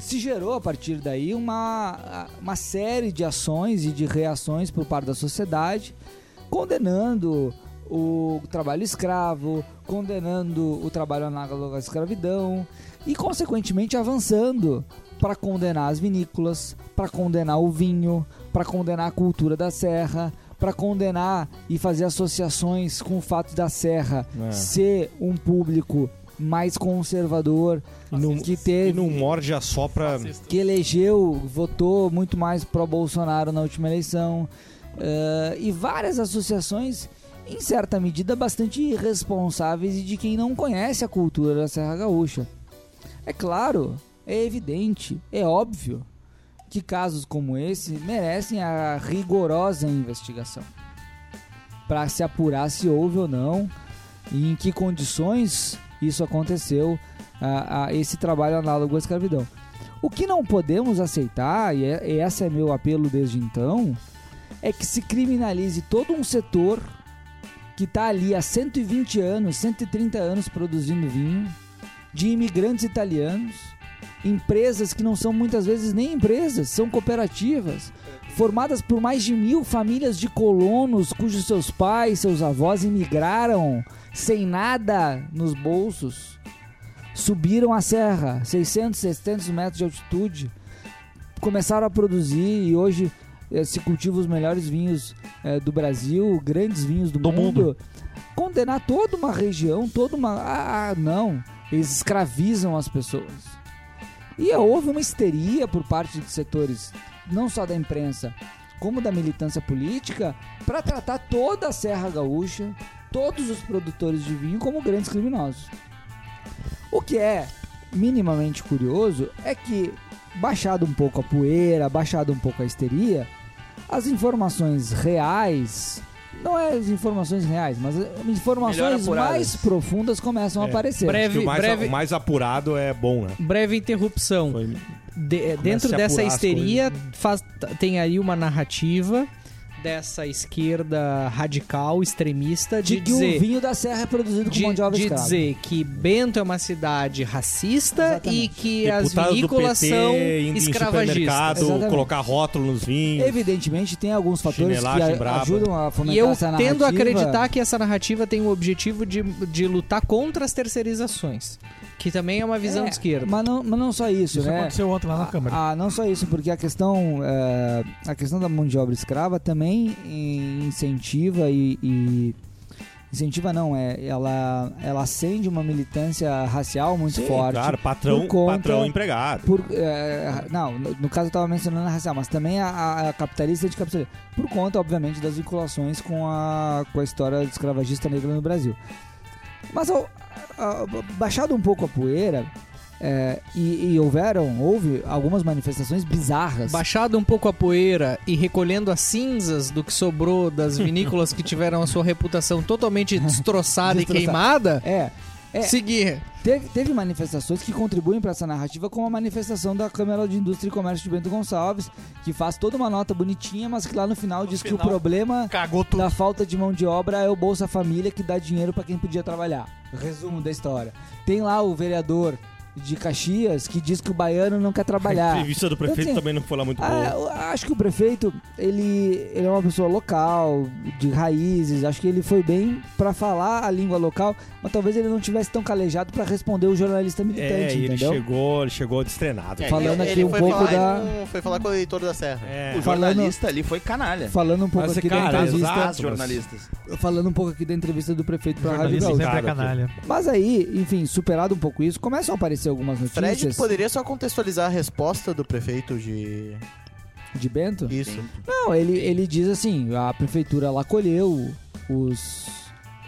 se gerou a partir daí uma, uma série de ações e de reações por parte da sociedade condenando o trabalho escravo, condenando o trabalho análogo à escravidão e, consequentemente, avançando para condenar as vinícolas, para condenar o vinho, para condenar a cultura da serra, para condenar e fazer associações com o fato da serra É. ser um público mais conservador, não- que E teve não morde a sopra. que elegeu, votou muito mais pro Bolsonaro na última eleição. eh, e várias associações, em certa medida, bastante irresponsáveis e de quem não conhece a cultura da Serra Gaúcha. É claro, é evidente, é óbvio que casos como esse merecem a rigorosa investigação para se apurar se houve ou não e em que condições isso aconteceu a, a esse trabalho análogo à escravidão. O que não podemos aceitar, e é- e esse é meu apelo desde então, é que se criminalize todo um setor que está ali há 120 anos, 130 anos produzindo vinho, de imigrantes italianos, empresas que não são muitas vezes nem empresas, são cooperativas, formadas por mais de mil famílias de colonos cujos seus pais, seus avós imigraram sem nada nos bolsos subiram a serra, 600, 700 metros de altitude, começaram a produzir e hoje eh, se cultiva os melhores vinhos eh, do Brasil, grandes vinhos do, Do mundo. Condenar toda uma região, toda uma. Ah, ah, não. Eles escravizam as pessoas. E é, houve uma histeria por parte de setores, não só da imprensa, como da militância política, para tratar toda a Serra Gaúcha, todos os produtores de vinho como grandes criminosos. O que é minimamente curioso é que, baixado um pouco a poeira, baixado um pouco a histeria, as informações reais, não é as informações reais, mas eh, informações apuradas. mais profundas começam a É. aparecer. Acho que Breve, o mais, breve, o mais apurado é bom, né? breve interrupção. Foi- De- eh, a dentro se dessa apurar as né? histeria, faz- t- tem aí uma narrativa dessa esquerda radical, extremista, de, De que dizer. o vinho da serra é produzido com de, mão de obra de escrava. dizer que Bento é uma cidade racista e Exatamente. que as Deputados do vinícolas PT são indo em escravagistas. supermercado, Exatamente. colocar rótulo nos vinhos. Evidentemente, tem alguns fatores que Chinelagem a- braba. ajudam a fomentar E eu essa narrativa. tendo a acreditar que essa narrativa tem o objetivo de, de lutar contra as terceirizações, que também é uma visão É, de esquerda. Mas não, mas não só isso, Isso né? aconteceu ontem lá na Câmara. Ah, não só isso, porque a questão, eh, a questão da mão de obra escrava também eh, incentiva e, e- incentiva não é, ela, ela acende uma militância racial muito Sim, forte. Claro, patrão, por conta- patrão empregado. Por, eh, não, no no caso eu estava mencionando a racial, mas também a- a, a capitalista de capitalista. Por conta, obviamente, das vinculações com a, com a história do escravagista negro no Brasil. Mas ó, a- a- baixado um pouco a poeira, eh, e, e houveram, houve algumas manifestações bizarras. Baixado um pouco a poeira e recolhendo as cinzas do que sobrou das vinícolas que tiveram a sua reputação totalmente destroçada e Destroçada. queimada, É, É. seguir. teve, teve manifestações que contribuem para essa narrativa, como a manifestação da Câmara de Indústria e Comércio de Bento Gonçalves, que faz toda uma nota bonitinha, mas que lá no final diz que o final, problema Cagou tudo. da falta de mão de obra é o Bolsa Família que dá dinheiro pra quem podia trabalhar. Resumo da história. Tem lá o vereador de Caxias que diz que o baiano não quer A trabalhar. entrevista do prefeito Eu tinha- também não foi lá muito Ah, boa. eu acho que o prefeito, ele, ele é uma pessoa local, de raízes, acho que ele foi bem pra falar a língua local, mas talvez ele não tivesse tão calejado pra responder o jornalista militante, É, e ele entendeu? chegou, ele chegou destrenado. É, Falando ele, aqui ele um foi pouco falar da- com- foi falar com o eleitor da Serra. É. O jornalista ali foi canalha. Falando um pouco Mas, aqui cara, da entrevista, exato. As jornalistas. falando um pouco aqui da entrevista do prefeito pra Rádio Jornalista Gaúcha. sempre é Cara, canalha. Mas aí, enfim, superado um pouco isso, começam a aparecer algumas Fred, notícias poderia só contextualizar a resposta do prefeito de. de Bento. Isso. Não, ele, ele diz assim, a prefeitura lá colheu os,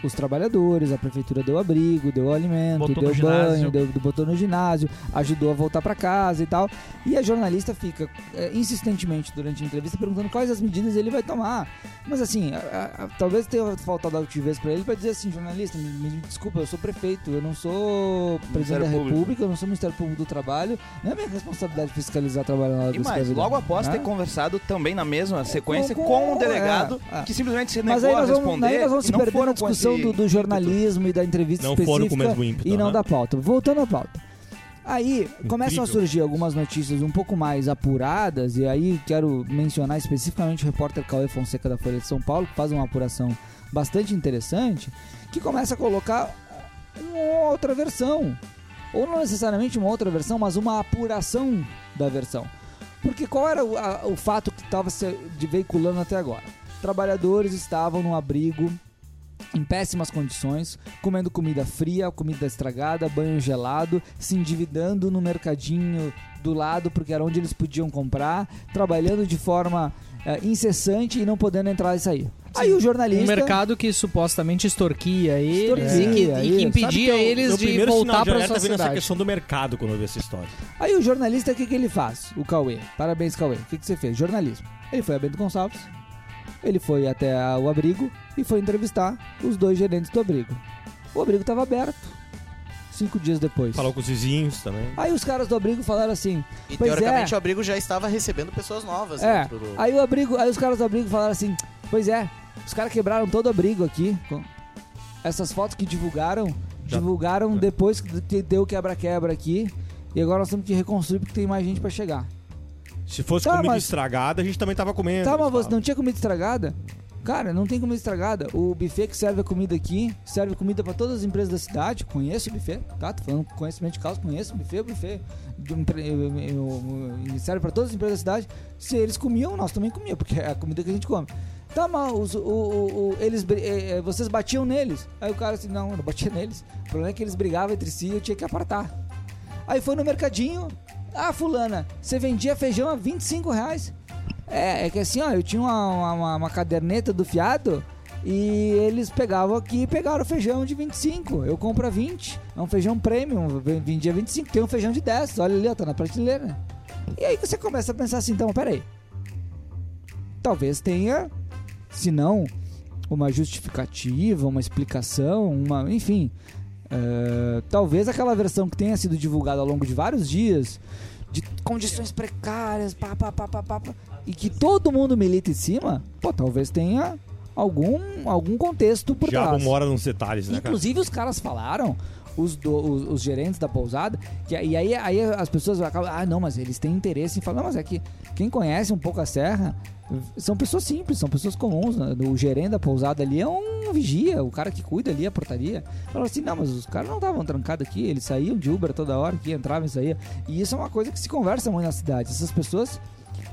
os trabalhadores, a prefeitura deu abrigo, deu alimento, Botou deu no banho, ginásio. deu, botou no ginásio, ajudou a voltar pra casa e tal. E a jornalista fica eh, insistentemente durante a entrevista perguntando quais as medidas ele vai tomar. Mas assim, a- a- a- talvez tenha faltado altivez pra ele pra dizer assim, jornalista, me, me desculpa, eu sou prefeito, eu não sou presidente Ministério da Público. república, eu não sou Ministério Público do Trabalho, não é minha responsabilidade fiscalizar o trabalho na hora E da mais, escravidão, logo após né? ter conversado também na mesma sequência Com- com, com- um delegado é, é. que simplesmente se negou Mas aí a nós responder. vamos, aí nós vamos e se não perder na foram com discussão esse do, do ímpeto. jornalismo e da entrevista Não específica foram com o mesmo ímpeto, né? e não aham. da pauta. Voltando à pauta. Aí começam a surgir algumas notícias um pouco mais apuradas, e aí quero mencionar especificamente o repórter Cauê Fonseca da Folha de São Paulo, que faz uma apuração bastante interessante, que começa a colocar uma outra versão. Ou não necessariamente uma outra versão, mas uma apuração da versão. Porque qual era o, a- o fato que estava se de- veiculando até agora? Trabalhadores estavam no abrigo em péssimas condições, comendo comida fria, comida estragada, banho gelado, se endividando no mercadinho do lado porque era onde eles podiam comprar, trabalhando de forma eh, incessante e não podendo entrar e sair. Aí o jornalista Um mercado que supostamente extorquia eles Extorquia, e que, e que Sabe isso. que impedia é o- é eles o de primeiro sinal voltar de para alerta sua vendo essa cidade. questão do mercado quando eu vi essa história. Aí o jornalista, o que, que ele faz? O Cauê. Parabéns, Cauê. O que, que você fez? Jornalismo. Ele foi a Bento Gonçalves, ele foi até a- o abrigo e foi entrevistar os dois gerentes do abrigo. O abrigo estava aberto. Cinco dias depois. Falou com os vizinhos também. Aí os caras do abrigo falaram assim. E Pois teoricamente o é. abrigo já estava recebendo pessoas novas É. dentro do. Aí o abrigo, aí os caras do abrigo falaram assim: "Pois é, os caras quebraram todo o abrigo aqui. Com- Essas fotos que divulgaram, Já- tá. divulgaram já. depois que que deu o quebra-quebra aqui, e agora nós temos que reconstruir porque tem mais gente pra chegar". Se fosse Tá, comida mas- estragada, a gente também tava comendo. Tá, mas eles você falam. não tinha comida estragada? Cara, não tem comida estragada. O buffet que serve a comida aqui, serve comida pra todas as empresas da cidade. Conheço o buffet, tá? Tô falando com conhecimento de causa, conheço o buffet, o buffet. de um empre- eu- eu- eu- serve pra todas as empresas da cidade. Se eles comiam, nós também comíamos, porque é a comida que a gente come. Tá, mas os- o- o- o- eles, bri- eh, eh, vocês batiam neles. Aí o cara assim, não, eu não batia neles. O problema é que eles brigavam entre si e eu tinha que apartar. Aí foi no mercadinho. Ah, fulana, você vendia feijão a 25 reais. É, é que assim, ó, eu tinha uma, uma- uma- uma caderneta do fiado e eles pegavam aqui e pegaram o feijão de 25. Eu compro a 20, é um feijão premium, v- vendia 25, tem um feijão de 10, olha ali, ó, tá na prateleira. E aí você começa a pensar assim, então, peraí. Talvez tenha, se não, uma justificativa, uma explicação, uma. eh, enfim. É, talvez aquela versão que tenha sido divulgada ao longo de vários dias de condições precárias, pá, pá, pá, pá, pá, pá, e que todo mundo milita em cima, pô, talvez tenha algum, algum contexto por Diabo trás. mora nos detalhes, né, cara? Inclusive, os caras falaram, os, do- os, os gerentes da pousada, que, e aí, aí as pessoas acabam, ah, não, mas eles têm interesse em falar, não, mas é que quem conhece um pouco a serra são pessoas simples, são pessoas comuns. né? O gerente da pousada ali é um vigia, o cara que cuida ali a portaria. Falaram assim, não, mas os caras não estavam trancados aqui, eles saíam de Uber toda hora, que entravam e saíam. E isso é uma coisa que se conversa muito na cidade. Essas pessoas,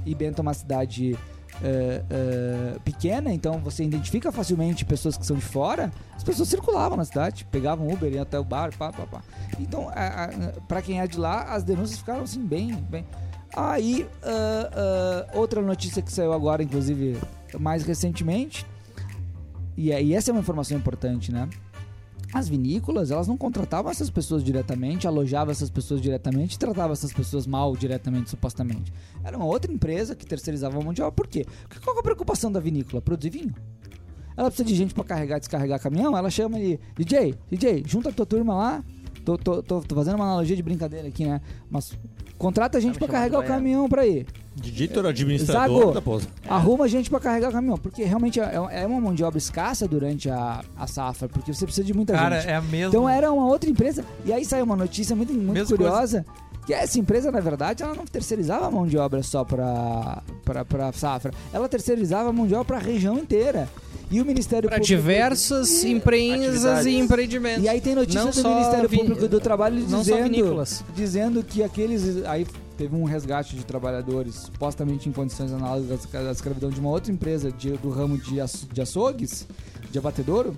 e Bento é uma cidade eh, eh, pequena, então você identifica facilmente pessoas que são de fora, as pessoas circulavam na cidade, pegavam Uber, iam até o bar, pá, pá, pá. Então, a- a- pra quem é de lá, as denúncias ficaram assim, bem, bem. Aí, ah, ah, outra notícia que saiu agora, inclusive, mais recentemente, e, é- e essa é uma informação importante, né? As vinícolas, elas não contratavam essas pessoas diretamente, alojavam essas pessoas diretamente, tratavam essas pessoas mal diretamente, supostamente. Era uma outra empresa que terceirizava a mão de obra. Por quê? Porque qual que é a preocupação da vinícola? Produzir vinho. Ela precisa de gente pra carregar e descarregar caminhão. Ela chama ele, DJ, DJ, junta a tua turma lá. Tô, tô, tô, tô fazendo uma analogia de brincadeira aqui, né? Mas contrata a gente Tá pra chamando carregar o de baiano. caminhão pra ir. né? Digitor administrador Zago. da pousa. Arruma gente pra carregar o caminhão. Porque realmente é é uma mão de obra escassa durante a, a safra, porque você precisa de muita Cara, gente. é a mesma. Então era uma outra empresa. E aí saiu uma notícia muito, muito Mesma curiosa. Que essa empresa, na verdade, ela não terceirizava a mão de obra só pra, pra, pra safra. Ela terceirizava a mão de obra pra região inteira. E o Ministério Para Público... diversas empresas atividades. e empreendimentos. E aí tem notícia Não do só Ministério vin- Público do Trabalho não só dizendo, vinícolas. dizendo que aqueles. Aí teve um resgate de trabalhadores supostamente em condições análogas à escravidão de uma outra empresa de- do ramo de, aço- de açougues, de abatedouro.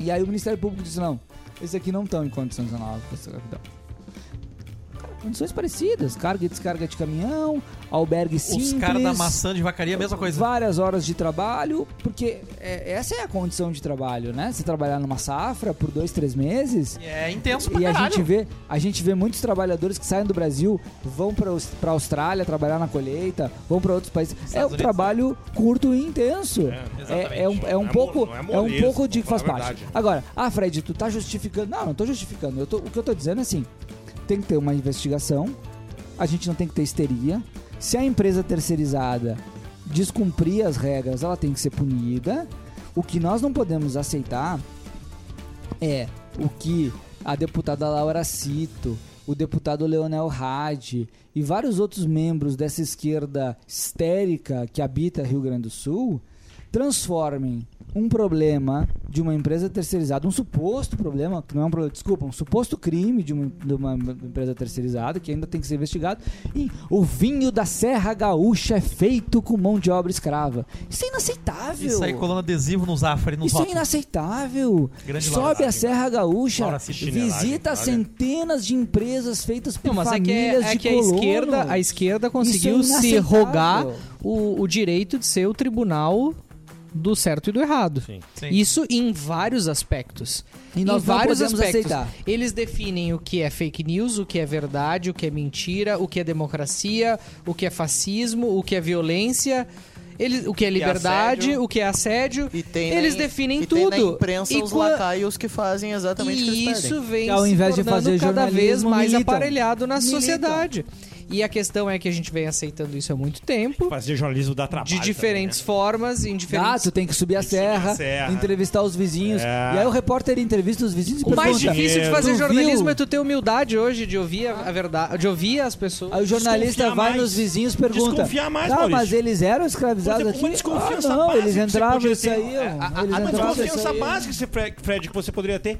E aí o Ministério Público disse: não, esses aqui não estão em condições análogas à escravidão. Cara, Condições parecidas, carga e descarga de caminhão, albergue simples. Os caras da maçã de vacaria, a mesma coisa. Várias horas de trabalho, porque é, essa é a condição de trabalho, né? Você trabalhar numa safra por dois, três meses. É intenso pra E a caralho. gente, vê, a gente vê muitos trabalhadores que saem do Brasil, vão pra Aus- pra Austrália trabalhar na colheita, vão pra outros países. é um Estados Unidos, trabalho curto e intenso. exatamente. É, é um, é né? um Não é pouco, mo- não é é, um moleza, pouco de que vamos faz falar a parte. verdade. Agora, ah, Fred, tu tá justificando. Não, não tô justificando. Eu tô- o que eu tô dizendo é assim: tem que ter uma investigação, a gente não tem que ter histeria. Se a empresa terceirizada descumprir as regras, ela tem que ser punida. O que nós não podemos aceitar é o que a deputada Laura Cito, o deputado Leonel Hadi e vários outros membros dessa esquerda histérica que habita Rio Grande do Sul transformem um problema de uma empresa terceirizada, um suposto problema, que não é um problema, desculpa, um suposto crime de uma, de uma empresa terceirizada, que ainda tem que ser investigado, e o vinho da Serra Gaúcha é feito com mão de obra escrava. Isso é inaceitável. Isso aí colando adesivo no Zafari, no Isso é rótulos. inaceitável. Grande Sobe Laura. a né? Serra Gaúcha, Laura Cristina visita Laje, olha. centenas de empresas feitas por Não, mas é que, é, famílias é de que a esquerda, a colonos. esquerda é conseguiu se inaceitável. rogar o, o direito de ser o tribunal do certo e do errado. Sim. Isso em vários aspectos. E nós em não vários podemos aspectos. aceitar. Eles definem o que é fake news, o que é verdade, o que é mentira, o que é democracia, o que é fascismo, o que é violência, eles, o que é liberdade, assédio. o que é assédio. E tem eles na- definem e tudo. Tem na imprensa E os qua- lacaios que fazem exatamente o que e eles pedem. isso vem Que ao invés se de tornando fazer cada vez jornalismo, mais militam. aparelhado na Militam. sociedade. E a questão é que a gente vem aceitando isso há muito tempo, Fazer jornalismo dá trabalho. né? de diferentes formas, em Ah, diferentes... tu tem que subir a serra, serra. entrevistar os vizinhos. É. E aí o repórter entrevista os vizinhos e o mais pergunta, difícil de dinheiro. fazer Tu jornalismo viu? é tu ter humildade hoje de ouvir a, a verdade, de ouvir as pessoas. É Aí o jornalista Desconfiar vai mais. nos vizinhos e pergunta. Desconfiar mais, ah, Maurício. mas eles eram escravizados Por exemplo, aqui? uma desconfiança ah, não, básica eles que você entravam podia ter. e saíam. É, A A, eles entravam e desconfiança saíam. básica, que você, Fre- Fred, que você poderia ter.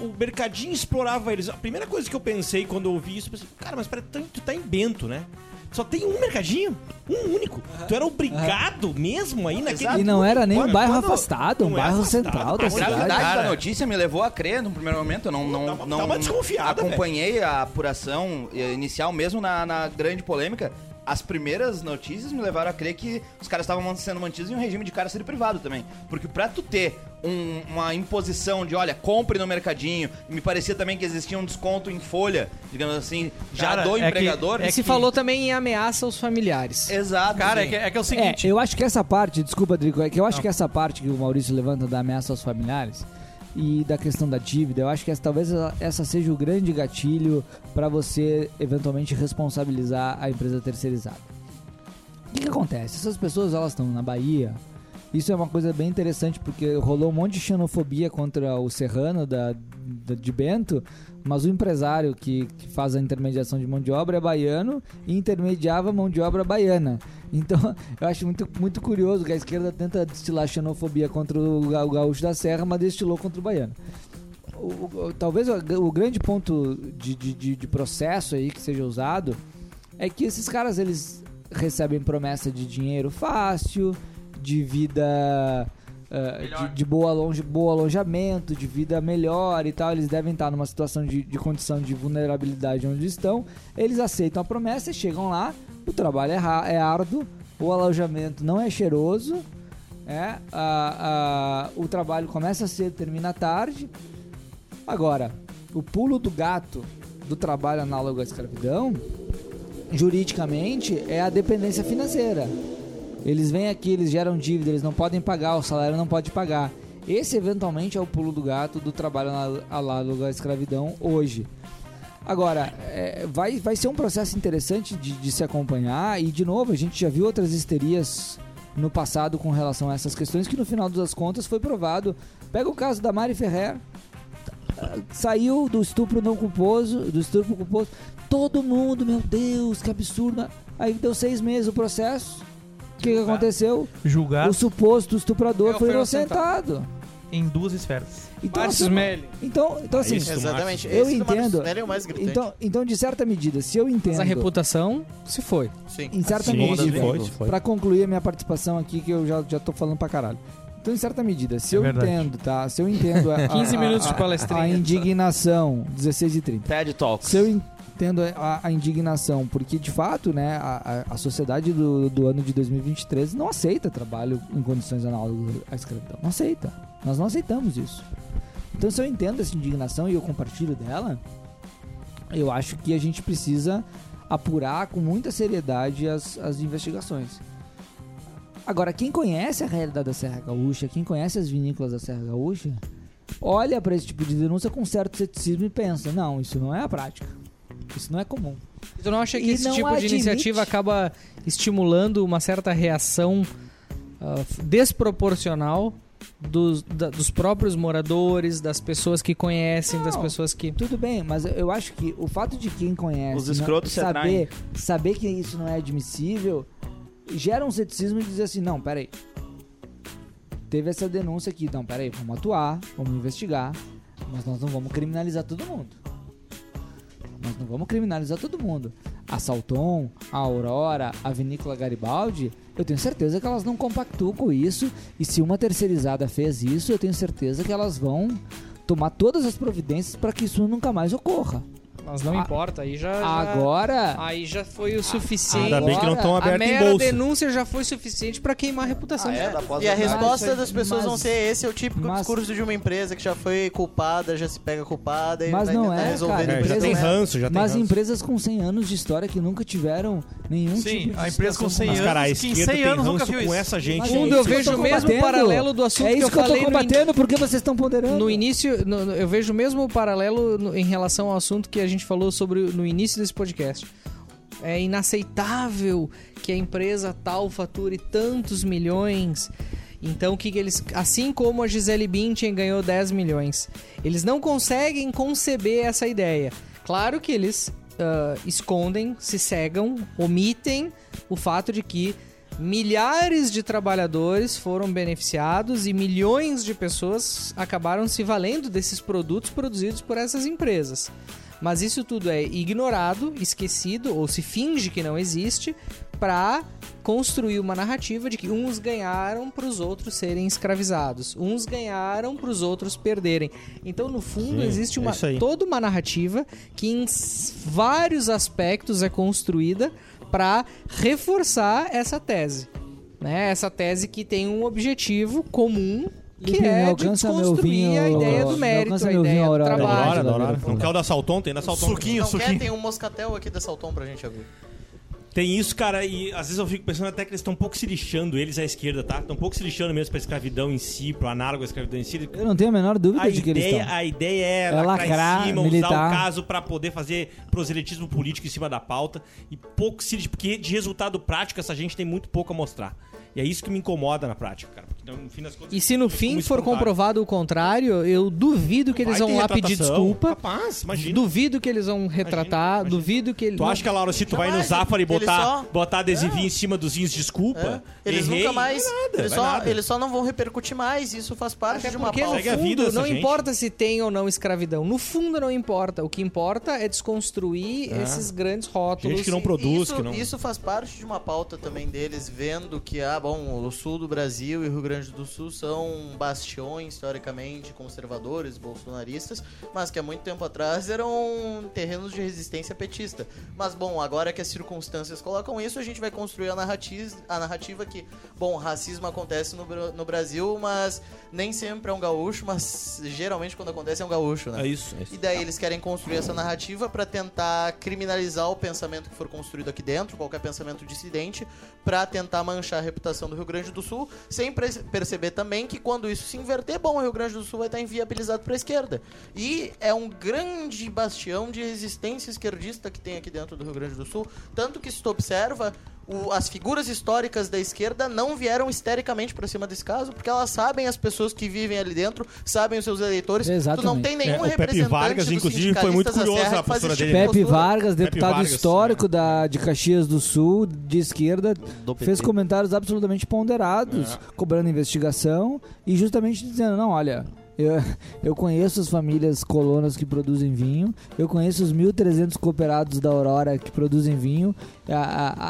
O mercadinho explorava eles. A primeira coisa que eu pensei quando eu ouvi isso, eu pensei, cara, mas peraí, tu, tu tá em Bento, né? Só tem um mercadinho, um único. Tu era obrigado mesmo aí naquele. E não era nem um Quando- bairro quando- afastado, um não é bairro afastado, central da mas A Olha, cidade. gravidade cara. da notícia me levou a crer no primeiro momento. Eu não, não, é. Dá uma- não dá uma desconfiada, acompanhei a apuração eh, inicial, mesmo na, na grande polêmica. As primeiras notícias me levaram a crer que os caras estavam man- sendo mantidos em um regime de cárcere privado também. Porque pra tu ter um- uma imposição de, olha, compre no mercadinho, me parecia também que existia um desconto em folha, digamos assim, já Cara, do é que- empregador. é se que- falou também em ameaça aos familiares. Exato. Cara, é sim. que, é que é o É, seguinte. eu acho que essa parte, desculpa, Drico, é que eu acho que essa parte que o Maurício levanta da ameaça aos familiares e da questão da dívida. Eu acho que essa, talvez ela- essa seja o grande gatilho para você eventualmente responsabilizar a empresa terceirizada. O que, que acontece? Essas pessoas elas estão na Bahia. Isso é uma coisa bem interessante porque rolou um monte de xenofobia contra o Serrano da, da- de Bento, mas o empresário que, que faz a intermediação de mão de obra é baiano e intermediava mão de obra baiana. Então eu acho muito, muito curioso que a esquerda tenta destilar xenofobia contra o ga- o gaúcho da Serra, mas destilou contra o baiano. O- o- o- talvez o, o grande ponto de, de- de- de processo aí que seja usado é que esses caras eles recebem promessa de dinheiro fácil, de vida. ah, de, de boa longe, boa alojamento, de vida melhor e tal, eles devem estar numa situação de, de condição de vulnerabilidade onde estão. Eles aceitam a promessa, chegam lá, o trabalho é, ra- é árduo, o alojamento não é cheiroso, é, a- a- o trabalho começa cedo, termina tarde. Agora, o pulo do gato do trabalho análogo à escravidão, juridicamente, é a dependência financeira. Eles vêm aqui, eles geram dívida, eles não podem pagar, o salário não pode pagar. Esse, eventualmente, é o pulo do gato do trabalho anal- análogo à escravidão hoje. Agora, é, vai, vai ser um processo interessante de, de se acompanhar e, de novo, a gente já viu outras histerias no passado com relação a essas questões que, no final das contas, foi provado. Pega o caso da Mari Ferrer, ah, saiu do estupro não culposo, do estupro culposo, todo mundo, meu Deus, que absurdo. Aí deu seis meses o processo, o que, que aconteceu? Julgar O suposto É, estuprador foi foi inocentado. em duas esferas. Então, Bate assim, Smelly. então, então assim, Isso, Exatamente. eu Esse do Marcos entendo. Nelly é o mais gritante. então, então, de certa medida, se eu entendo, Mas a reputação se foi. Sim. em certa Sim, medida, sim, foi, sim, foi. Pra concluir a minha participação aqui, que eu já, já tô falando pra caralho. Então, em certa medida, se É eu verdade. entendo, tá? Se eu entendo a, a- 15 minutos a- de palestrinha. a indignação, 16 e 30. TED Talks. Se eu entendo é, a, a indignação, porque de fato, né, a, a- a sociedade do, do ano de 2023 não aceita trabalho em condições análogas à escravidão. Não aceita. Nós não aceitamos isso. Então, se eu entendo essa indignação e eu compartilho dela, eu acho que a gente precisa apurar com muita seriedade as, as investigações. Agora, quem conhece a realidade da Serra Gaúcha, quem conhece as vinícolas da Serra Gaúcha, olha para esse tipo de denúncia com certo ceticismo e pensa: não, isso não é a prática. Isso não é comum. Tu não acha que E esse não tipo de admite. iniciativa acaba estimulando uma certa reação ah, f- desproporcional dos, da- dos próprios moradores, das pessoas que conhecem, das Não. pessoas que. Tudo bem, mas eu acho que o fato de quem conhece Os escrotos não- se atraem. saber, saber que isso não é admissível gera um ceticismo de dizer assim: não, peraí. Teve essa denúncia aqui, não, peraí, vamos atuar, vamos investigar, mas nós não vamos criminalizar todo mundo. Nós não vamos criminalizar todo mundo. A Salton, a Aurora, a Vinícola Garibaldi, eu tenho certeza que elas não compactuam com isso. E se uma terceirizada fez isso, eu tenho certeza que elas vão tomar todas as providências para que isso nunca mais ocorra. Mas não A- importa, aí já. já- Ah, Agora, Aí já foi o suficiente. Ainda bem que não estão a abertos em mera bolsa. denúncia já foi suficiente pra queimar a reputação Ah, é? dela. Da pós- E a resposta isso aí, das pessoas vão mas- ser esse é o típico mas- discurso de uma empresa que já foi culpada, já se pega culpada e Mas vai não tentar é, resolver cara. É, depois já Empresa- tem da merda. ranço, já tem mas ranço. empresas com 100 anos de história que nunca tiveram nenhum Sim, tipo de a empresa com situação 100 como anos, Mas, cara, a que em esquerda 100 tem anos nunca ranço viu com isso. essa Mas gente. é Fundo, isso eu que vejo tô o mesmo combatendo. paralelo do assunto É que isso eu que eu, falei tô no combatendo, porque vocês estão ponderando. No início, no- no- eu vejo o mesmo paralelo no- em relação ao assunto que a gente falou sobre no início desse podcast. É inaceitável que a empresa tal fature tantos milhões. Então, o que, que eles. Assim como a Gisele Bündchen ganhou 10 milhões, eles não conseguem conceber essa ideia. Claro que eles ah, escondem, se cegam, omitem o fato de que milhares de trabalhadores foram beneficiados e milhões de pessoas acabaram se valendo desses produtos produzidos por essas empresas. Mas isso tudo é ignorado, esquecido ou se finge que não existe para construir uma narrativa de que uns ganharam para os outros serem escravizados, uns ganharam para os outros perderem. Então, no fundo, Sim, existe é uma isso aí. toda uma narrativa que em s- vários aspectos é construída para reforçar essa tese. Né? Essa tese que tem um objetivo comum que Limpinho, é de alcança meu desconstruir vinho, a ideia do alcança mérito, a meu vinho, ideia do Aurora. Da trabalho. hora, da Vai, hora. vai, vai. um Não quer o da Salton? Tem da Salton. Não suquinho. quer? Tem um moscatel aqui da Salton pra gente abrir. Tem isso, cara, e às vezes eu fico pensando até que eles estão um pouco se lixando, eles à esquerda, tá? Estão um pouco se lixando mesmo pra escravidão em si, pro análogo à escravidão em si. Eu não tenho a menor dúvida A de que eles ideia, estão. a ideia é, É lacrar, em cima, usar militar. o caso pra poder fazer proselitismo político em cima da pauta e pouco se lixa, porque de resultado prático essa gente tem muito pouco a mostrar. E é isso que me incomoda na prática, cara. Porque, então, no fim das contas, E se no eles fim ficam for espantados. comprovado o contrário, eu duvido que eles Vai vão ter lá pedir retratação. desculpa. Capaz, imagina. Duvido que eles vão retratar, imagina. duvido que eles. Tu acha que a Laura, se tu vai no Jamais, Zafari eles botar, só- botar adesivinho em cima dos vinhos, É. desculpa? Eles errei, nunca mais. vai nada, eles, vai só, nada. eles só não vão repercutir mais. Isso faz parte Até de uma porque no pauta. é Segue a vida fundo, dessa não gente. importa se tem ou não escravidão. No fundo, não importa. O que importa é desconstruir esses grandes rótulos. É. Gente que não produz, isso, que não... isso faz parte de uma pauta também deles, vendo que ah, bom, o sul do Brasil e o Rio Grande do Sul são bastiões, historicamente, conservadores, bolsonaristas, mas que há muito tempo atrás eram terrenos de resistência petista. Mas, bom, agora que as circunstâncias colocam isso, a gente vai construir a narrativa, a narrativa que, bom, racismo acontece no, Bra- no Brasil, mas nem sempre é um gaúcho, mas geralmente quando acontece é um gaúcho, né? É isso, é E isso. daí eles querem construir essa narrativa pra tentar criminalizar o pensamento que for construído aqui dentro, qualquer pensamento dissidente, pra tentar manchar a reputação do Rio Grande do Sul, sem pre- perceber também que quando isso se inverter, bom, o Rio Grande do Sul vai estar inviabilizado pra esquerda. E é um grande bastião de resistência esquerdista que tem aqui dentro do Rio Grande do Sul, tanto que se tu observa o- as figuras históricas da esquerda não vieram histericamente pra cima desse caso, porque elas sabem as pessoas que vivem ali dentro, sabem os seus eleitores. Tu não Exatamente. tem É, nenhum o Pepe representante Vargas, dos inclusive, foi muito sindicalistas da curioso Serra a que faz postura esse tipo dele. de Pepe postura. Vargas, Pepe deputado Vargas, histórico da, de Caxias do Sul, de esquerda, PT. fez comentários absolutamente ponderados, É. cobrando investigação e justamente dizendo: não, olha. Eu, eu conheço as famílias colonas que produzem vinho, eu conheço os 1.300 cooperados da Aurora que produzem vinho. A,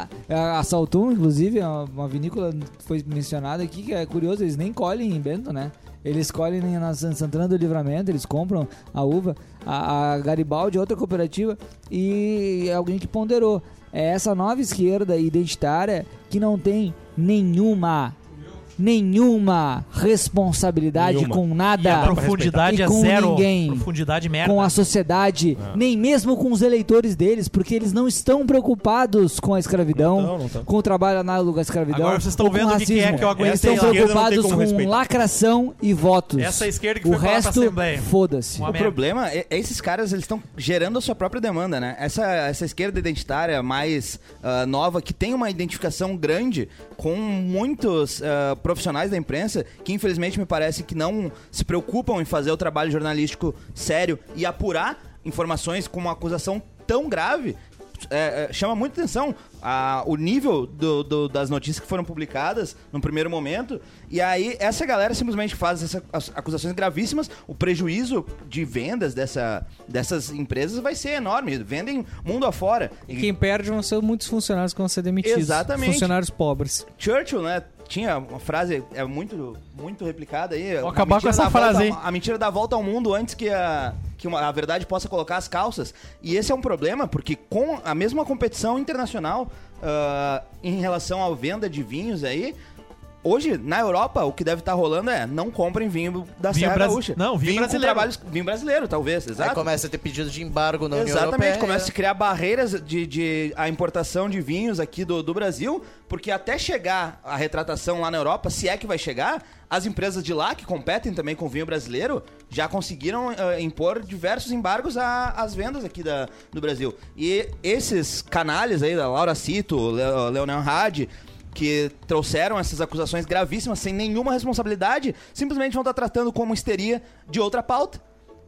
a, a- a Saltum, inclusive, é uma, uma vinícola que foi mencionada aqui, que é curioso, eles nem colhem em Bento, né? Eles colhem em na San- Santana do Livramento, eles compram a uva. A, a Garibaldi, outra cooperativa, e alguém que ponderou. É essa nova esquerda identitária que não tem nenhuma, nenhuma responsabilidade Nenhuma. com nada. E a profundidade E é com zero. ninguém. Profundidade merda. Ah. Com a sociedade, nem mesmo com os eleitores deles, porque eles não estão preocupados com a escravidão, Não tão, não tão. com o trabalho análogo à escravidão. Agora vocês estão ou com vendo o que que é racismo. que eu aguentei Eles estão lá. Essa esquerda não tem preocupados como com respeitar. lacração e votos. Essa esquerda que o foi falar pra resto, Assembleia. Foda-se. Uma O merda. problema é, é esses caras, eles estão gerando a sua própria demanda, né? Essa, essa esquerda identitária mais ah, nova, que tem uma identificação grande com muitos ah, profissionais da imprensa, que infelizmente me parece que não se preocupam em fazer o trabalho jornalístico sério e apurar informações com uma acusação tão grave, é, é, chama muita atenção a- o nível do- do- das notícias que foram publicadas no primeiro momento. E aí, essa galera simplesmente faz essas ac- acusações gravíssimas. O prejuízo de vendas dessa- dessas empresas vai ser enorme. Vendem mundo afora. E quem perde vão ser muitos funcionários que vão ser demitidos. Exatamente. Funcionários pobres. Churchill, né? Tinha uma frase é muito, muito replicada aí. Vou a acabar mentira com essa dá a volta frase, ao- hein? A mentira dá a volta ao mundo antes que a, que uma- a verdade possa colocar as calças. E esse é um problema, porque com a mesma competição internacional ah, em relação à venda de vinhos aí. Hoje, na Europa, o que deve estar rolando é não comprem vinho da Vinho Serra brasi- Gaúcha. Não, vinho com brasileiro. trabalhos- vinho brasileiro, talvez, Aí exato. começa a ter pedido de embargo na União Exatamente, Europeia. começa a se criar barreiras de, de a importação de vinhos aqui do, do Brasil, porque até chegar a retratação lá na Europa, se é que vai chegar, as empresas de lá que competem também com o vinho brasileiro já conseguiram eh, impor diversos embargos à- às vendas aqui da, do Brasil. E esses canalhas aí, da Laura Cito, Le, eh, Leonel Hadi, que trouxeram essas acusações gravíssimas sem nenhuma responsabilidade, simplesmente vão estar tratando como histeria de outra pauta.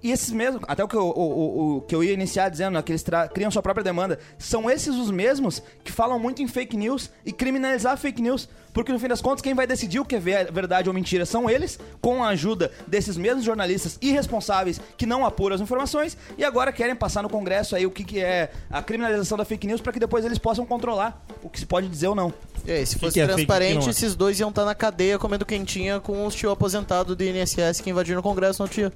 E esses mesmos, até o que eu, o- o- o que eu ia iniciar dizendo, né, que eles tra- criam sua própria demanda, são esses os mesmos que falam muito em fake news e criminalizar fake news, porque no fim das contas quem vai decidir o que é ver- verdade ou mentira são eles, com a ajuda desses mesmos jornalistas irresponsáveis que não apuram as informações e agora querem passar no Congresso aí o que, que é a criminalização da fake news para que depois eles possam controlar o que se pode dizer ou não. E aí, se fosse que é fake, o que transparente, não é? esses dois iam estar na cadeia comendo quentinha com os tio aposentado do INSS que invadiram o Congresso no dia.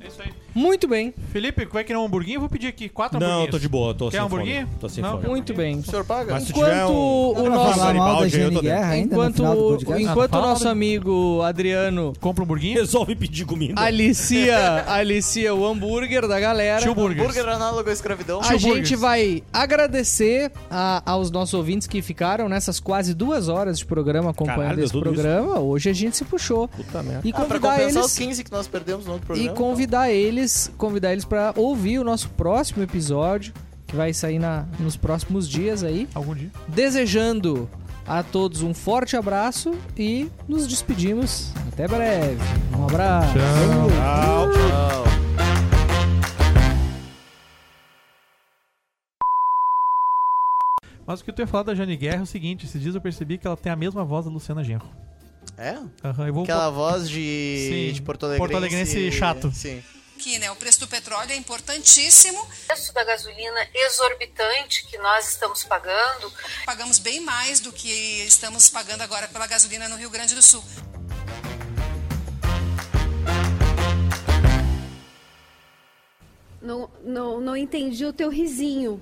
É isso aí. Muito bem, Felipe, como é que não um hamburguinho? Eu vou pedir aqui quatro Não, eu hamburguinhos. tô de boa, tô Tá Quer um sem hamburguinho? fome. Tô sem Não? fome. muito bem. O senhor paga? Mas se tiver Enquanto um... o Pra nosso falar mal da Garibaldi, aí eu tô Jane dentro. Guerra ainda no enquanto, final do podcast? enquanto o Ah, fala, nosso né? amigo Adriano Compra um hamburguinho? Resolve pedir comida. alicia, alicia o hambúrguer da galera. Tio Burgers. Burger análogo à escravidão. A gente Burgers. vai agradecer a- aos nossos ouvintes que ficaram nessas quase duas horas de programa acompanhando Caralho, é esse tudo programa. Hoje a gente se puxou. Puta merda. E Ah, pra convidar compensar os eles 15 que nós perdemos no outro e programa. convidar eles, convidar eles para ouvir o nosso próximo episódio que vai sair na- nos próximos dias aí. Algum dia. Desejando a todos um forte abraço e nos despedimos. Até breve. Um abraço. Tchau. Mas o que eu ia falar da Jane Guerra é o seguinte: esses dias eu percebi que ela tem a mesma voz da Luciana Genro. É? Aham, eu vou. um Aquela voz de, Sim, de Porto Alegrense. Porto Alegrense chato. Sim. que né, o preço do petróleo é importantíssimo. O preço da gasolina exorbitante que nós estamos pagando Pagamos bem mais do que estamos pagando agora pela gasolina no Rio Grande do Sul. Não, não, não entendi o teu risinho.